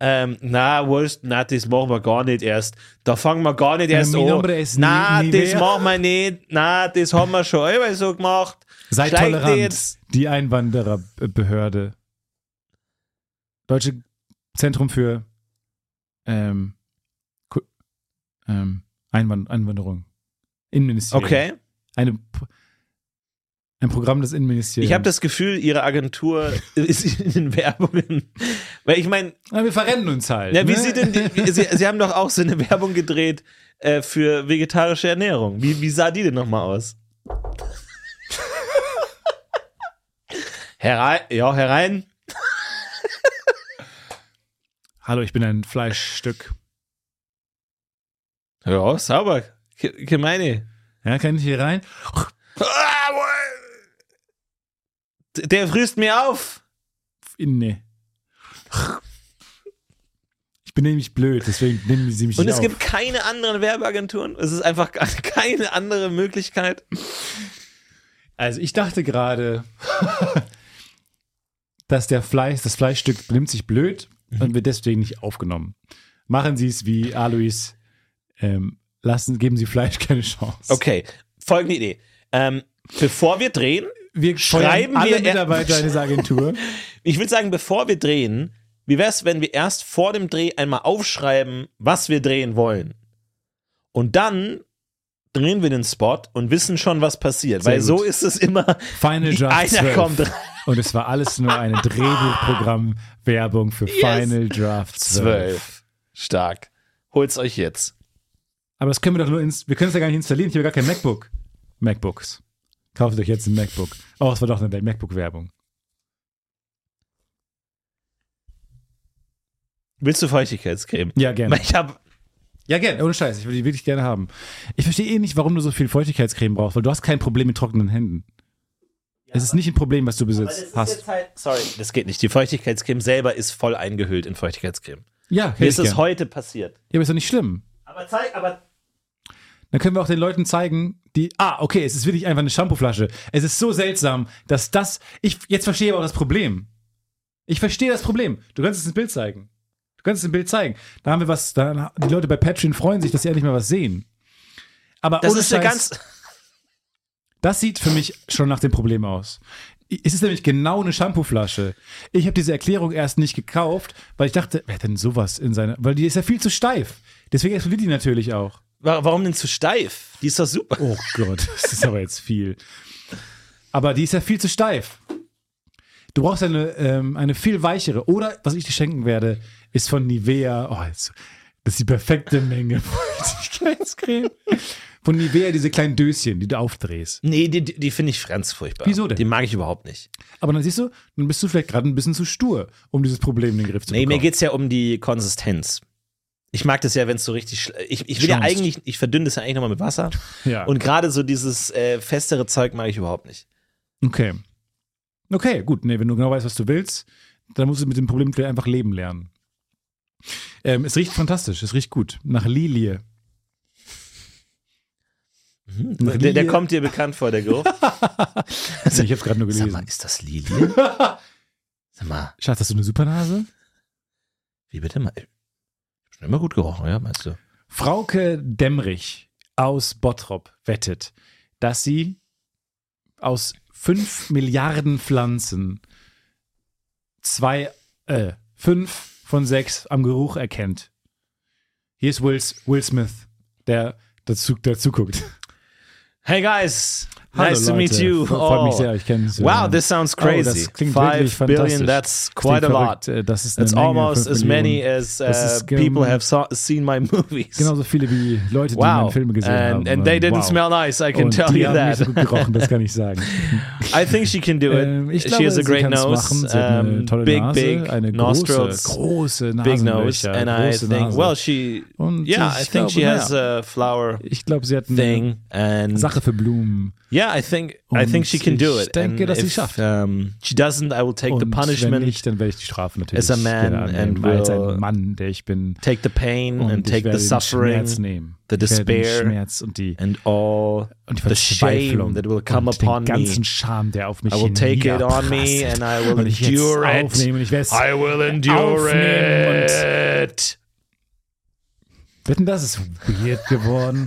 [SPEAKER 1] Ähm, na, wurscht, na, das machen wir gar nicht erst. Da fangen wir gar nicht erst
[SPEAKER 2] mi
[SPEAKER 1] an.
[SPEAKER 2] nombre es
[SPEAKER 1] Na,
[SPEAKER 2] Ni-
[SPEAKER 1] das
[SPEAKER 2] Nivea.
[SPEAKER 1] machen wir nicht. Na, das haben wir schon immer so gemacht.
[SPEAKER 2] Sei
[SPEAKER 1] Steigt
[SPEAKER 2] tolerant.
[SPEAKER 1] jetzt-
[SPEAKER 2] Die Einwandererbehörde. Deutsche Zentrum für ähm, Ku- ähm, Einwand Einwanderung. Innenministerium.
[SPEAKER 1] Okay.
[SPEAKER 2] Eine, P- ein Programm des Innenministeriums.
[SPEAKER 1] Ich habe das Gefühl, ihre Agentur (laughs) ist in den Werbungen. Weil ich meine,
[SPEAKER 2] Na, wir verrennen uns halt.
[SPEAKER 1] Ja, wie
[SPEAKER 2] ne?
[SPEAKER 1] sieht denn die, sie, sie haben doch auch so eine Werbung gedreht äh, für vegetarische Ernährung. Wie, wie sah die denn nochmal aus? (laughs) herein, ja, herein.
[SPEAKER 2] (laughs) Hallo, ich bin ein Fleischstück.
[SPEAKER 1] Ja, sauber. Ke- Gemeine.
[SPEAKER 2] Ja, kann ich hier rein?
[SPEAKER 1] D- Der frisst mir auf.
[SPEAKER 2] Nee. Ich bin nämlich blöd, deswegen nehmen sie mich
[SPEAKER 1] Und
[SPEAKER 2] nicht
[SPEAKER 1] es
[SPEAKER 2] auf.
[SPEAKER 1] gibt keine anderen Werbeagenturen. Es ist einfach (laughs) keine andere Möglichkeit.
[SPEAKER 2] Also ich dachte gerade, (laughs) dass der Fleisch, das Fleischstück benimmt sich blöd
[SPEAKER 1] Mhm.
[SPEAKER 2] und wird deswegen nicht aufgenommen. Machen Sie es wie Alois. Ähm, lassen, geben Sie Fleisch keine Chance.
[SPEAKER 1] Okay, folgende Idee. Ähm, bevor wir drehen,
[SPEAKER 2] Wir
[SPEAKER 1] Schreiben
[SPEAKER 2] schreiben alle
[SPEAKER 1] wir-
[SPEAKER 2] Mitarbeiter dieser
[SPEAKER 1] (laughs)
[SPEAKER 2] Agentur.
[SPEAKER 1] Ich würde sagen, bevor wir drehen, wie wäre es, wenn wir erst vor dem Dreh einmal aufschreiben, was wir drehen wollen? Und dann drehen wir den Spot und wissen schon, was passiert.
[SPEAKER 2] Sehr
[SPEAKER 1] Weil so
[SPEAKER 2] gut.
[SPEAKER 1] ist es immer.
[SPEAKER 2] Final
[SPEAKER 1] (laughs)
[SPEAKER 2] Draft
[SPEAKER 1] Einer
[SPEAKER 2] 12.
[SPEAKER 1] kommt rein.
[SPEAKER 2] Und es war alles nur eine Drehbuchprogramm-Werbung für Final Draft 12.
[SPEAKER 1] Stark. Holt's euch jetzt.
[SPEAKER 2] Aber das können wir doch nur, ins wir können es ja gar nicht installieren. Ich habe gar kein MacBook. MacBooks. Kauft euch jetzt ein MacBook. Oh, es war doch eine MacBook-Werbung.
[SPEAKER 1] Willst du Feuchtigkeitscreme?
[SPEAKER 2] Ja, gerne.
[SPEAKER 1] Weil Ich habe
[SPEAKER 2] Ja, gerne. Ohne Scheiß. Ich würde die wirklich gerne haben. Ich verstehe eh nicht, warum du so viel Feuchtigkeitscreme brauchst, weil du hast kein Problem mit trockenen Händen. es ist nicht ein Problem, was du besitzt, hast.
[SPEAKER 1] Sorry, das geht nicht. Die Feuchtigkeitscreme selber ist voll eingehüllt in Feuchtigkeitscreme.
[SPEAKER 2] Ja, hätte
[SPEAKER 1] Mir
[SPEAKER 2] ich
[SPEAKER 1] ist es
[SPEAKER 2] gern. ja,
[SPEAKER 1] heute passiert.
[SPEAKER 2] aber ist doch nicht schlimm.
[SPEAKER 1] Aber zeig, aber
[SPEAKER 2] Dann können wir auch den Leuten zeigen, die. Ah, okay, es ist wirklich einfach eine Shampooflasche. Es ist so seltsam, dass das. Ich jetzt verstehe aber auch das Problem. Ich verstehe das Problem. Du kannst es ein Bild zeigen. Du kannst es ein Bild zeigen. Da haben wir was. Da, die Leute bei Patreon freuen sich, dass sie endlich mal was sehen. Aber
[SPEAKER 1] das
[SPEAKER 2] ohne
[SPEAKER 1] ist eine
[SPEAKER 2] Scheiß-
[SPEAKER 1] ganz.
[SPEAKER 2] Das sieht für mich schon nach dem Problem aus. Es ist nämlich genau eine Shampooflasche. Ich habe diese Erklärung erst nicht gekauft, weil ich dachte, wer hat denn sowas in seiner. Weil die ist ja viel zu steif. Deswegen explodiert die natürlich auch.
[SPEAKER 1] Wa- Warum denn zu steif? Die ist doch super.
[SPEAKER 2] Oh Gott, (laughs) das ist aber jetzt viel. Aber die ist ja viel zu steif. Du brauchst eine, ähm, eine viel weichere. Oder, was ich dir schenken werde, ist von Nivea. Oh, jetzt, das ist die perfekte Menge (laughs) Feuchtigkeitscreme. Von Nivea diese kleinen Döschen, die du aufdrehst.
[SPEAKER 1] Nee, die, die die finde ich ganz furchtbar.
[SPEAKER 2] Wieso denn?
[SPEAKER 1] Die mag ich überhaupt nicht.
[SPEAKER 2] Aber dann siehst du, dann bist du vielleicht gerade ein bisschen zu stur, um dieses Problem in den Griff zu
[SPEAKER 1] Nee,
[SPEAKER 2] bekommen.
[SPEAKER 1] mir geht's ja um die Konsistenz. Ich mag das ja, wenn es so richtig. schl- Ich, ich will ja
[SPEAKER 2] Schonst.
[SPEAKER 1] eigentlich, ich verdünne das ja eigentlich nochmal mit Wasser.
[SPEAKER 2] Ja.
[SPEAKER 1] Und gerade so dieses äh, festere Zeug mag ich überhaupt nicht.
[SPEAKER 2] okay. Okay, gut. Nee, wenn du genau weißt, was du willst, dann musst du mit dem Problem vielleicht einfach leben lernen. Ähm, es riecht fantastisch, es riecht gut. Nach Lilie. Nach
[SPEAKER 1] Der, der
[SPEAKER 2] Lilie.
[SPEAKER 1] kommt dir bekannt vor, der Geruch.
[SPEAKER 2] Nee, ich hab's gerade nur
[SPEAKER 1] Also, Sag mal,
[SPEAKER 2] gelesen.
[SPEAKER 1] ist das (laughs) Lilie? Sag mal,
[SPEAKER 2] Schatz, hast du eine Supernase?
[SPEAKER 1] wie bitte mal? Schon immer gut gerochen, ja, meinst du?
[SPEAKER 2] Frauke Demmrich aus Bottrop wettet, dass sie aus 5 Milliarden Pflanzen zwei, äh, fünf von sechs am Geruch erkennt. Hier ist Will, Will Smith, der dazu, dazu guckt.
[SPEAKER 1] Hey guys, (laughs) nice to meet you.
[SPEAKER 2] Freut
[SPEAKER 1] all.
[SPEAKER 2] mich sehr, euch kennenzulernen.
[SPEAKER 1] Wow, this sounds crazy.
[SPEAKER 2] Oh, das klingt wirklich
[SPEAKER 1] Five billion,
[SPEAKER 2] fantastisch.
[SPEAKER 1] that's
[SPEAKER 2] Das klingt
[SPEAKER 1] quite a lot.
[SPEAKER 2] verrückt. Äh, Das ist eine
[SPEAKER 1] That's
[SPEAKER 2] Menge,
[SPEAKER 1] almost
[SPEAKER 2] fünf
[SPEAKER 1] as many
[SPEAKER 2] Millionen.
[SPEAKER 1] as uh,
[SPEAKER 2] Das ist, ähm,
[SPEAKER 1] people have saw, seen my movies.
[SPEAKER 2] Genauso viele wie Leute, die
[SPEAKER 1] wow.
[SPEAKER 2] meine Filme gesehen haben.
[SPEAKER 1] and, and they
[SPEAKER 2] Ähm,
[SPEAKER 1] didn't
[SPEAKER 2] wow.
[SPEAKER 1] smell nice, I can
[SPEAKER 2] Und
[SPEAKER 1] tell
[SPEAKER 2] die
[SPEAKER 1] you
[SPEAKER 2] haben
[SPEAKER 1] that.
[SPEAKER 2] Nicht so gut gerochen, das kann
[SPEAKER 1] (laughs)
[SPEAKER 2] ich sagen.
[SPEAKER 1] I think she can do it.
[SPEAKER 2] Ähm, ich
[SPEAKER 1] she
[SPEAKER 2] glaube,
[SPEAKER 1] has a
[SPEAKER 2] sie
[SPEAKER 1] great
[SPEAKER 2] kann's
[SPEAKER 1] nose,
[SPEAKER 2] machen. Sie hat eine
[SPEAKER 1] um,
[SPEAKER 2] tolle
[SPEAKER 1] big,
[SPEAKER 2] Nase,
[SPEAKER 1] big
[SPEAKER 2] eine
[SPEAKER 1] nostrils,
[SPEAKER 2] große, große
[SPEAKER 1] big nose,
[SPEAKER 2] Nasenlöcher,
[SPEAKER 1] and I
[SPEAKER 2] große
[SPEAKER 1] think,
[SPEAKER 2] Nase.
[SPEAKER 1] well, she,
[SPEAKER 2] Und
[SPEAKER 1] yeah,
[SPEAKER 2] ich
[SPEAKER 1] I think she
[SPEAKER 2] glaube,
[SPEAKER 1] has
[SPEAKER 2] naja,
[SPEAKER 1] a flower
[SPEAKER 2] ich glaube, sie hat eine
[SPEAKER 1] thing, and
[SPEAKER 2] Sache für Blumen.
[SPEAKER 1] yeah, I think, I
[SPEAKER 2] Und
[SPEAKER 1] think she can do
[SPEAKER 2] ich
[SPEAKER 1] it.
[SPEAKER 2] denke,
[SPEAKER 1] and
[SPEAKER 2] dass sie
[SPEAKER 1] if,
[SPEAKER 2] schafft.
[SPEAKER 1] Um, she doesn't, I will take the
[SPEAKER 2] Und wenn
[SPEAKER 1] punishment,
[SPEAKER 2] nicht, dann werde ich die Strafe natürlich
[SPEAKER 1] as a man
[SPEAKER 2] gerne annehmen,
[SPEAKER 1] and
[SPEAKER 2] weil als
[SPEAKER 1] will-
[SPEAKER 2] ein Mann, der ich bin,
[SPEAKER 1] take the pain,
[SPEAKER 2] und
[SPEAKER 1] and
[SPEAKER 2] ich
[SPEAKER 1] take
[SPEAKER 2] werde
[SPEAKER 1] the
[SPEAKER 2] den
[SPEAKER 1] suffering,
[SPEAKER 2] Schmerz nehmen.
[SPEAKER 1] the
[SPEAKER 2] ich werde
[SPEAKER 1] despair
[SPEAKER 2] den Schmerz und die
[SPEAKER 1] and all
[SPEAKER 2] und die
[SPEAKER 1] the shame
[SPEAKER 2] Verzweiflung
[SPEAKER 1] that will come
[SPEAKER 2] und den
[SPEAKER 1] upon me.
[SPEAKER 2] ganzen Scham, der auf mich
[SPEAKER 1] I will take it on me
[SPEAKER 2] herniederprasselt.
[SPEAKER 1] and I will
[SPEAKER 2] und ich werde
[SPEAKER 1] endure
[SPEAKER 2] es
[SPEAKER 1] it.
[SPEAKER 2] aufnehmen. Ich werde es
[SPEAKER 1] I will endure
[SPEAKER 2] aufnehmen
[SPEAKER 1] it.
[SPEAKER 2] Wetten, das ist weird
[SPEAKER 1] (laughs)
[SPEAKER 2] geworden.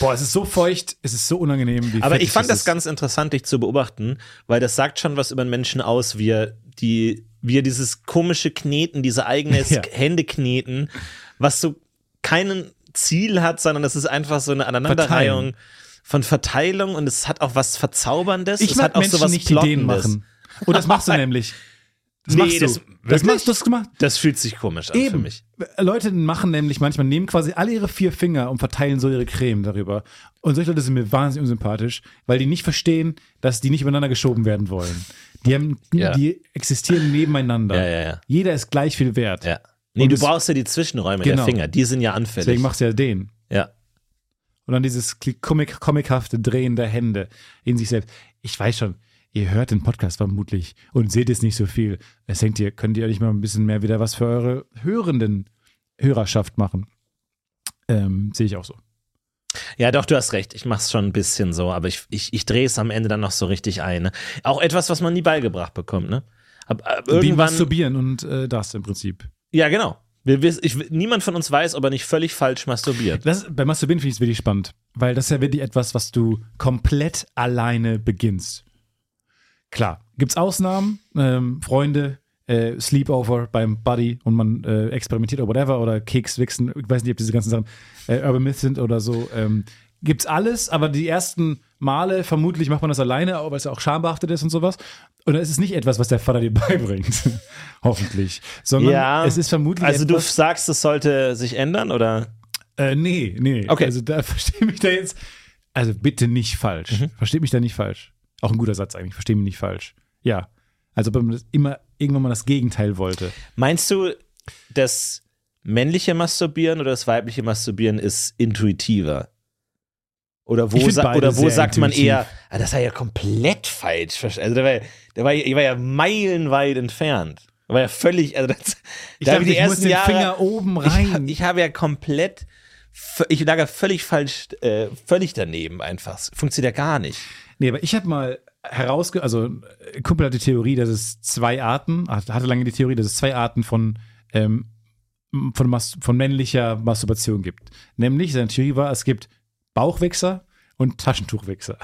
[SPEAKER 2] Boah, es ist so feucht, es ist so unangenehm. Wie
[SPEAKER 1] Aber
[SPEAKER 2] fettig
[SPEAKER 1] ich fand
[SPEAKER 2] es
[SPEAKER 1] das
[SPEAKER 2] ist.
[SPEAKER 1] ganz interessant, dich zu beobachten, weil das sagt schon was über einen Menschen aus, wie er, die, wie er dieses komische Kneten, diese eigene
[SPEAKER 2] (laughs) Ja.
[SPEAKER 1] Hände kneten, was so keinen Ziel hat, sondern das ist einfach so eine Aneinanderreihung von Verteilung und es hat auch was Verzauberndes.
[SPEAKER 2] Ich
[SPEAKER 1] es
[SPEAKER 2] mag
[SPEAKER 1] hat auch
[SPEAKER 2] Menschen
[SPEAKER 1] so was
[SPEAKER 2] nicht Ideen
[SPEAKER 1] Plottendes.
[SPEAKER 2] machen. Und
[SPEAKER 1] (laughs)
[SPEAKER 2] das machst du nämlich. Das
[SPEAKER 1] Nee,
[SPEAKER 2] machst du.
[SPEAKER 1] das-
[SPEAKER 2] das
[SPEAKER 1] wirklich?
[SPEAKER 2] machst du. Das gemacht.
[SPEAKER 1] Das fühlt sich komisch an für
[SPEAKER 2] Eben. Äh,
[SPEAKER 1] mich.
[SPEAKER 2] Leute machen nämlich manchmal, nehmen quasi alle ihre vier Finger und verteilen so ihre Creme darüber. Und solche Leute sind mir wahnsinnig unsympathisch, weil die nicht verstehen, dass die nicht übereinander geschoben werden wollen. Die, haben,
[SPEAKER 1] Ja.
[SPEAKER 2] die existieren nebeneinander.
[SPEAKER 1] Ja, ja, ja.
[SPEAKER 2] Jeder ist gleich viel wert.
[SPEAKER 1] Ja. Nee,
[SPEAKER 2] Und
[SPEAKER 1] du
[SPEAKER 2] es-
[SPEAKER 1] brauchst ja die Zwischenräume
[SPEAKER 2] Genau.
[SPEAKER 1] der Finger, die sind ja anfällig.
[SPEAKER 2] Deswegen machst du ja den.
[SPEAKER 1] ja.
[SPEAKER 2] Und dann dieses kli- comic, comichafte Drehen der Hände in sich selbst. Ich weiß schon, ihr hört den Podcast vermutlich und seht es nicht so viel. Es hängt ihr, könnt ihr nicht mal ein bisschen mehr wieder was für eure hörenden Hörerschaft machen. Ähm, Sehe ich auch so.
[SPEAKER 1] Ja, doch, du hast recht. Ich mach's schon ein bisschen so, aber ich, ich, ich drehe es am Ende dann noch so richtig ein. Ne? Auch etwas, was man nie beigebracht bekommt, ne? Ab, ab
[SPEAKER 2] Wie
[SPEAKER 1] irgendwann.
[SPEAKER 2] masturbieren und äh, das im Prinzip.
[SPEAKER 1] Ja, genau. Wir, wiss- ich, niemand von uns weiß, ob er nicht völlig falsch masturbiert.
[SPEAKER 2] Das, bei Masturbieren finde ich es wirklich spannend, weil das ist ja wirklich etwas, was du komplett alleine beginnst. Klar, gibt es Ausnahmen, ähm, Freunde, äh, Sleepover beim Buddy und man äh, experimentiert oder whatever oder Keks, Wichsen, ich weiß nicht, ob diese ganzen Sachen äh, Urban Myth sind oder so. Ähm, gibt's alles, aber die ersten Male vermutlich macht man das alleine, auch weil es ja auch schambehaftet ist und sowas. Oder es ist nicht etwas, was der Vater dir (laughs) beibringt, hoffentlich, sondern
[SPEAKER 1] Ja.
[SPEAKER 2] es ist vermutlich
[SPEAKER 1] Also, du
[SPEAKER 2] etwas,
[SPEAKER 1] sagst, es sollte sich ändern, oder?
[SPEAKER 2] äh, nee, nee.
[SPEAKER 1] Okay.
[SPEAKER 2] Also da (laughs) verstehe mich da jetzt. Also bitte nicht falsch.
[SPEAKER 1] Mhm.
[SPEAKER 2] Versteht mich da nicht falsch. Auch ein guter Satz eigentlich. Verstehe mich nicht falsch. Ja. Also ob man das immer irgendwann mal das Gegenteil wollte.
[SPEAKER 1] Meinst du, das männliche Masturbieren oder das weibliche Masturbieren ist intuitiver? Oder
[SPEAKER 2] Ich
[SPEAKER 1] wo,
[SPEAKER 2] find
[SPEAKER 1] sa
[SPEAKER 2] beide
[SPEAKER 1] oder wo
[SPEAKER 2] sehr
[SPEAKER 1] sagt man
[SPEAKER 2] intuitiv.
[SPEAKER 1] eher, ah, das war ja komplett falsch. verste- Also, der war, ja- der war, ja- ich war ja meilenweit entfernt. Der war ja völlig, also das,
[SPEAKER 2] Ich
[SPEAKER 1] da
[SPEAKER 2] dachte,
[SPEAKER 1] habe
[SPEAKER 2] ich muss den
[SPEAKER 1] Jahre-
[SPEAKER 2] Finger oben
[SPEAKER 1] (laughs) Ich, hab-
[SPEAKER 2] rein.
[SPEAKER 1] ich habe ja komplett, v- ich lag ja völlig falsch, äh, völlig daneben einfach. Es Funktioniert ja gar nicht.
[SPEAKER 2] Nee, aber ich habe mal herausge... Also ein Kumpel hatte die Theorie, dass es zwei Arten, hat- hatte lange die Theorie, dass es zwei Arten von, ähm, von, Mas von männlicher Masturbation gibt. Nämlich, seine Theorie war, es gibt Bauchwichser und Taschentuchwichser.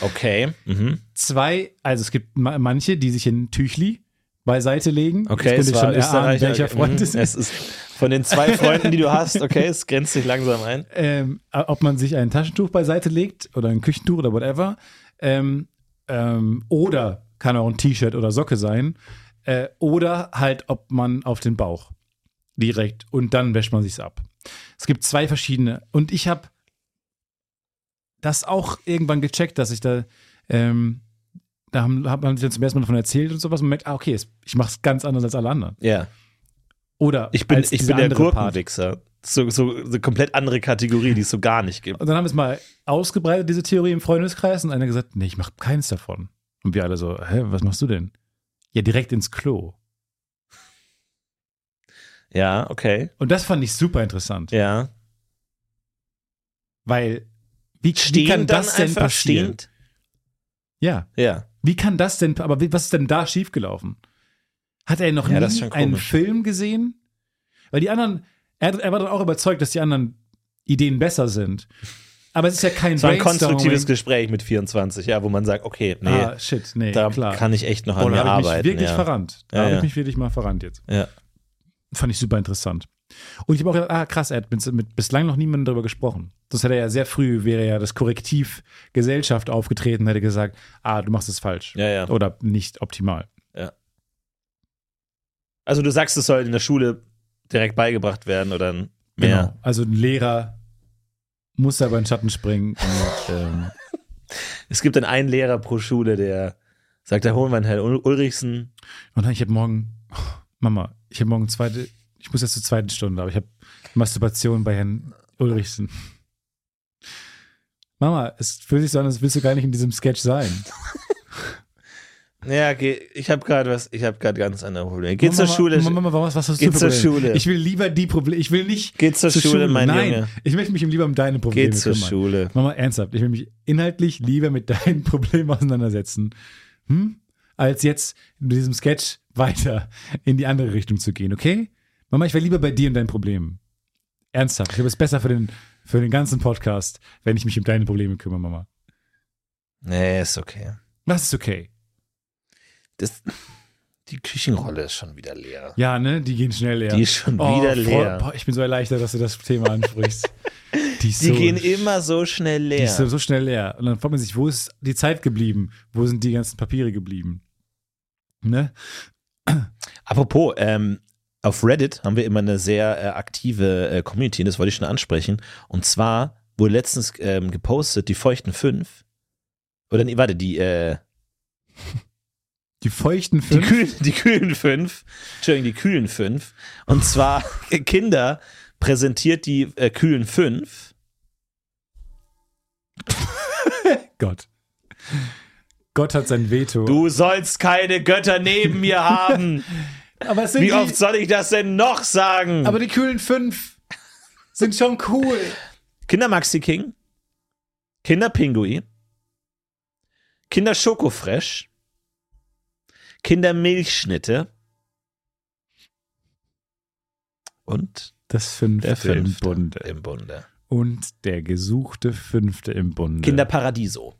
[SPEAKER 1] Okay. Mhm.
[SPEAKER 2] zwei, also es gibt ma- manche, die sich in Tüchli beiseite legen.
[SPEAKER 1] Okay,
[SPEAKER 2] das
[SPEAKER 1] es war
[SPEAKER 2] könnte ich schon erahnen,
[SPEAKER 1] Österreicher.
[SPEAKER 2] welcher Freund
[SPEAKER 1] Mhm.
[SPEAKER 2] es
[SPEAKER 1] es
[SPEAKER 2] ist.
[SPEAKER 1] ist. Von den zwei Freunden, die du hast, okay, es grenzt sich langsam ein.
[SPEAKER 2] Ähm, ob man sich ein Taschentuch beiseite legt oder ein Küchentuch oder whatever. Ähm, ähm, oder kann auch ein T-Shirt oder Socke sein. Äh, oder halt, ob man auf den Bauch direkt und dann wäscht man sich's ab. Es gibt zwei verschiedene. Und ich habe das auch irgendwann gecheckt, dass ich da, ähm, da haben, hat man sich dann zum ersten Mal davon erzählt und sowas. Man merkt, ah, okay, es- ich mache es ganz anders als alle anderen.
[SPEAKER 1] Ja.
[SPEAKER 2] Oder
[SPEAKER 1] Ich bin,
[SPEAKER 2] als
[SPEAKER 1] ich
[SPEAKER 2] diese
[SPEAKER 1] bin der
[SPEAKER 2] andere Part.
[SPEAKER 1] Gurkenwichser. So, so, so komplett andere Kategorie, die es so gar nicht gibt.
[SPEAKER 2] Und dann haben wir es mal ausgebreitet, diese Theorie im Freundeskreis, und einer gesagt, nee, ich mache keins davon. Und wir alle so, hä, was machst du denn? Ja, direkt ins Klo.
[SPEAKER 1] Ja, okay.
[SPEAKER 2] Und das fand ich super interessant,
[SPEAKER 1] Ja.
[SPEAKER 2] weil wie, wie
[SPEAKER 1] Stehen
[SPEAKER 2] kann
[SPEAKER 1] dann
[SPEAKER 2] das denn
[SPEAKER 1] einfach
[SPEAKER 2] passieren?
[SPEAKER 1] stehend?
[SPEAKER 2] Ja,
[SPEAKER 1] Ja.
[SPEAKER 2] wie kann das denn, aber wie, was ist denn da schiefgelaufen? Hat er noch
[SPEAKER 1] Ja, das ist
[SPEAKER 2] nie
[SPEAKER 1] schon
[SPEAKER 2] einen
[SPEAKER 1] komisch.
[SPEAKER 2] Film gesehen? Weil die anderen, er, er war dann auch überzeugt, dass die anderen Ideen besser sind. Aber es ist ja kein
[SPEAKER 1] Es war ein
[SPEAKER 2] Brainstorming.
[SPEAKER 1] konstruktives Gespräch mit 24, ja, wo man sagt, okay, nee,
[SPEAKER 2] Ah, shit, nee,
[SPEAKER 1] da
[SPEAKER 2] klar.
[SPEAKER 1] kann ich echt noch an
[SPEAKER 2] Boah,
[SPEAKER 1] mir
[SPEAKER 2] da habe ich
[SPEAKER 1] arbeiten.
[SPEAKER 2] mich wirklich
[SPEAKER 1] ja.
[SPEAKER 2] verrannt. Da
[SPEAKER 1] Ja,
[SPEAKER 2] habe
[SPEAKER 1] ja.
[SPEAKER 2] ich mich wirklich mal verrannt jetzt.
[SPEAKER 1] Ja.
[SPEAKER 2] Fand ich super interessant. Und ich habe auch gedacht, ah, krass, er hat mit, mit bislang noch niemandem darüber gesprochen. Sonst hätte er ja sehr früh, wäre ja das Korrektiv Gesellschaft aufgetreten, hätte gesagt, ah, du machst es falsch.
[SPEAKER 1] Ja, ja.
[SPEAKER 2] Oder nicht optimal.
[SPEAKER 1] Also du sagst, es soll in der Schule direkt beigebracht werden oder ein- mehr.
[SPEAKER 2] Genau. Also ein Lehrer muss da über den Schatten springen. Und, ähm,
[SPEAKER 1] Es gibt dann einen Lehrer pro Schule, der sagt, da holen wir einen Herrn Ul- Ulrichsen.
[SPEAKER 2] und dann, ich habe morgen, Mama, ich habe morgen zweite, ich muss jetzt zur zweiten Stunde, aber ich habe Masturbation bei Herrn Ulrichsen. Mama, es fühlt sich so an, als willst du gar nicht in diesem Sketch sein.
[SPEAKER 1] Ja, okay, ich habe gerade was, ich habe gerade ganz andere Probleme. Geh zur
[SPEAKER 2] Mama,
[SPEAKER 1] Schule.
[SPEAKER 2] Mama, Mama, was, was hast du
[SPEAKER 1] Geh
[SPEAKER 2] für
[SPEAKER 1] zur
[SPEAKER 2] Probleme?
[SPEAKER 1] Schule.
[SPEAKER 2] Ich will lieber die Probleme. Ich will nicht.
[SPEAKER 1] Geh zur Schule, mein
[SPEAKER 2] Nein,
[SPEAKER 1] Junge.
[SPEAKER 2] ich möchte mich lieber um deine Probleme
[SPEAKER 1] Geh zur
[SPEAKER 2] kümmern.
[SPEAKER 1] Schule.
[SPEAKER 2] Mama, ernsthaft, ich will mich inhaltlich lieber mit (laughs) deinen Problemen auseinandersetzen, hm? als jetzt mit diesem Sketch weiter in die andere Richtung zu gehen, okay? Mama, ich wäre lieber bei dir und deinen Problemen. Ernsthaft, ich glaube, es ist besser für den, für den ganzen Podcast, wenn ich mich um deine Probleme kümmere, Mama.
[SPEAKER 1] Nee, ist okay.
[SPEAKER 2] Das ist okay.
[SPEAKER 1] Das, die Küchenrolle ist schon wieder leer.
[SPEAKER 2] Ja, ne? Die gehen schnell leer.
[SPEAKER 1] Die ist schon
[SPEAKER 2] Oh,
[SPEAKER 1] wieder
[SPEAKER 2] voll-
[SPEAKER 1] leer.
[SPEAKER 2] boah, ich bin so erleichtert, dass du das
[SPEAKER 1] (laughs)
[SPEAKER 2] Thema ansprichst. Die, ist
[SPEAKER 1] die
[SPEAKER 2] so,
[SPEAKER 1] gehen immer so schnell
[SPEAKER 2] die
[SPEAKER 1] leer.
[SPEAKER 2] ist so, so schnell leer. Und dann fragt man sich, wo ist die Zeit geblieben? Wo sind die ganzen Papiere geblieben? Ne?
[SPEAKER 1] Apropos, ähm, auf Reddit haben wir immer eine sehr äh, aktive äh, Community, und das wollte ich schon ansprechen. Und zwar wurde letztens ähm, gepostet, die feuchten fünf. Oder nee, warte, die, äh,
[SPEAKER 2] Die feuchten
[SPEAKER 1] die,
[SPEAKER 2] fünf.
[SPEAKER 1] kühlen, die kühlen fünf. Entschuldigung, die kühlen fünf. Und zwar (laughs) Kinder präsentiert die äh, kühlen fünf.
[SPEAKER 2] Gott. Gott hat sein Veto.
[SPEAKER 1] Du sollst keine Götter neben mir
[SPEAKER 2] (laughs)
[SPEAKER 1] haben.
[SPEAKER 2] aber, es sind
[SPEAKER 1] Wie
[SPEAKER 2] die,
[SPEAKER 1] oft soll ich das denn noch sagen?
[SPEAKER 2] aber die kühlen fünf sind schon cool.
[SPEAKER 1] Kinder Maxi King, Kinder Pingui, Kinder Schokofresh, Kinder Milchschnitte und
[SPEAKER 2] Das fünfte,
[SPEAKER 1] der
[SPEAKER 2] im
[SPEAKER 1] fünfte
[SPEAKER 2] Bunde. Ne.
[SPEAKER 1] im Bunde.
[SPEAKER 2] Und der gesuchte fünfte im Bunde.
[SPEAKER 1] Kinder Paradiso.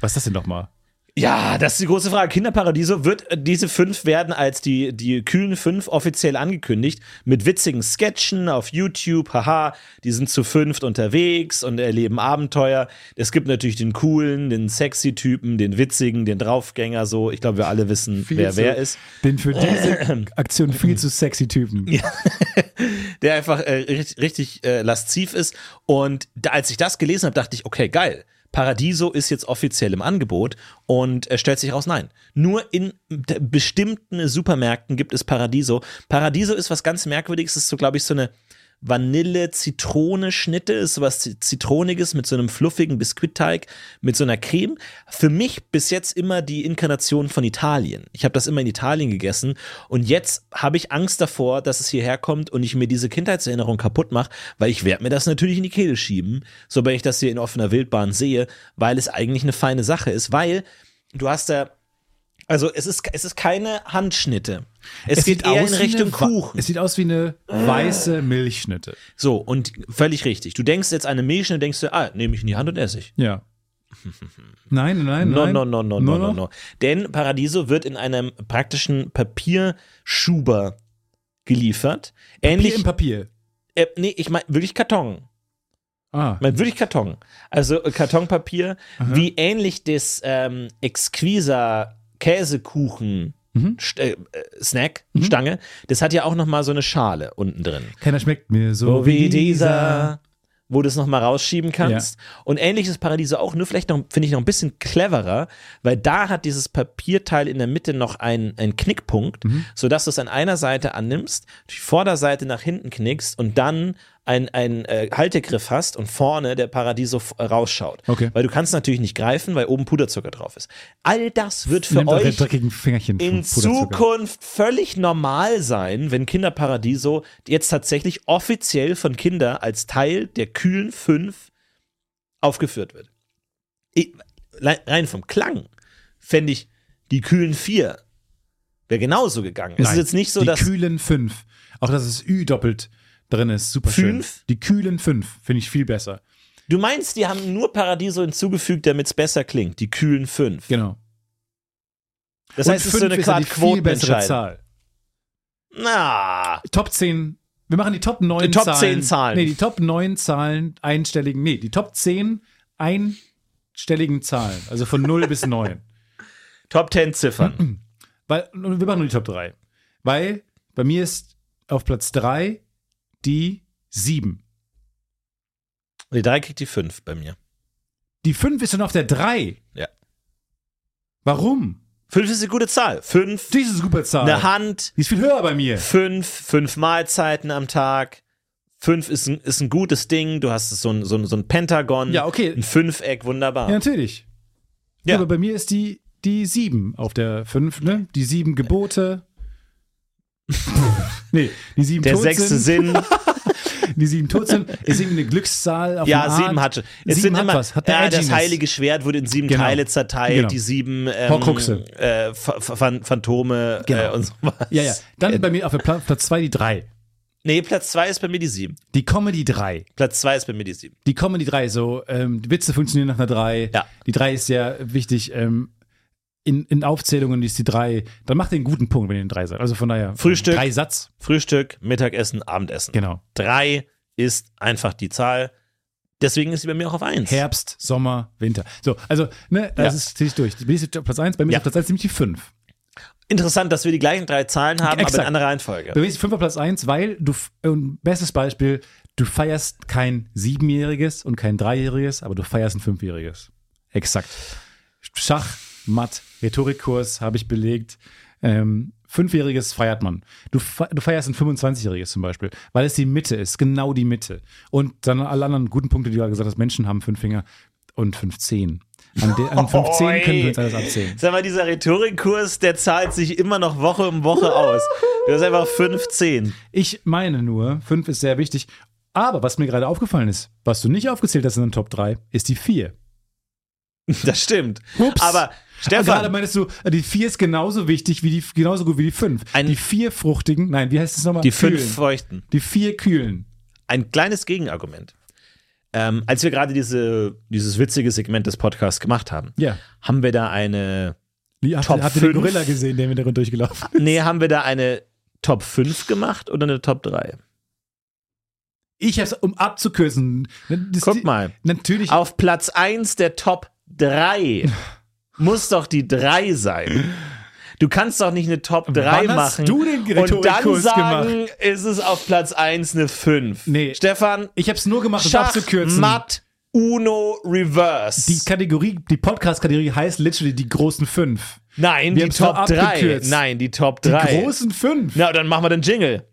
[SPEAKER 2] Was ist das denn nochmal?
[SPEAKER 1] Ja, das ist die große Frage. Kinderparadiso wird äh, diese fünf werden als die, die kühlen fünf offiziell angekündigt mit witzigen Sketchen auf YouTube. Haha, die sind zu fünft unterwegs und erleben Abenteuer. Es gibt natürlich den coolen, den sexy Typen, den witzigen, den Draufgänger. So, ich glaube, wir alle wissen,
[SPEAKER 2] Viel
[SPEAKER 1] wer
[SPEAKER 2] zu-
[SPEAKER 1] wer ist.
[SPEAKER 2] Den für
[SPEAKER 1] (clears throat)
[SPEAKER 2] diese Aktion viel zu sexy Typen.
[SPEAKER 1] der einfach äh, richtig, richtig äh, lasziv ist. Und da, als ich das gelesen habe, dachte ich, okay, geil. Paradiso ist jetzt offiziell im Angebot und äh, stellt sich raus, nein. Nur in d- bestimmten Supermärkten gibt es Paradiso. Paradiso ist was ganz Merkwürdiges, ist so, glaube ich, so eine Vanille-Zitrone-Schnitte, ist sowas Zi- Zitroniges mit so einem fluffigen Biskuitteig, mit so einer Creme. Für mich bis jetzt immer die Inkarnation von Italien. Ich habe das immer in Italien gegessen und jetzt habe ich Angst davor, dass es hierher kommt und ich mir diese Kindheitserinnerung kaputt mache, weil ich werde mir das natürlich in die Kehle schieben, so wenn ich das hier in offener Wildbahn sehe, weil es eigentlich eine feine Sache ist, weil du hast da also es ist, es ist keine Handschnitte. Es, geht
[SPEAKER 2] sieht
[SPEAKER 1] eher
[SPEAKER 2] aus
[SPEAKER 1] in
[SPEAKER 2] wie
[SPEAKER 1] Richtung
[SPEAKER 2] eine, Wa-
[SPEAKER 1] Kuchen.
[SPEAKER 2] Es sieht aus wie eine weiße Milchschnitte.
[SPEAKER 1] So, und völlig richtig. Du denkst jetzt an eine Milchschnitte, denkst du, ah, nehme ich in die Hand und esse ich.
[SPEAKER 2] Ja. Nein, nein,
[SPEAKER 1] No,
[SPEAKER 2] nein.
[SPEAKER 1] no, no, no, no,
[SPEAKER 2] Nur
[SPEAKER 1] no,
[SPEAKER 2] noch?
[SPEAKER 1] no. Denn Paradiso wird in einem praktischen Papierschuber geliefert.
[SPEAKER 2] Papier
[SPEAKER 1] Ähnlich,
[SPEAKER 2] im Papier.
[SPEAKER 1] äh, nee, ich meine wirklich Karton.
[SPEAKER 2] Ah,
[SPEAKER 1] Ich meine wirklich Karton. Also äh, Kartonpapier, wie ähnlich des ähm, Exquisa Käsekuchen
[SPEAKER 2] Mhm.
[SPEAKER 1] St äh, äh, Snack, Stange. Das hat ja auch noch mal so eine Schale unten drin.
[SPEAKER 2] keiner schmeckt mir so,
[SPEAKER 1] So wie dieser, wo du es nochmal rausschieben kannst. Und ähnlich ist Paradiso auch, nur vielleicht noch, finde ich noch ein bisschen cleverer, weil da hat dieses Papierteil in der Mitte noch einen, einen Knickpunkt, sodass du es an einer Seite annimmst, die Vorderseite nach hinten knickst und dann einen äh, Haltegriff hast und vorne der Paradiso f- äh, rausschaut.
[SPEAKER 2] Okay.
[SPEAKER 1] Weil du kannst natürlich nicht greifen, weil oben Puderzucker drauf ist. All das wird für
[SPEAKER 2] Nimmt eure
[SPEAKER 1] euch
[SPEAKER 2] dreckigen Fingerchen von
[SPEAKER 1] in
[SPEAKER 2] Puderzucker.
[SPEAKER 1] Zukunft völlig normal sein, wenn Kinderparadiso jetzt tatsächlich offiziell von Kinder als Teil der kühlen Fünf aufgeführt wird. Ich, le- rein vom Klang fände ich die kühlen Vier wäre genauso gegangen. Es ist
[SPEAKER 2] Nein,
[SPEAKER 1] jetzt nicht so,
[SPEAKER 2] die
[SPEAKER 1] dass
[SPEAKER 2] kühlen fünf. Auch dass es Ü doppelt drin ist, super schön.
[SPEAKER 1] Fünf?
[SPEAKER 2] Die kühlen fünf finde ich viel besser.
[SPEAKER 1] Du meinst, die haben nur Paradiso hinzugefügt, damit es besser klingt, die kühlen fünf.
[SPEAKER 2] Genau.
[SPEAKER 1] Das heißt, es ist
[SPEAKER 2] fünf
[SPEAKER 1] so eine
[SPEAKER 2] ja
[SPEAKER 1] Quart Quotenentscheidung.
[SPEAKER 2] Zahl.
[SPEAKER 1] Na,
[SPEAKER 2] Top 10. Wir machen die Top 9
[SPEAKER 1] Die Top
[SPEAKER 2] Zahlen.
[SPEAKER 1] 10 Zahlen.
[SPEAKER 2] Nee, die Top 9 Zahlen einstelligen. Nee, die Top 10 einstelligen Zahlen. Also von 0 (laughs) bis 9.
[SPEAKER 1] Top 10 Ziffern.
[SPEAKER 2] (clears throat) Weil, und wir machen nur die Top 3. Weil bei mir ist auf Platz 3 die 7.
[SPEAKER 1] Die drei kriegt die fünf bei mir.
[SPEAKER 2] Die 5 ist dann auf der 3.
[SPEAKER 1] Ja.
[SPEAKER 2] Warum?
[SPEAKER 1] Fünf ist eine gute Zahl. Fünf,
[SPEAKER 2] Das ist eine super Zahl.
[SPEAKER 1] eine Hand,
[SPEAKER 2] die ist viel höher bei mir.
[SPEAKER 1] fünf, fünf Mahlzeiten am Tag. Fünf ist ein, ist ein gutes Ding. Du hast so ein, so ein, so ein Pentagon.
[SPEAKER 2] Ja, okay.
[SPEAKER 1] Ein Fünfeck, wunderbar.
[SPEAKER 2] Ja, natürlich.
[SPEAKER 1] Ja.
[SPEAKER 2] Aber bei mir ist die, die 7 auf der 5, ne? Die
[SPEAKER 1] (laughs)
[SPEAKER 2] 7 Gebote. nee, die 7
[SPEAKER 1] Der
[SPEAKER 2] tot
[SPEAKER 1] sechste
[SPEAKER 2] sind. (laughs)
[SPEAKER 1] Sinn.
[SPEAKER 2] Die 7
[SPEAKER 1] (laughs)
[SPEAKER 2] tot sind. Ist eben eine Glückszahl auf
[SPEAKER 1] Ja,
[SPEAKER 2] eine
[SPEAKER 1] sieben
[SPEAKER 2] Art.
[SPEAKER 1] hatte. Es
[SPEAKER 2] Sieben
[SPEAKER 1] sind
[SPEAKER 2] hat
[SPEAKER 1] immer,
[SPEAKER 2] was, hat eine
[SPEAKER 1] ja, das
[SPEAKER 2] Edginess.
[SPEAKER 1] heilige Schwert wurde in sieben
[SPEAKER 2] Genau.
[SPEAKER 1] Teile zerteilt,
[SPEAKER 2] Genau.
[SPEAKER 1] die sieben ähm,
[SPEAKER 2] Horcruxe.
[SPEAKER 1] äh, Ph- Ph- Phan- Phantome
[SPEAKER 2] Genau.
[SPEAKER 1] äh, und so was.
[SPEAKER 2] Ja, ja. Dann bei mir auf der Pla Platz 2 die 3.
[SPEAKER 1] Nee, Platz zwei ist bei mir die sieben.
[SPEAKER 2] Die Comedy 3.
[SPEAKER 1] Platz zwei ist bei mir die sieben.
[SPEAKER 2] Die Comedy 3, so, ähm, die Witze funktionieren nach einer 3.
[SPEAKER 1] Ja.
[SPEAKER 2] Die 3 ist ja wichtig. Ähm, in, in Aufzählungen ist die 3. Dann macht ihr einen guten Punkt, wenn ihr eine 3 seid. Also von daher.
[SPEAKER 1] Frühstück.
[SPEAKER 2] Drei Satz.
[SPEAKER 1] Frühstück, Mittagessen, Abendessen.
[SPEAKER 2] Genau.
[SPEAKER 1] Drei ist einfach die Zahl. Deswegen ist sie bei mir auch auf eins.
[SPEAKER 2] Herbst, Sommer, Winter. So, also, ne, das
[SPEAKER 1] Ja.
[SPEAKER 2] ist ziemlich durch. Bei mir ist Platz 1, bei mir
[SPEAKER 1] Ja.
[SPEAKER 2] ist auf Platz 1 nämlich die 5.
[SPEAKER 1] Interessant, dass wir die gleichen drei Zahlen haben, aber
[SPEAKER 2] Exakt.
[SPEAKER 1] in anderer Reihenfolge.
[SPEAKER 2] Bei mir ist die 5 auf Platz 1, weil du, f- äh, und bestes Beispiel, du feierst kein Siebenjähriges und kein Dreijähriges, aber du feierst ein Fünfjähriges. Exakt. Schach, Matt, Rhetorikkurs habe ich belegt. Ähm, Fünfjähriges feiert man. Du, fe- du feierst ein 25-Jähriges zum Beispiel, weil es die Mitte ist, genau die Mitte. Und dann alle anderen guten Punkte, die du gerade gesagt hast, Menschen haben fünf Finger und fünf Zehen. An, de, an fünf Zehen können wir uns alles abzählen.
[SPEAKER 1] Sag mal, dieser Rhetorikkurs, der zahlt sich immer noch Woche um Woche aus. Du hast einfach 15.
[SPEAKER 2] Ich meine nur, 5 ist sehr wichtig. Aber was mir gerade aufgefallen ist, was du nicht aufgezählt hast in den Top 3, ist die 4.
[SPEAKER 1] (laughs) Das stimmt.
[SPEAKER 2] Ups.
[SPEAKER 1] Aber
[SPEAKER 2] Gerade
[SPEAKER 1] Stefan,
[SPEAKER 2] meinst du, die 4 ist genauso wichtig wie die, genauso gut wie die 5.
[SPEAKER 1] Ein-
[SPEAKER 2] Die 4 fruchtigen, nein, wie heißt es nochmal?
[SPEAKER 1] die fünf
[SPEAKER 2] Kühlen.
[SPEAKER 1] Feuchten.
[SPEAKER 2] Die 4 kühlen.
[SPEAKER 1] ein kleines Gegenargument. Ähm, als wir gerade diese, dieses witzige Segment des Podcasts gemacht haben,
[SPEAKER 2] Ja.
[SPEAKER 1] haben wir da eine,
[SPEAKER 2] Wie, habt
[SPEAKER 1] Top
[SPEAKER 2] ihr, habt ihr den
[SPEAKER 1] fünf?
[SPEAKER 2] Gorilla gesehen, der im Hintergrund durchgelaufen ist?
[SPEAKER 1] nee, haben wir da eine Top 5 gemacht oder eine Top 3?
[SPEAKER 2] Ich hab's, um abzukürzen. Das-
[SPEAKER 1] Guck mal.
[SPEAKER 2] Natürlich.
[SPEAKER 1] Auf Platz 1 der Top
[SPEAKER 2] (laughs)
[SPEAKER 1] 3 muss doch die 3 sein. Du kannst doch nicht eine Top 3
[SPEAKER 2] Wann hast
[SPEAKER 1] machen.
[SPEAKER 2] du den
[SPEAKER 1] und dann
[SPEAKER 2] Rhetorikkurs
[SPEAKER 1] sagen, ist es auf Platz 1 eine 5.
[SPEAKER 2] Nee.
[SPEAKER 1] Stefan,
[SPEAKER 2] ich hab's nur gemacht, um
[SPEAKER 1] Schach,
[SPEAKER 2] abzukürzen.
[SPEAKER 1] Matt, Uno, Reverse.
[SPEAKER 2] Die Kategorie, die Podcast-Kategorie heißt literally die großen 5.
[SPEAKER 1] Nein,
[SPEAKER 2] Wir
[SPEAKER 1] die
[SPEAKER 2] haben's voll
[SPEAKER 1] Top 3.
[SPEAKER 2] abgekürzt.
[SPEAKER 1] Nein, die Top
[SPEAKER 2] Die
[SPEAKER 1] 3.
[SPEAKER 2] großen 5.
[SPEAKER 1] Na, dann machen wir den Jingle.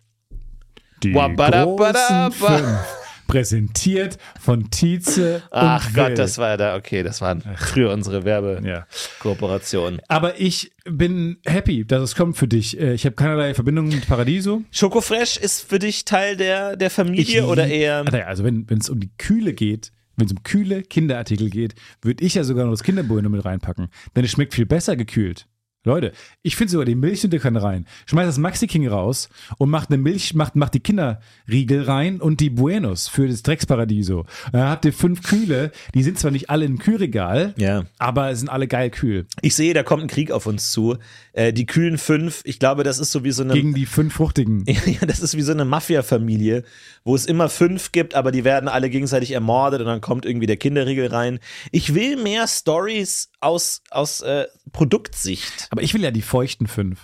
[SPEAKER 2] Die
[SPEAKER 1] Wabadabadaba.
[SPEAKER 2] großen fünf. Präsentiert von Tietze
[SPEAKER 1] Ach
[SPEAKER 2] und Will.
[SPEAKER 1] Gott, das war ja da. Okay, das waren früher unsere
[SPEAKER 2] Ja.
[SPEAKER 1] Werbekooperationen.
[SPEAKER 2] Aber ich bin happy, dass es kommt für dich. Äh, Ich habe keinerlei Verbindung mit Paradiso.
[SPEAKER 1] Schokofresh ist für dich Teil der, der
[SPEAKER 2] Ich
[SPEAKER 1] Familie oder eher.
[SPEAKER 2] Naja, Also wenn es um die Kühle geht, wenn es um kühle Kinderartikel geht, würde ich ja sogar noch das Kinderbueno mit reinpacken. Denn es schmeckt viel besser gekühlt. Leute, ich finde sogar die Milchsünde kann rein. Schmeißt das Maxi King raus und macht eine Milch, macht, macht die Kinderriegel rein und die Buenos für das Drecksparadieso. Dann habt ihr fünf Kühle, die sind zwar nicht alle im Kühlregal,
[SPEAKER 1] Ja.
[SPEAKER 2] aber sind alle geil kühl.
[SPEAKER 1] Ich sehe, da kommt ein Krieg auf uns zu. Äh, die kühlen fünf, ich glaube, das ist so wie so eine.
[SPEAKER 2] Gegen die fünf fruchtigen.
[SPEAKER 1] (laughs) ja, das ist wie so eine Mafia-Familie, wo es immer fünf gibt, aber die werden alle gegenseitig ermordet und dann kommt irgendwie der Kinderriegel rein. Ich will mehr Stories aus, aus äh, Produktsicht.
[SPEAKER 2] Aber ich will ja die feuchten fünf.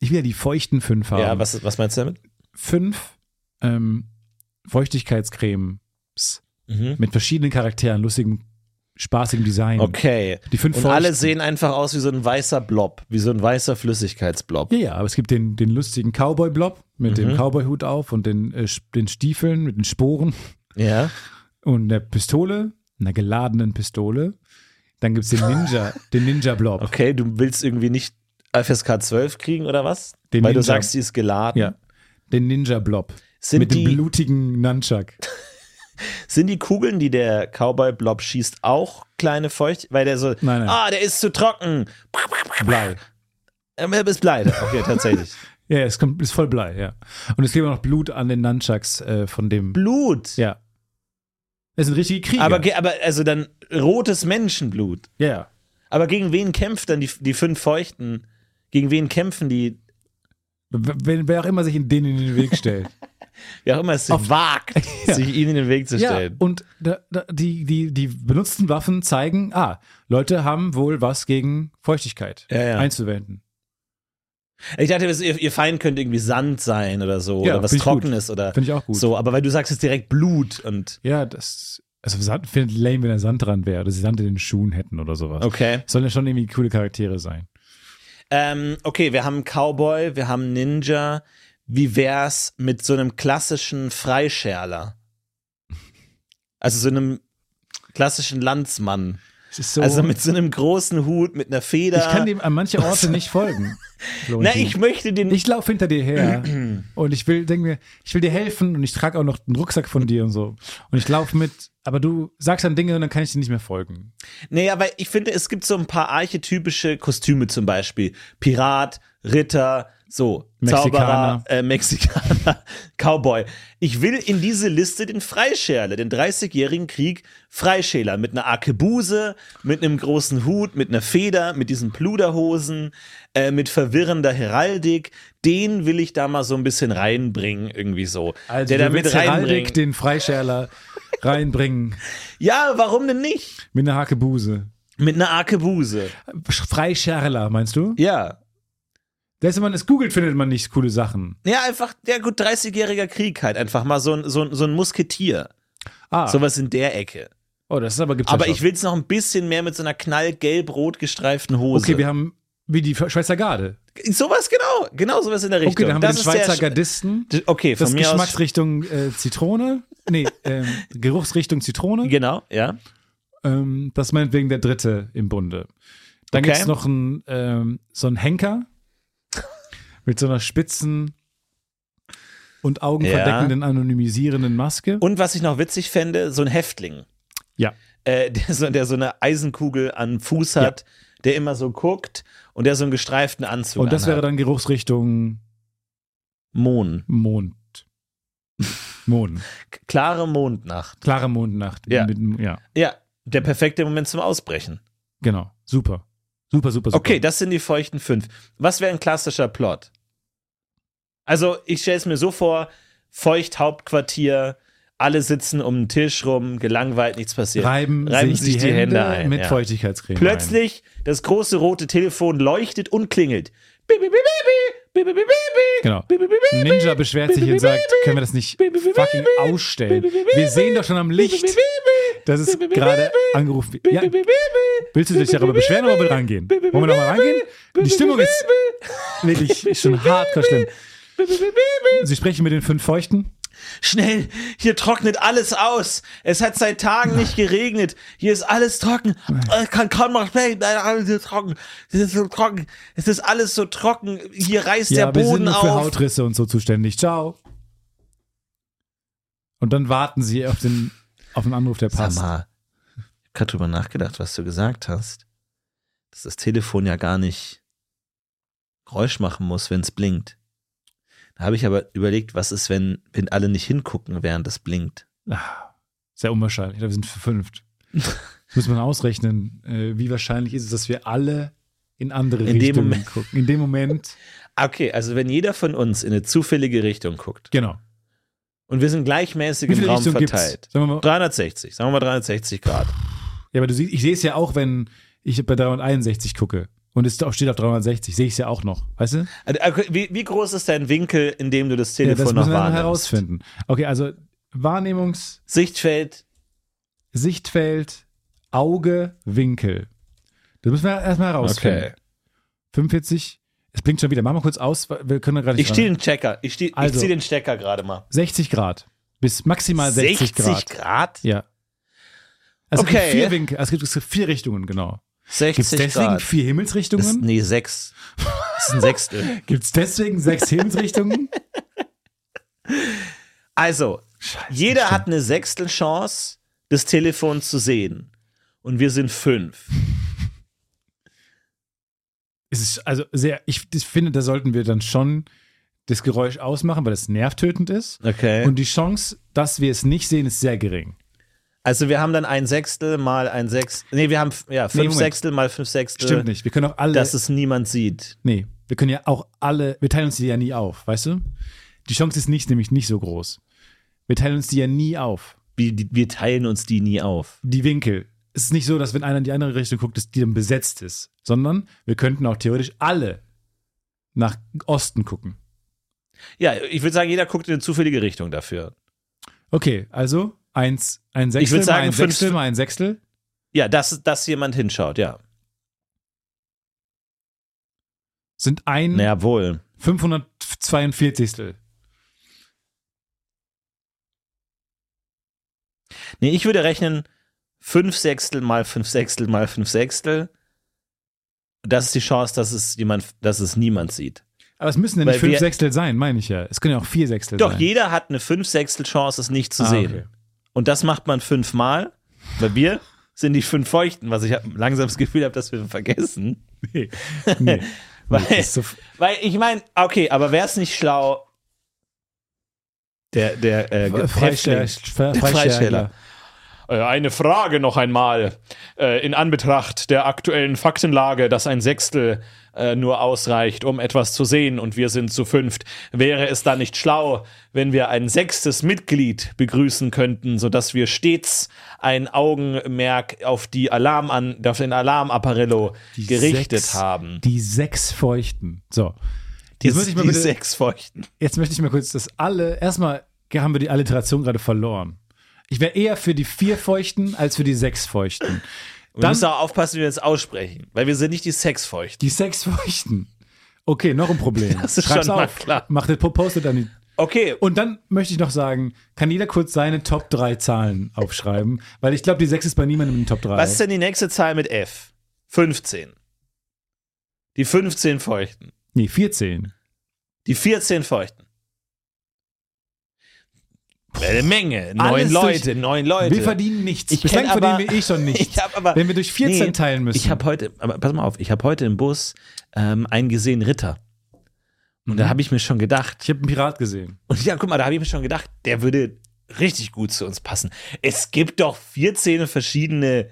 [SPEAKER 2] Ich will ja die feuchten fünf haben.
[SPEAKER 1] Ja, was, was meinst du damit?
[SPEAKER 2] fünf ähm, Feuchtigkeitscremes
[SPEAKER 1] Mhm.
[SPEAKER 2] mit verschiedenen Charakteren, lustigem, spaßigem Design.
[SPEAKER 1] Okay.
[SPEAKER 2] Die fünf
[SPEAKER 1] Und
[SPEAKER 2] Feuchten.
[SPEAKER 1] alle sehen einfach aus wie so ein weißer Blob, wie so ein weißer Flüssigkeitsblob.
[SPEAKER 2] Ja, ja, aber es gibt den, den lustigen Cowboy-Blob mit
[SPEAKER 1] Mhm.
[SPEAKER 2] dem Cowboy-Hut auf und den, äh, Sch- den Stiefeln mit den Sporen (laughs)
[SPEAKER 1] Ja.
[SPEAKER 2] und der Pistole, einer geladenen Pistole. Dann gibt es den Ninja,
[SPEAKER 1] (laughs)
[SPEAKER 2] den Ninja-Blob.
[SPEAKER 1] Okay, du willst irgendwie nicht FSK 12 kriegen oder was?
[SPEAKER 2] Den
[SPEAKER 1] Weil du
[SPEAKER 2] Ninja.
[SPEAKER 1] sagst, die ist geladen.
[SPEAKER 2] Ja, den Ninja-Blob.
[SPEAKER 1] Sind
[SPEAKER 2] Mit dem
[SPEAKER 1] die-
[SPEAKER 2] blutigen Nunchuck.
[SPEAKER 1] Sind die Kugeln, die der Cowboy-Blob schießt, auch kleine Feucht? Weil der so,
[SPEAKER 2] Nein, nein.
[SPEAKER 1] ah, der ist zu trocken.
[SPEAKER 2] Blei.
[SPEAKER 1] Ähm, Er ist bleibt. Okay, tatsächlich.
[SPEAKER 2] Ja, es kommt, ist voll Blei, ja. Und es gibt auch noch (laughs) Blut an den Nunchucks äh, von dem.
[SPEAKER 1] Blut.
[SPEAKER 2] Ja. Das sind richtige Kriege.
[SPEAKER 1] Aber, ge- aber also dann rotes Menschenblut.
[SPEAKER 2] ja, ja.
[SPEAKER 1] Aber gegen wen kämpft dann die, die fünf Feuchten? Gegen wen kämpfen die,
[SPEAKER 2] W- Wenn, wer auch immer sich in denen in den
[SPEAKER 1] (laughs)
[SPEAKER 2] Weg stellt.
[SPEAKER 1] wer auch immer es sich
[SPEAKER 2] (laughs)
[SPEAKER 1] wagt, sich ihnen in den Weg zu
[SPEAKER 2] ja,
[SPEAKER 1] stellen?
[SPEAKER 2] und da, da, die, die, die benutzten Waffen zeigen, ah, Leute haben wohl was gegen Feuchtigkeit
[SPEAKER 1] Ja, ja.
[SPEAKER 2] einzuwenden.
[SPEAKER 1] Ich dachte, ihr, ihr Feind könnte irgendwie Sand sein oder so,
[SPEAKER 2] Ja,
[SPEAKER 1] oder was
[SPEAKER 2] find ich gut.
[SPEAKER 1] Trockenes oder
[SPEAKER 2] Finde ich auch gut.
[SPEAKER 1] so. Aber weil du sagst jetzt direkt Blut und.
[SPEAKER 2] Ja, das. Also Sand finde ich lame, wenn da Sand dran wäre, oder sie Sand in den Schuhen hätten oder sowas.
[SPEAKER 1] Okay.
[SPEAKER 2] Sollen ja schon irgendwie coole Charaktere sein.
[SPEAKER 1] Ähm, okay, wir haben Cowboy, wir haben Ninja. Wie wär's mit so einem klassischen Freischärler? Also so einem klassischen Landsmann.
[SPEAKER 2] Es ist so,
[SPEAKER 1] Also mit so einem großen Hut, mit einer Feder.
[SPEAKER 2] ich kann dem an manche Orte nicht folgen.
[SPEAKER 1] (laughs) Na,
[SPEAKER 2] Florentin.
[SPEAKER 1] ich möchte den.
[SPEAKER 2] ich laufe hinter dir her
[SPEAKER 1] (clears throat)
[SPEAKER 2] und ich will, denke mir, ich will dir helfen und ich trage auch noch einen Rucksack von dir und so. Und ich laufe mit, aber du sagst dann Dinge und dann kann ich dir nicht mehr folgen.
[SPEAKER 1] Nee, aber ich finde, es gibt so ein paar archetypische Kostüme zum Beispiel. Pirat, Ritter, so,
[SPEAKER 2] Mexikaner.
[SPEAKER 1] Zauberer, äh, Mexikaner, (laughs) Cowboy. Ich will in diese Liste den Freischärler, den 30-jährigen Krieg Freischäler mit einer Arkebuse, mit einem großen Hut, mit einer Feder, mit diesen Pluderhosen, äh, mit verwirrender Heraldik. Den will ich da mal so ein bisschen reinbringen, irgendwie so. der
[SPEAKER 2] Also du
[SPEAKER 1] da mit
[SPEAKER 2] willst Heraldik,
[SPEAKER 1] reinbringt.
[SPEAKER 2] den Freischärler reinbringen
[SPEAKER 1] Ja, warum denn nicht?
[SPEAKER 2] mit einer Hakebuse.
[SPEAKER 1] Mit einer Arkebuse.
[SPEAKER 2] Freischärler, meinst du?
[SPEAKER 1] Ja.
[SPEAKER 2] Selbst wenn man es googelt, findet man nicht coole Sachen.
[SPEAKER 1] Ja, einfach, ja gut, 30-jähriger Krieg halt, einfach mal so ein, so ein, so ein Musketier.
[SPEAKER 2] Ah,
[SPEAKER 1] Sowas in der Ecke.
[SPEAKER 2] oh, das ist aber gibt's ja
[SPEAKER 1] Aber
[SPEAKER 2] schon.
[SPEAKER 1] ich will's noch ein bisschen mehr mit so einer knallgelb-rot gestreiften Hose.
[SPEAKER 2] Okay, wir haben wie die Schweizer Garde.
[SPEAKER 1] sowas genau, genau sowas in der Richtung.
[SPEAKER 2] Okay, dann haben wir
[SPEAKER 1] das
[SPEAKER 2] den
[SPEAKER 1] ist der
[SPEAKER 2] Schweizer
[SPEAKER 1] Sch-
[SPEAKER 2] Gardisten.
[SPEAKER 1] D- Okay, von
[SPEAKER 2] Das
[SPEAKER 1] mir aus.
[SPEAKER 2] Geschmacksrichtung äh, Zitrone. Nee, ähm, Geruchsrichtung Zitrone.
[SPEAKER 1] Genau, ja.
[SPEAKER 2] Ähm, das ist meinetwegen der dritte im Bunde. Dann
[SPEAKER 1] Okay.
[SPEAKER 2] gibt's noch einen, ähm, so
[SPEAKER 1] (laughs)
[SPEAKER 2] einen Henker mit so einer spitzen und augenverdeckenden, anonymisierenden Maske.
[SPEAKER 1] Und was ich noch witzig fände, so ein Häftling.
[SPEAKER 2] Ja.
[SPEAKER 1] Äh, (laughs) der, so, der so eine Eisenkugel am Fuß hat, der immer so guckt und der so einen gestreiften Anzug
[SPEAKER 2] Und das wäre
[SPEAKER 1] anhat.
[SPEAKER 2] dann Geruchsrichtung
[SPEAKER 1] Mond.
[SPEAKER 2] Mond. (laughs) Mond.
[SPEAKER 1] K- Klare Mondnacht.
[SPEAKER 2] Klare Mondnacht.
[SPEAKER 1] Ja.
[SPEAKER 2] Mit, ja,
[SPEAKER 1] Ja, der perfekte Moment zum Ausbrechen.
[SPEAKER 2] genau. Super. Super, super, super.
[SPEAKER 1] Okay, das sind die feuchten fünf. Was wäre ein klassischer Plot? Also, ich stelle es mir so vor: feucht Hauptquartier, alle sitzen um den Tisch rum, gelangweilt, nichts passiert.
[SPEAKER 2] reiben,
[SPEAKER 1] Reiben
[SPEAKER 2] sich, die Hände, ein, mit
[SPEAKER 1] ja.
[SPEAKER 2] Feuchtigkeitscreme. ein.
[SPEAKER 1] Plötzlich das große rote Telefon leuchtet und klingelt. Bi, bi, bi, bi, bi, bi, bi, bi, bi.
[SPEAKER 2] Genau.
[SPEAKER 1] Bi, bi, bi, bi,
[SPEAKER 2] Ninja beschwert sich und sagt, können wir das nicht fucking ausstellen? Wir sehen doch schon am Licht, dass es gerade angerufen wird. Ja, willst du dich darüber beschweren oder wollen wir rangehen? Wollen wir nochmal rangehen? Die Stimmung ist wirklich schon hardcore schlimm. Sie sprechen mit den fünf Feuchten.
[SPEAKER 1] Schnell, hier trocknet alles aus. Es hat seit Tagen nicht geregnet. Hier ist alles trocken. Ich kann kaum noch sprechen. Nein, alles ist trocken. Es ist so trocken. Es ist alles so trocken. Hier reißt
[SPEAKER 2] Ja,
[SPEAKER 1] der
[SPEAKER 2] wir sind
[SPEAKER 1] Boden
[SPEAKER 2] nur für
[SPEAKER 1] auf.
[SPEAKER 2] Hautrisse und so zuständig. Ciao. Und dann warten sie auf den, auf den Anruf, der passt.
[SPEAKER 1] mal, ich hab grad drüber nachgedacht, was du gesagt hast. Dass das Telefon ja gar nicht Geräusch machen muss, wenn es blinkt. Da habe ich aber überlegt, was ist, wenn, wenn alle nicht hingucken, während es blinkt.
[SPEAKER 2] Ah, Sehr unwahrscheinlich. Ich glaube, wir
[SPEAKER 1] (laughs)
[SPEAKER 2] sind verfünft. Das muss man ausrechnen, äh, wie wahrscheinlich ist es, dass wir alle in andere
[SPEAKER 1] In dem
[SPEAKER 2] Richtungen
[SPEAKER 1] Moment.
[SPEAKER 2] gucken. In dem Moment.
[SPEAKER 1] Okay, also wenn jeder von uns in eine zufällige Richtung guckt.
[SPEAKER 2] Genau.
[SPEAKER 1] Und wir sind gleichmäßig
[SPEAKER 2] Wie
[SPEAKER 1] im
[SPEAKER 2] viele
[SPEAKER 1] Raum
[SPEAKER 2] Richtungen
[SPEAKER 1] verteilt.
[SPEAKER 2] gibt's? Sagen wir mal,
[SPEAKER 1] 360, sagen wir mal 360 Grad.
[SPEAKER 2] ja, aber du siehst, ich sehe es ja auch, wenn ich bei 361 gucke und es steht auf 360, sehe ich es ja auch noch. Weißt du?
[SPEAKER 1] Also, okay, Wie, wie groß ist dein Winkel, in dem du das
[SPEAKER 2] Ja,
[SPEAKER 1] Telefon
[SPEAKER 2] das
[SPEAKER 1] noch
[SPEAKER 2] müssen wir dann
[SPEAKER 1] wahrnimmst?
[SPEAKER 2] herausfinden. Okay, also Wahrnehmungs-,
[SPEAKER 1] Sichtfeld,
[SPEAKER 2] Sichtfeld, Auge, Winkel. Das müssen wir erstmal herausfinden.
[SPEAKER 3] Okay.
[SPEAKER 2] 45, es blinkt schon wieder. Machen wir kurz aus, weil wir können da gerade nicht
[SPEAKER 1] ich
[SPEAKER 2] dran.
[SPEAKER 1] stehe den Checker, ich, steh,
[SPEAKER 2] Also-
[SPEAKER 1] ich ziehe den Stecker gerade mal.
[SPEAKER 2] 60 Grad. Bis maximal 60, Grad. Ja. Also Es
[SPEAKER 1] Okay.
[SPEAKER 2] gibt vier Winkel, es gibt es gibt vier Richtungen, genau. Gibt es
[SPEAKER 1] 60
[SPEAKER 2] deswegen
[SPEAKER 1] Grad.
[SPEAKER 2] vier
[SPEAKER 1] Das, ne-
[SPEAKER 2] Himmelsrichtungen?
[SPEAKER 1] nee, 6. Das ist ein
[SPEAKER 2] (laughs)
[SPEAKER 1] Sechstel.
[SPEAKER 2] Gibt es
[SPEAKER 1] (laughs)
[SPEAKER 2] deswegen sechs Himmelsrichtungen?
[SPEAKER 1] Also, jeder hat eine Sechstelchance, das Telefon zu sehen. Und wir sind fünf.
[SPEAKER 2] Es ist also sehr, ich das finde, da sollten wir dann schon das Geräusch ausmachen, weil es nervtötend ist.
[SPEAKER 1] Okay.
[SPEAKER 2] Und die Chance, dass wir es nicht sehen, ist sehr gering.
[SPEAKER 1] Also wir haben dann ein Sechstel mal ein Sechstel. Nee, wir haben f- ja, fünf
[SPEAKER 2] Moment.
[SPEAKER 1] Sechstel mal fünf Sechstel,
[SPEAKER 2] Stimmt nicht. Wir können auch alle.
[SPEAKER 1] dass es niemand sieht.
[SPEAKER 2] nee, wir können ja auch alle. Wir teilen uns die ja nie auf, weißt du? Die Chance ist nicht, nämlich nicht so groß. Wir teilen uns die ja nie auf.
[SPEAKER 1] Wir, die- wir teilen uns die nie auf.
[SPEAKER 2] Die Winkel. Es ist nicht so, dass wenn einer in die andere Richtung guckt, dass die dann besetzt ist, sondern wir könnten auch theoretisch alle nach Osten gucken.
[SPEAKER 1] Ja, ich würde sagen, jeder guckt in eine zufällige Richtung dafür.
[SPEAKER 2] Okay, also eins, ein Sechstel,
[SPEAKER 1] würd sagen,
[SPEAKER 2] mal ein
[SPEAKER 1] fünf-
[SPEAKER 2] Sechstel, mal ein Sechstel.
[SPEAKER 1] Ja, dass, dass jemand hinschaut, ja.
[SPEAKER 2] Sind ein
[SPEAKER 1] Na jawohl.
[SPEAKER 2] 542.
[SPEAKER 1] Nee, ich würde rechnen, fünf Sechstel mal fünf Sechstel mal fünf Sechstel. Das ist die Chance, dass es jemand, dass es niemand sieht.
[SPEAKER 2] Aber es müssen ja
[SPEAKER 1] Weil
[SPEAKER 2] nicht fünf
[SPEAKER 1] wir-
[SPEAKER 2] Sechstel sein, meine ich ja. Es können ja auch vier Sechstel
[SPEAKER 1] Doch,
[SPEAKER 2] sein.
[SPEAKER 1] jeder hat eine fünf Sechstel Chance, es nicht zu
[SPEAKER 2] Ah,
[SPEAKER 1] sehen.
[SPEAKER 2] okay.
[SPEAKER 1] Und das macht man fünfmal, weil wir sind die fünf Feuchten, was ich hab- langsam das Gefühl habe, dass wir vergessen.
[SPEAKER 2] Nee. nee.
[SPEAKER 1] Weil,
[SPEAKER 2] Das
[SPEAKER 1] (laughs)
[SPEAKER 2] ist so,
[SPEAKER 1] weil ich meine, okay, aber wäre es nicht schlau, der, der äh, Häftling-
[SPEAKER 2] Freisteller. Freisteller.
[SPEAKER 1] Freisteller.
[SPEAKER 3] Äh, Eine Frage noch einmal. Äh, In Anbetracht der aktuellen Faktenlage, dass ein Sechstel äh, nur ausreicht, um etwas zu sehen und wir sind zu fünft, wäre es da nicht schlau, wenn wir ein sechstes Mitglied begrüßen könnten, sodass wir stets ein Augenmerk auf, die Alarm an, auf den Alarmapparello
[SPEAKER 2] Die
[SPEAKER 3] gerichtet
[SPEAKER 2] sechs-
[SPEAKER 3] haben?
[SPEAKER 2] Die sechs Feuchten. So.
[SPEAKER 1] Die,
[SPEAKER 2] Jetzt muss ich mal
[SPEAKER 1] die
[SPEAKER 2] bitte-
[SPEAKER 1] sechs Feuchten.
[SPEAKER 2] Jetzt möchte ich mal kurz, dass alle, erstmal haben wir die Alliteration gerade verloren. Ich wäre eher für die vier Feuchten als für die sechs Feuchten.
[SPEAKER 1] Wir
[SPEAKER 2] Dann-
[SPEAKER 1] müssen auch aufpassen, wie wir das aussprechen, weil wir sind nicht die Sexfeuchten.
[SPEAKER 2] Die sechs Feuchten. Okay, noch ein Problem.
[SPEAKER 1] (laughs) Das ist
[SPEAKER 2] Schreib's
[SPEAKER 1] schon mal
[SPEAKER 2] auf.
[SPEAKER 1] klar.
[SPEAKER 2] Mach das postet an die.
[SPEAKER 1] Okay,
[SPEAKER 2] Und dann möchte ich noch sagen, kann jeder kurz seine Top 3 Zahlen aufschreiben, weil ich glaube, die 6 ist bei niemandem in den Top 3.
[SPEAKER 1] was ist denn die nächste Zahl mit F? 15. Die 15 Feuchten.
[SPEAKER 2] Nee, 14.
[SPEAKER 1] Die 14 Feuchten. Eine Menge.
[SPEAKER 2] Alles
[SPEAKER 1] Neun
[SPEAKER 2] durch-
[SPEAKER 1] Leute, neun Leute.
[SPEAKER 2] Wir verdienen nichts.
[SPEAKER 1] Ich
[SPEAKER 2] Bislang
[SPEAKER 1] kenn aber-
[SPEAKER 2] verdienen wir eh schon nichts.
[SPEAKER 1] (laughs) Ich hab aber-
[SPEAKER 2] Wenn wir durch 14
[SPEAKER 1] Nee,
[SPEAKER 2] teilen müssen.
[SPEAKER 1] Ich habe heute, aber pass mal auf, ich habe heute im Bus ähm, einen gesehen, Ritter. Und
[SPEAKER 2] Mhm.
[SPEAKER 1] da habe ich mir schon gedacht,
[SPEAKER 2] Ich hab einen Pirat gesehen.
[SPEAKER 1] und ja, guck mal, da habe ich mir schon gedacht, der würde richtig gut zu uns passen. Es gibt doch 14 verschiedene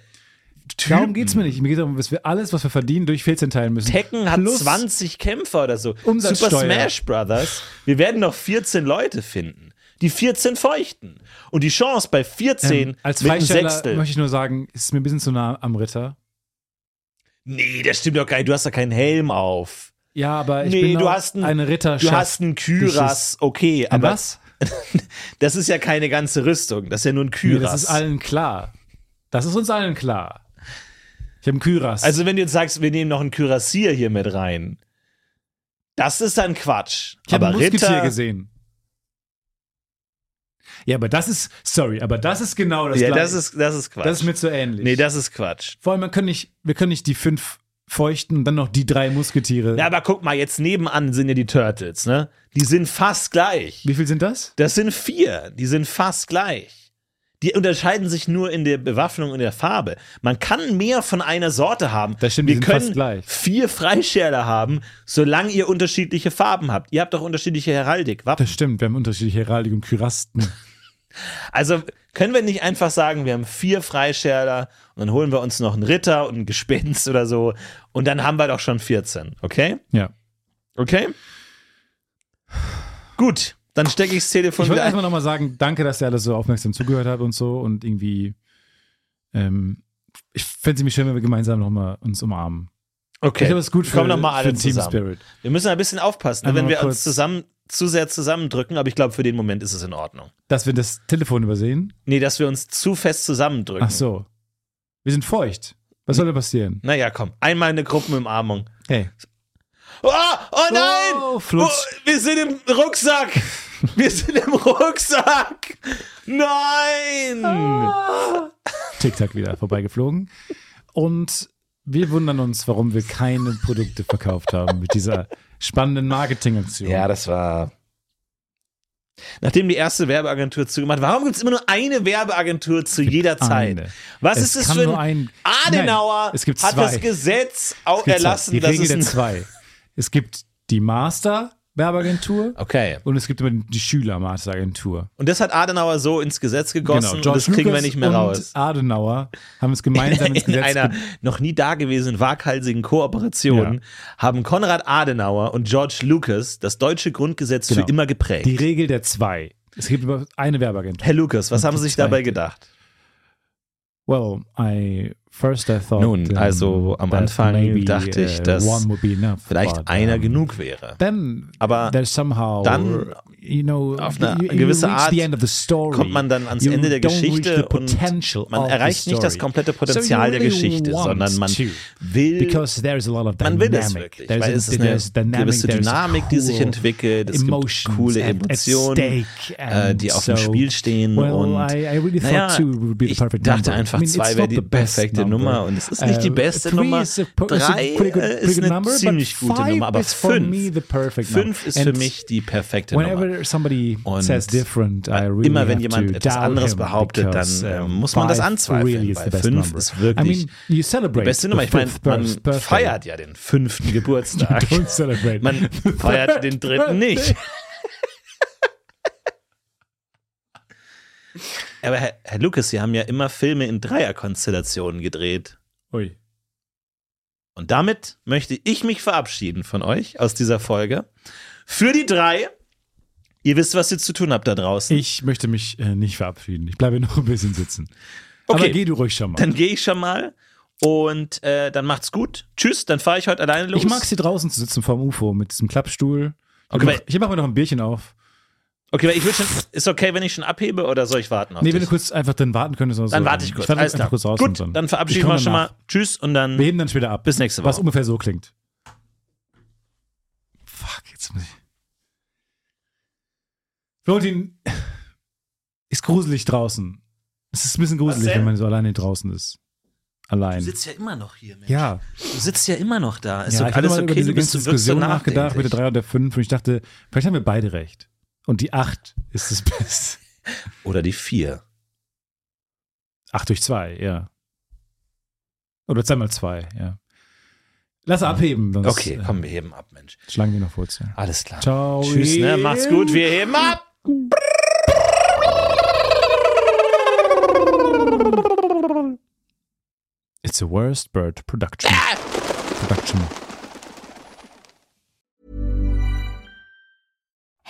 [SPEAKER 2] Darum geht's mir nicht. Mir geht darum, dass wir alles, was wir verdienen, durch 14 teilen müssen.
[SPEAKER 1] Tekken hat
[SPEAKER 2] Plus-
[SPEAKER 1] 20 Kämpfer oder so.
[SPEAKER 2] Umsatzsteuer.
[SPEAKER 1] Super Smash Brothers. Wir werden noch 14 Leute finden. Die 14 feuchten. Und die Chance bei 14
[SPEAKER 2] Ähm, als
[SPEAKER 1] mit einem
[SPEAKER 2] Freisteller
[SPEAKER 1] Sechstel.
[SPEAKER 2] möchte ich nur sagen, es ist mir ein bisschen zu nah am Ritter.
[SPEAKER 1] Nee, das stimmt doch gar nicht. Du hast doch keinen Helm auf.
[SPEAKER 2] Ja, aber ich
[SPEAKER 1] Nee,
[SPEAKER 2] bin
[SPEAKER 1] du
[SPEAKER 2] auch
[SPEAKER 1] hast einen-
[SPEAKER 2] eine
[SPEAKER 1] Du
[SPEAKER 2] Ritterschaft.
[SPEAKER 1] hast einen Kyras, okay,
[SPEAKER 2] Ein
[SPEAKER 1] aber
[SPEAKER 2] was?
[SPEAKER 1] das ist ja keine ganze Rüstung. Das ist ja nur ein
[SPEAKER 2] Nee,
[SPEAKER 1] Kyras.
[SPEAKER 2] das ist allen klar. Das ist uns allen klar. Ich habe einen Kyras.
[SPEAKER 1] also, wenn du jetzt sagst, wir nehmen noch einen Kürassier hier mit rein, das ist dann Quatsch.
[SPEAKER 2] ich habe
[SPEAKER 1] aber
[SPEAKER 2] einen Musketier
[SPEAKER 1] Ritter,
[SPEAKER 2] gesehen. Ja, aber das ist, sorry, aber das ist genau das
[SPEAKER 1] ja,
[SPEAKER 2] Gleiche.
[SPEAKER 1] das ist, das ist Quatsch.
[SPEAKER 2] das ist mir zu ähnlich.
[SPEAKER 1] nee, das ist Quatsch.
[SPEAKER 2] Vor allem, wir können, nicht, wir können nicht die fünf feuchten und dann noch die drei Musketiere.
[SPEAKER 1] Ja, aber guck mal, jetzt nebenan sind ja die Turtles, ne? Die sind fast gleich.
[SPEAKER 2] Wie viel sind das?
[SPEAKER 1] Das sind vier. Die sind fast gleich. Die unterscheiden sich nur in der Bewaffnung und der Farbe. Man kann mehr von einer Sorte haben.
[SPEAKER 2] Das stimmt, die
[SPEAKER 1] Wir
[SPEAKER 2] sind
[SPEAKER 1] können
[SPEAKER 2] fast gleich.
[SPEAKER 1] vier Freischärler haben, solange ihr unterschiedliche Farben habt. Ihr habt auch unterschiedliche Heraldik, Wappen.
[SPEAKER 2] Das stimmt, wir haben unterschiedliche Heraldik
[SPEAKER 1] (laughs)
[SPEAKER 2] und Kyrasten.
[SPEAKER 1] Also können wir nicht einfach sagen, wir haben vier Freischärler und dann holen wir uns noch einen Ritter und ein Gespenst oder so und dann haben wir doch schon 14, okay?
[SPEAKER 2] ja.
[SPEAKER 1] Okay? Gut, dann stecke ich das Telefon
[SPEAKER 2] Ich wollte
[SPEAKER 1] wieder ein.
[SPEAKER 2] erstmal nochmal sagen, danke, dass ihr alles so aufmerksam zugehört habt und so und irgendwie, ähm, ich fände es nämlich schön, wenn wir gemeinsam nochmal uns umarmen.
[SPEAKER 1] Okay,
[SPEAKER 2] Ich glaube, es ist gut für,
[SPEAKER 1] Kommen noch mal alle
[SPEAKER 2] für den Team
[SPEAKER 1] zusammen.
[SPEAKER 2] Spirit.
[SPEAKER 1] wir müssen ein bisschen aufpassen, ne,
[SPEAKER 2] Einmal
[SPEAKER 1] wenn wir
[SPEAKER 2] mal kurz-
[SPEAKER 1] uns zusammen zu sehr zusammendrücken, aber ich glaube, für den Moment ist es in Ordnung.
[SPEAKER 2] Dass wir das Telefon übersehen.
[SPEAKER 1] Nee, dass wir uns zu fest zusammendrücken.
[SPEAKER 2] Ach so. Wir sind feucht. Was soll denn passieren?
[SPEAKER 1] Naja, komm, einmal eine Gruppenumarmung.
[SPEAKER 2] Hey.
[SPEAKER 1] Oh, oh nein!
[SPEAKER 2] Oh, Flutsch.
[SPEAKER 1] Oh, wir sind im Rucksack! Wir sind im Rucksack! Nein!
[SPEAKER 2] TikTok wieder vorbeigeflogen. Und wir wundern uns, warum wir keine Produkte verkauft haben mit dieser spannenden Marketingaktion.
[SPEAKER 1] das war. Nachdem die erste Werbeagentur zugemacht hat, warum gibt es immer nur eine Werbeagentur zu jeder Zeit?
[SPEAKER 2] eine.
[SPEAKER 1] Was ist
[SPEAKER 2] Es
[SPEAKER 1] das
[SPEAKER 2] kann
[SPEAKER 1] für ein.
[SPEAKER 2] nur ein-
[SPEAKER 1] Adenauer
[SPEAKER 2] Nein, es gibt
[SPEAKER 1] hat
[SPEAKER 2] zwei.
[SPEAKER 1] das Gesetz au-
[SPEAKER 2] Es gibt zwei.
[SPEAKER 1] erlassen,
[SPEAKER 2] die
[SPEAKER 1] dass
[SPEAKER 2] Regel
[SPEAKER 1] es
[SPEAKER 2] der
[SPEAKER 1] ein
[SPEAKER 2] zwei. Es gibt die Master Werbeagentur
[SPEAKER 4] Okay.
[SPEAKER 2] und es gibt immer die Schülermarktagentur.
[SPEAKER 1] Und das hat Adenauer so ins Gesetz gegossen und
[SPEAKER 2] George
[SPEAKER 1] das kriegen wir
[SPEAKER 2] Genau, Lucas
[SPEAKER 1] nicht mehr
[SPEAKER 2] und
[SPEAKER 1] raus.
[SPEAKER 2] Adenauer haben
[SPEAKER 1] (laughs)
[SPEAKER 2] es gemeinsam
[SPEAKER 1] In
[SPEAKER 2] ins Gesetz
[SPEAKER 1] einer
[SPEAKER 2] ge-
[SPEAKER 1] noch nie dagewesenen waghalsigen Kooperation
[SPEAKER 2] Ja.
[SPEAKER 1] haben Konrad Adenauer und George Lucas das deutsche Grundgesetz
[SPEAKER 2] Genau.
[SPEAKER 1] für immer geprägt.
[SPEAKER 2] Die Regel der zwei. Es gibt über eine Werbeagentur.
[SPEAKER 1] Herr Lucas, was
[SPEAKER 2] Und
[SPEAKER 1] haben Sie
[SPEAKER 2] die
[SPEAKER 1] sich dabei
[SPEAKER 2] zweite.
[SPEAKER 1] gedacht?
[SPEAKER 2] Well, I first I thought.
[SPEAKER 1] Nun,
[SPEAKER 2] um,
[SPEAKER 1] also am
[SPEAKER 2] that
[SPEAKER 1] Anfang
[SPEAKER 2] maybe,
[SPEAKER 1] dachte ich,
[SPEAKER 2] uh,
[SPEAKER 1] dass
[SPEAKER 2] one would be enough,
[SPEAKER 1] Vielleicht
[SPEAKER 2] but,
[SPEAKER 1] einer
[SPEAKER 2] um,
[SPEAKER 1] genug wäre.
[SPEAKER 2] Then
[SPEAKER 1] Aber
[SPEAKER 2] there's somehow,
[SPEAKER 1] dann
[SPEAKER 2] you know,
[SPEAKER 1] auf eine
[SPEAKER 2] you, you
[SPEAKER 1] gewisse
[SPEAKER 2] reach
[SPEAKER 1] Art
[SPEAKER 2] the end of the story.
[SPEAKER 1] kommt man dann ans
[SPEAKER 2] You
[SPEAKER 1] Ende der
[SPEAKER 2] don't reach the
[SPEAKER 1] Geschichte und
[SPEAKER 2] potential
[SPEAKER 1] man
[SPEAKER 2] of the
[SPEAKER 1] erreicht nicht das
[SPEAKER 2] story.
[SPEAKER 1] komplette
[SPEAKER 2] So you
[SPEAKER 1] Potenzial der
[SPEAKER 2] really
[SPEAKER 1] Geschichte,
[SPEAKER 2] want
[SPEAKER 1] sondern man
[SPEAKER 2] to,
[SPEAKER 1] will,
[SPEAKER 2] because there is a lot of
[SPEAKER 1] man
[SPEAKER 2] dynamic.
[SPEAKER 1] will es wirklich,
[SPEAKER 2] There's
[SPEAKER 1] weil
[SPEAKER 2] a-
[SPEAKER 1] es ist
[SPEAKER 2] there's
[SPEAKER 1] eine
[SPEAKER 2] dynamic,
[SPEAKER 1] gewisse
[SPEAKER 2] there's
[SPEAKER 1] Dynamik, die sich
[SPEAKER 2] cool
[SPEAKER 1] entwickelt, es gibt
[SPEAKER 2] emotions
[SPEAKER 1] coole
[SPEAKER 2] at- at
[SPEAKER 1] Emotionen,
[SPEAKER 2] stake
[SPEAKER 1] äh,
[SPEAKER 2] and
[SPEAKER 1] die auf dem
[SPEAKER 2] so-
[SPEAKER 1] Spiel stehen
[SPEAKER 2] Well,
[SPEAKER 1] und
[SPEAKER 2] I, I really thought
[SPEAKER 1] naja,
[SPEAKER 2] two would be the
[SPEAKER 1] ich
[SPEAKER 2] perfect
[SPEAKER 1] dachte
[SPEAKER 2] number.
[SPEAKER 1] einfach,
[SPEAKER 2] I mean,
[SPEAKER 1] zwei
[SPEAKER 2] it's
[SPEAKER 1] wäre
[SPEAKER 2] not
[SPEAKER 1] die
[SPEAKER 2] the best
[SPEAKER 1] perfekte
[SPEAKER 2] number.
[SPEAKER 1] Nummer und es ist nicht die
[SPEAKER 2] Uh,
[SPEAKER 1] beste
[SPEAKER 2] three
[SPEAKER 1] Nummer.
[SPEAKER 2] is a po- is a
[SPEAKER 1] Drei,
[SPEAKER 2] pretty good-
[SPEAKER 1] äh, ist
[SPEAKER 2] pretty good
[SPEAKER 1] eine
[SPEAKER 2] number, but
[SPEAKER 1] ziemlich gute
[SPEAKER 2] five
[SPEAKER 1] Nummer, aber
[SPEAKER 2] is for
[SPEAKER 1] fünf-
[SPEAKER 2] me the perfect number.
[SPEAKER 1] fünf ist für
[SPEAKER 2] And
[SPEAKER 1] mich die perfekte Nummer.
[SPEAKER 2] Whenever somebody
[SPEAKER 1] Und
[SPEAKER 2] says different, I really
[SPEAKER 1] immer wenn
[SPEAKER 2] have
[SPEAKER 1] jemand
[SPEAKER 2] to
[SPEAKER 1] etwas
[SPEAKER 2] doubt
[SPEAKER 1] anderes
[SPEAKER 2] him
[SPEAKER 1] behauptet,
[SPEAKER 2] because,
[SPEAKER 1] dann, äh,
[SPEAKER 2] um,
[SPEAKER 1] muss man das
[SPEAKER 2] five
[SPEAKER 1] anzweifeln,
[SPEAKER 2] Really is
[SPEAKER 1] weil
[SPEAKER 2] the best
[SPEAKER 1] fünf
[SPEAKER 2] number.
[SPEAKER 1] ist wirklich
[SPEAKER 2] I mean, you celebrate
[SPEAKER 1] Die beste Nummer,
[SPEAKER 2] the
[SPEAKER 1] ich meine,
[SPEAKER 2] fifth
[SPEAKER 1] man
[SPEAKER 2] birth- birthday.
[SPEAKER 1] feiert ja den fünften
[SPEAKER 2] (laughs)
[SPEAKER 1] Geburtstag.
[SPEAKER 2] Don't
[SPEAKER 1] (laughs)
[SPEAKER 2] celebrate. (laughs)
[SPEAKER 1] Man feiert den dritten nicht. (laughs) Aber Herr, Herr Lucas, Sie haben ja immer Filme in Dreierkonstellationen gedreht.
[SPEAKER 2] Ui.
[SPEAKER 1] Und damit möchte ich mich verabschieden von euch aus dieser Folge. Für die drei. Ihr wisst, was ihr zu tun habt da draußen.
[SPEAKER 2] Ich möchte mich äh, nicht verabschieden. Ich bleibe noch ein bisschen sitzen. Aber
[SPEAKER 1] Okay.
[SPEAKER 2] geh du ruhig schon mal.
[SPEAKER 1] Dann gehe ich schon mal. Und äh, dann macht's gut. Tschüss, dann fahre ich heute alleine los.
[SPEAKER 2] Ich mag es hier draußen zu sitzen vorm UFO mit diesem Klappstuhl. Ich
[SPEAKER 1] Okay,
[SPEAKER 2] mach-
[SPEAKER 1] weil-
[SPEAKER 2] ich mache mir noch ein Bierchen auf.
[SPEAKER 1] Okay, weil ich will schon. Ist okay, wenn ich schon abhebe oder soll ich warten auf
[SPEAKER 2] Nee,
[SPEAKER 1] dich?
[SPEAKER 2] wenn du kurz einfach dann warten könntest. Oder so.
[SPEAKER 1] Dann warte ich kurz.
[SPEAKER 2] Ich warte
[SPEAKER 1] Alles klar.
[SPEAKER 2] einfach kurz raus und
[SPEAKER 1] Gut,
[SPEAKER 2] so.
[SPEAKER 1] dann
[SPEAKER 2] Ich
[SPEAKER 1] verabschieden
[SPEAKER 2] komm
[SPEAKER 1] wir schon
[SPEAKER 2] danach.
[SPEAKER 1] mal. Tschüss und dann
[SPEAKER 2] Wir heben dann später ab.
[SPEAKER 1] bis nächste
[SPEAKER 2] was
[SPEAKER 1] Woche.
[SPEAKER 2] ungefähr so klingt. Fuck, jetzt muss ich. Florentin, ist gruselig draußen. Es ist ein bisschen gruselig,
[SPEAKER 1] denn?
[SPEAKER 2] wenn man so alleine draußen ist.
[SPEAKER 1] Du
[SPEAKER 2] Allein.
[SPEAKER 1] sitzt ja immer noch hier, Mensch.
[SPEAKER 2] Ja,
[SPEAKER 1] Du sitzt ja immer noch da. Ist
[SPEAKER 2] ja,
[SPEAKER 1] doch
[SPEAKER 2] ich habe
[SPEAKER 1] alles
[SPEAKER 2] mal über
[SPEAKER 1] okay.
[SPEAKER 2] diese
[SPEAKER 1] Du bist
[SPEAKER 2] ganze
[SPEAKER 1] du wirkst so
[SPEAKER 2] Diskussion nachgedacht mit der
[SPEAKER 1] nachdenklich.
[SPEAKER 2] 3 und der 5 und ich dachte, vielleicht haben wir beide recht. Und die 8 ist (laughs) das Beste.
[SPEAKER 1] Oder die vier.
[SPEAKER 2] 8 durch 2, ja. Oder 2 mal 2, ja. Lass abheben, sonst
[SPEAKER 1] Okay,
[SPEAKER 2] äh,
[SPEAKER 1] komm, wir heben ab, Mensch.
[SPEAKER 2] schlagen wir noch Wurzeln.
[SPEAKER 1] Alles klar.
[SPEAKER 2] Ciao.
[SPEAKER 1] Tschüss, ne? Macht's gut, wir heben ab.
[SPEAKER 2] It's a worst bird production.
[SPEAKER 1] Ah!
[SPEAKER 2] Production.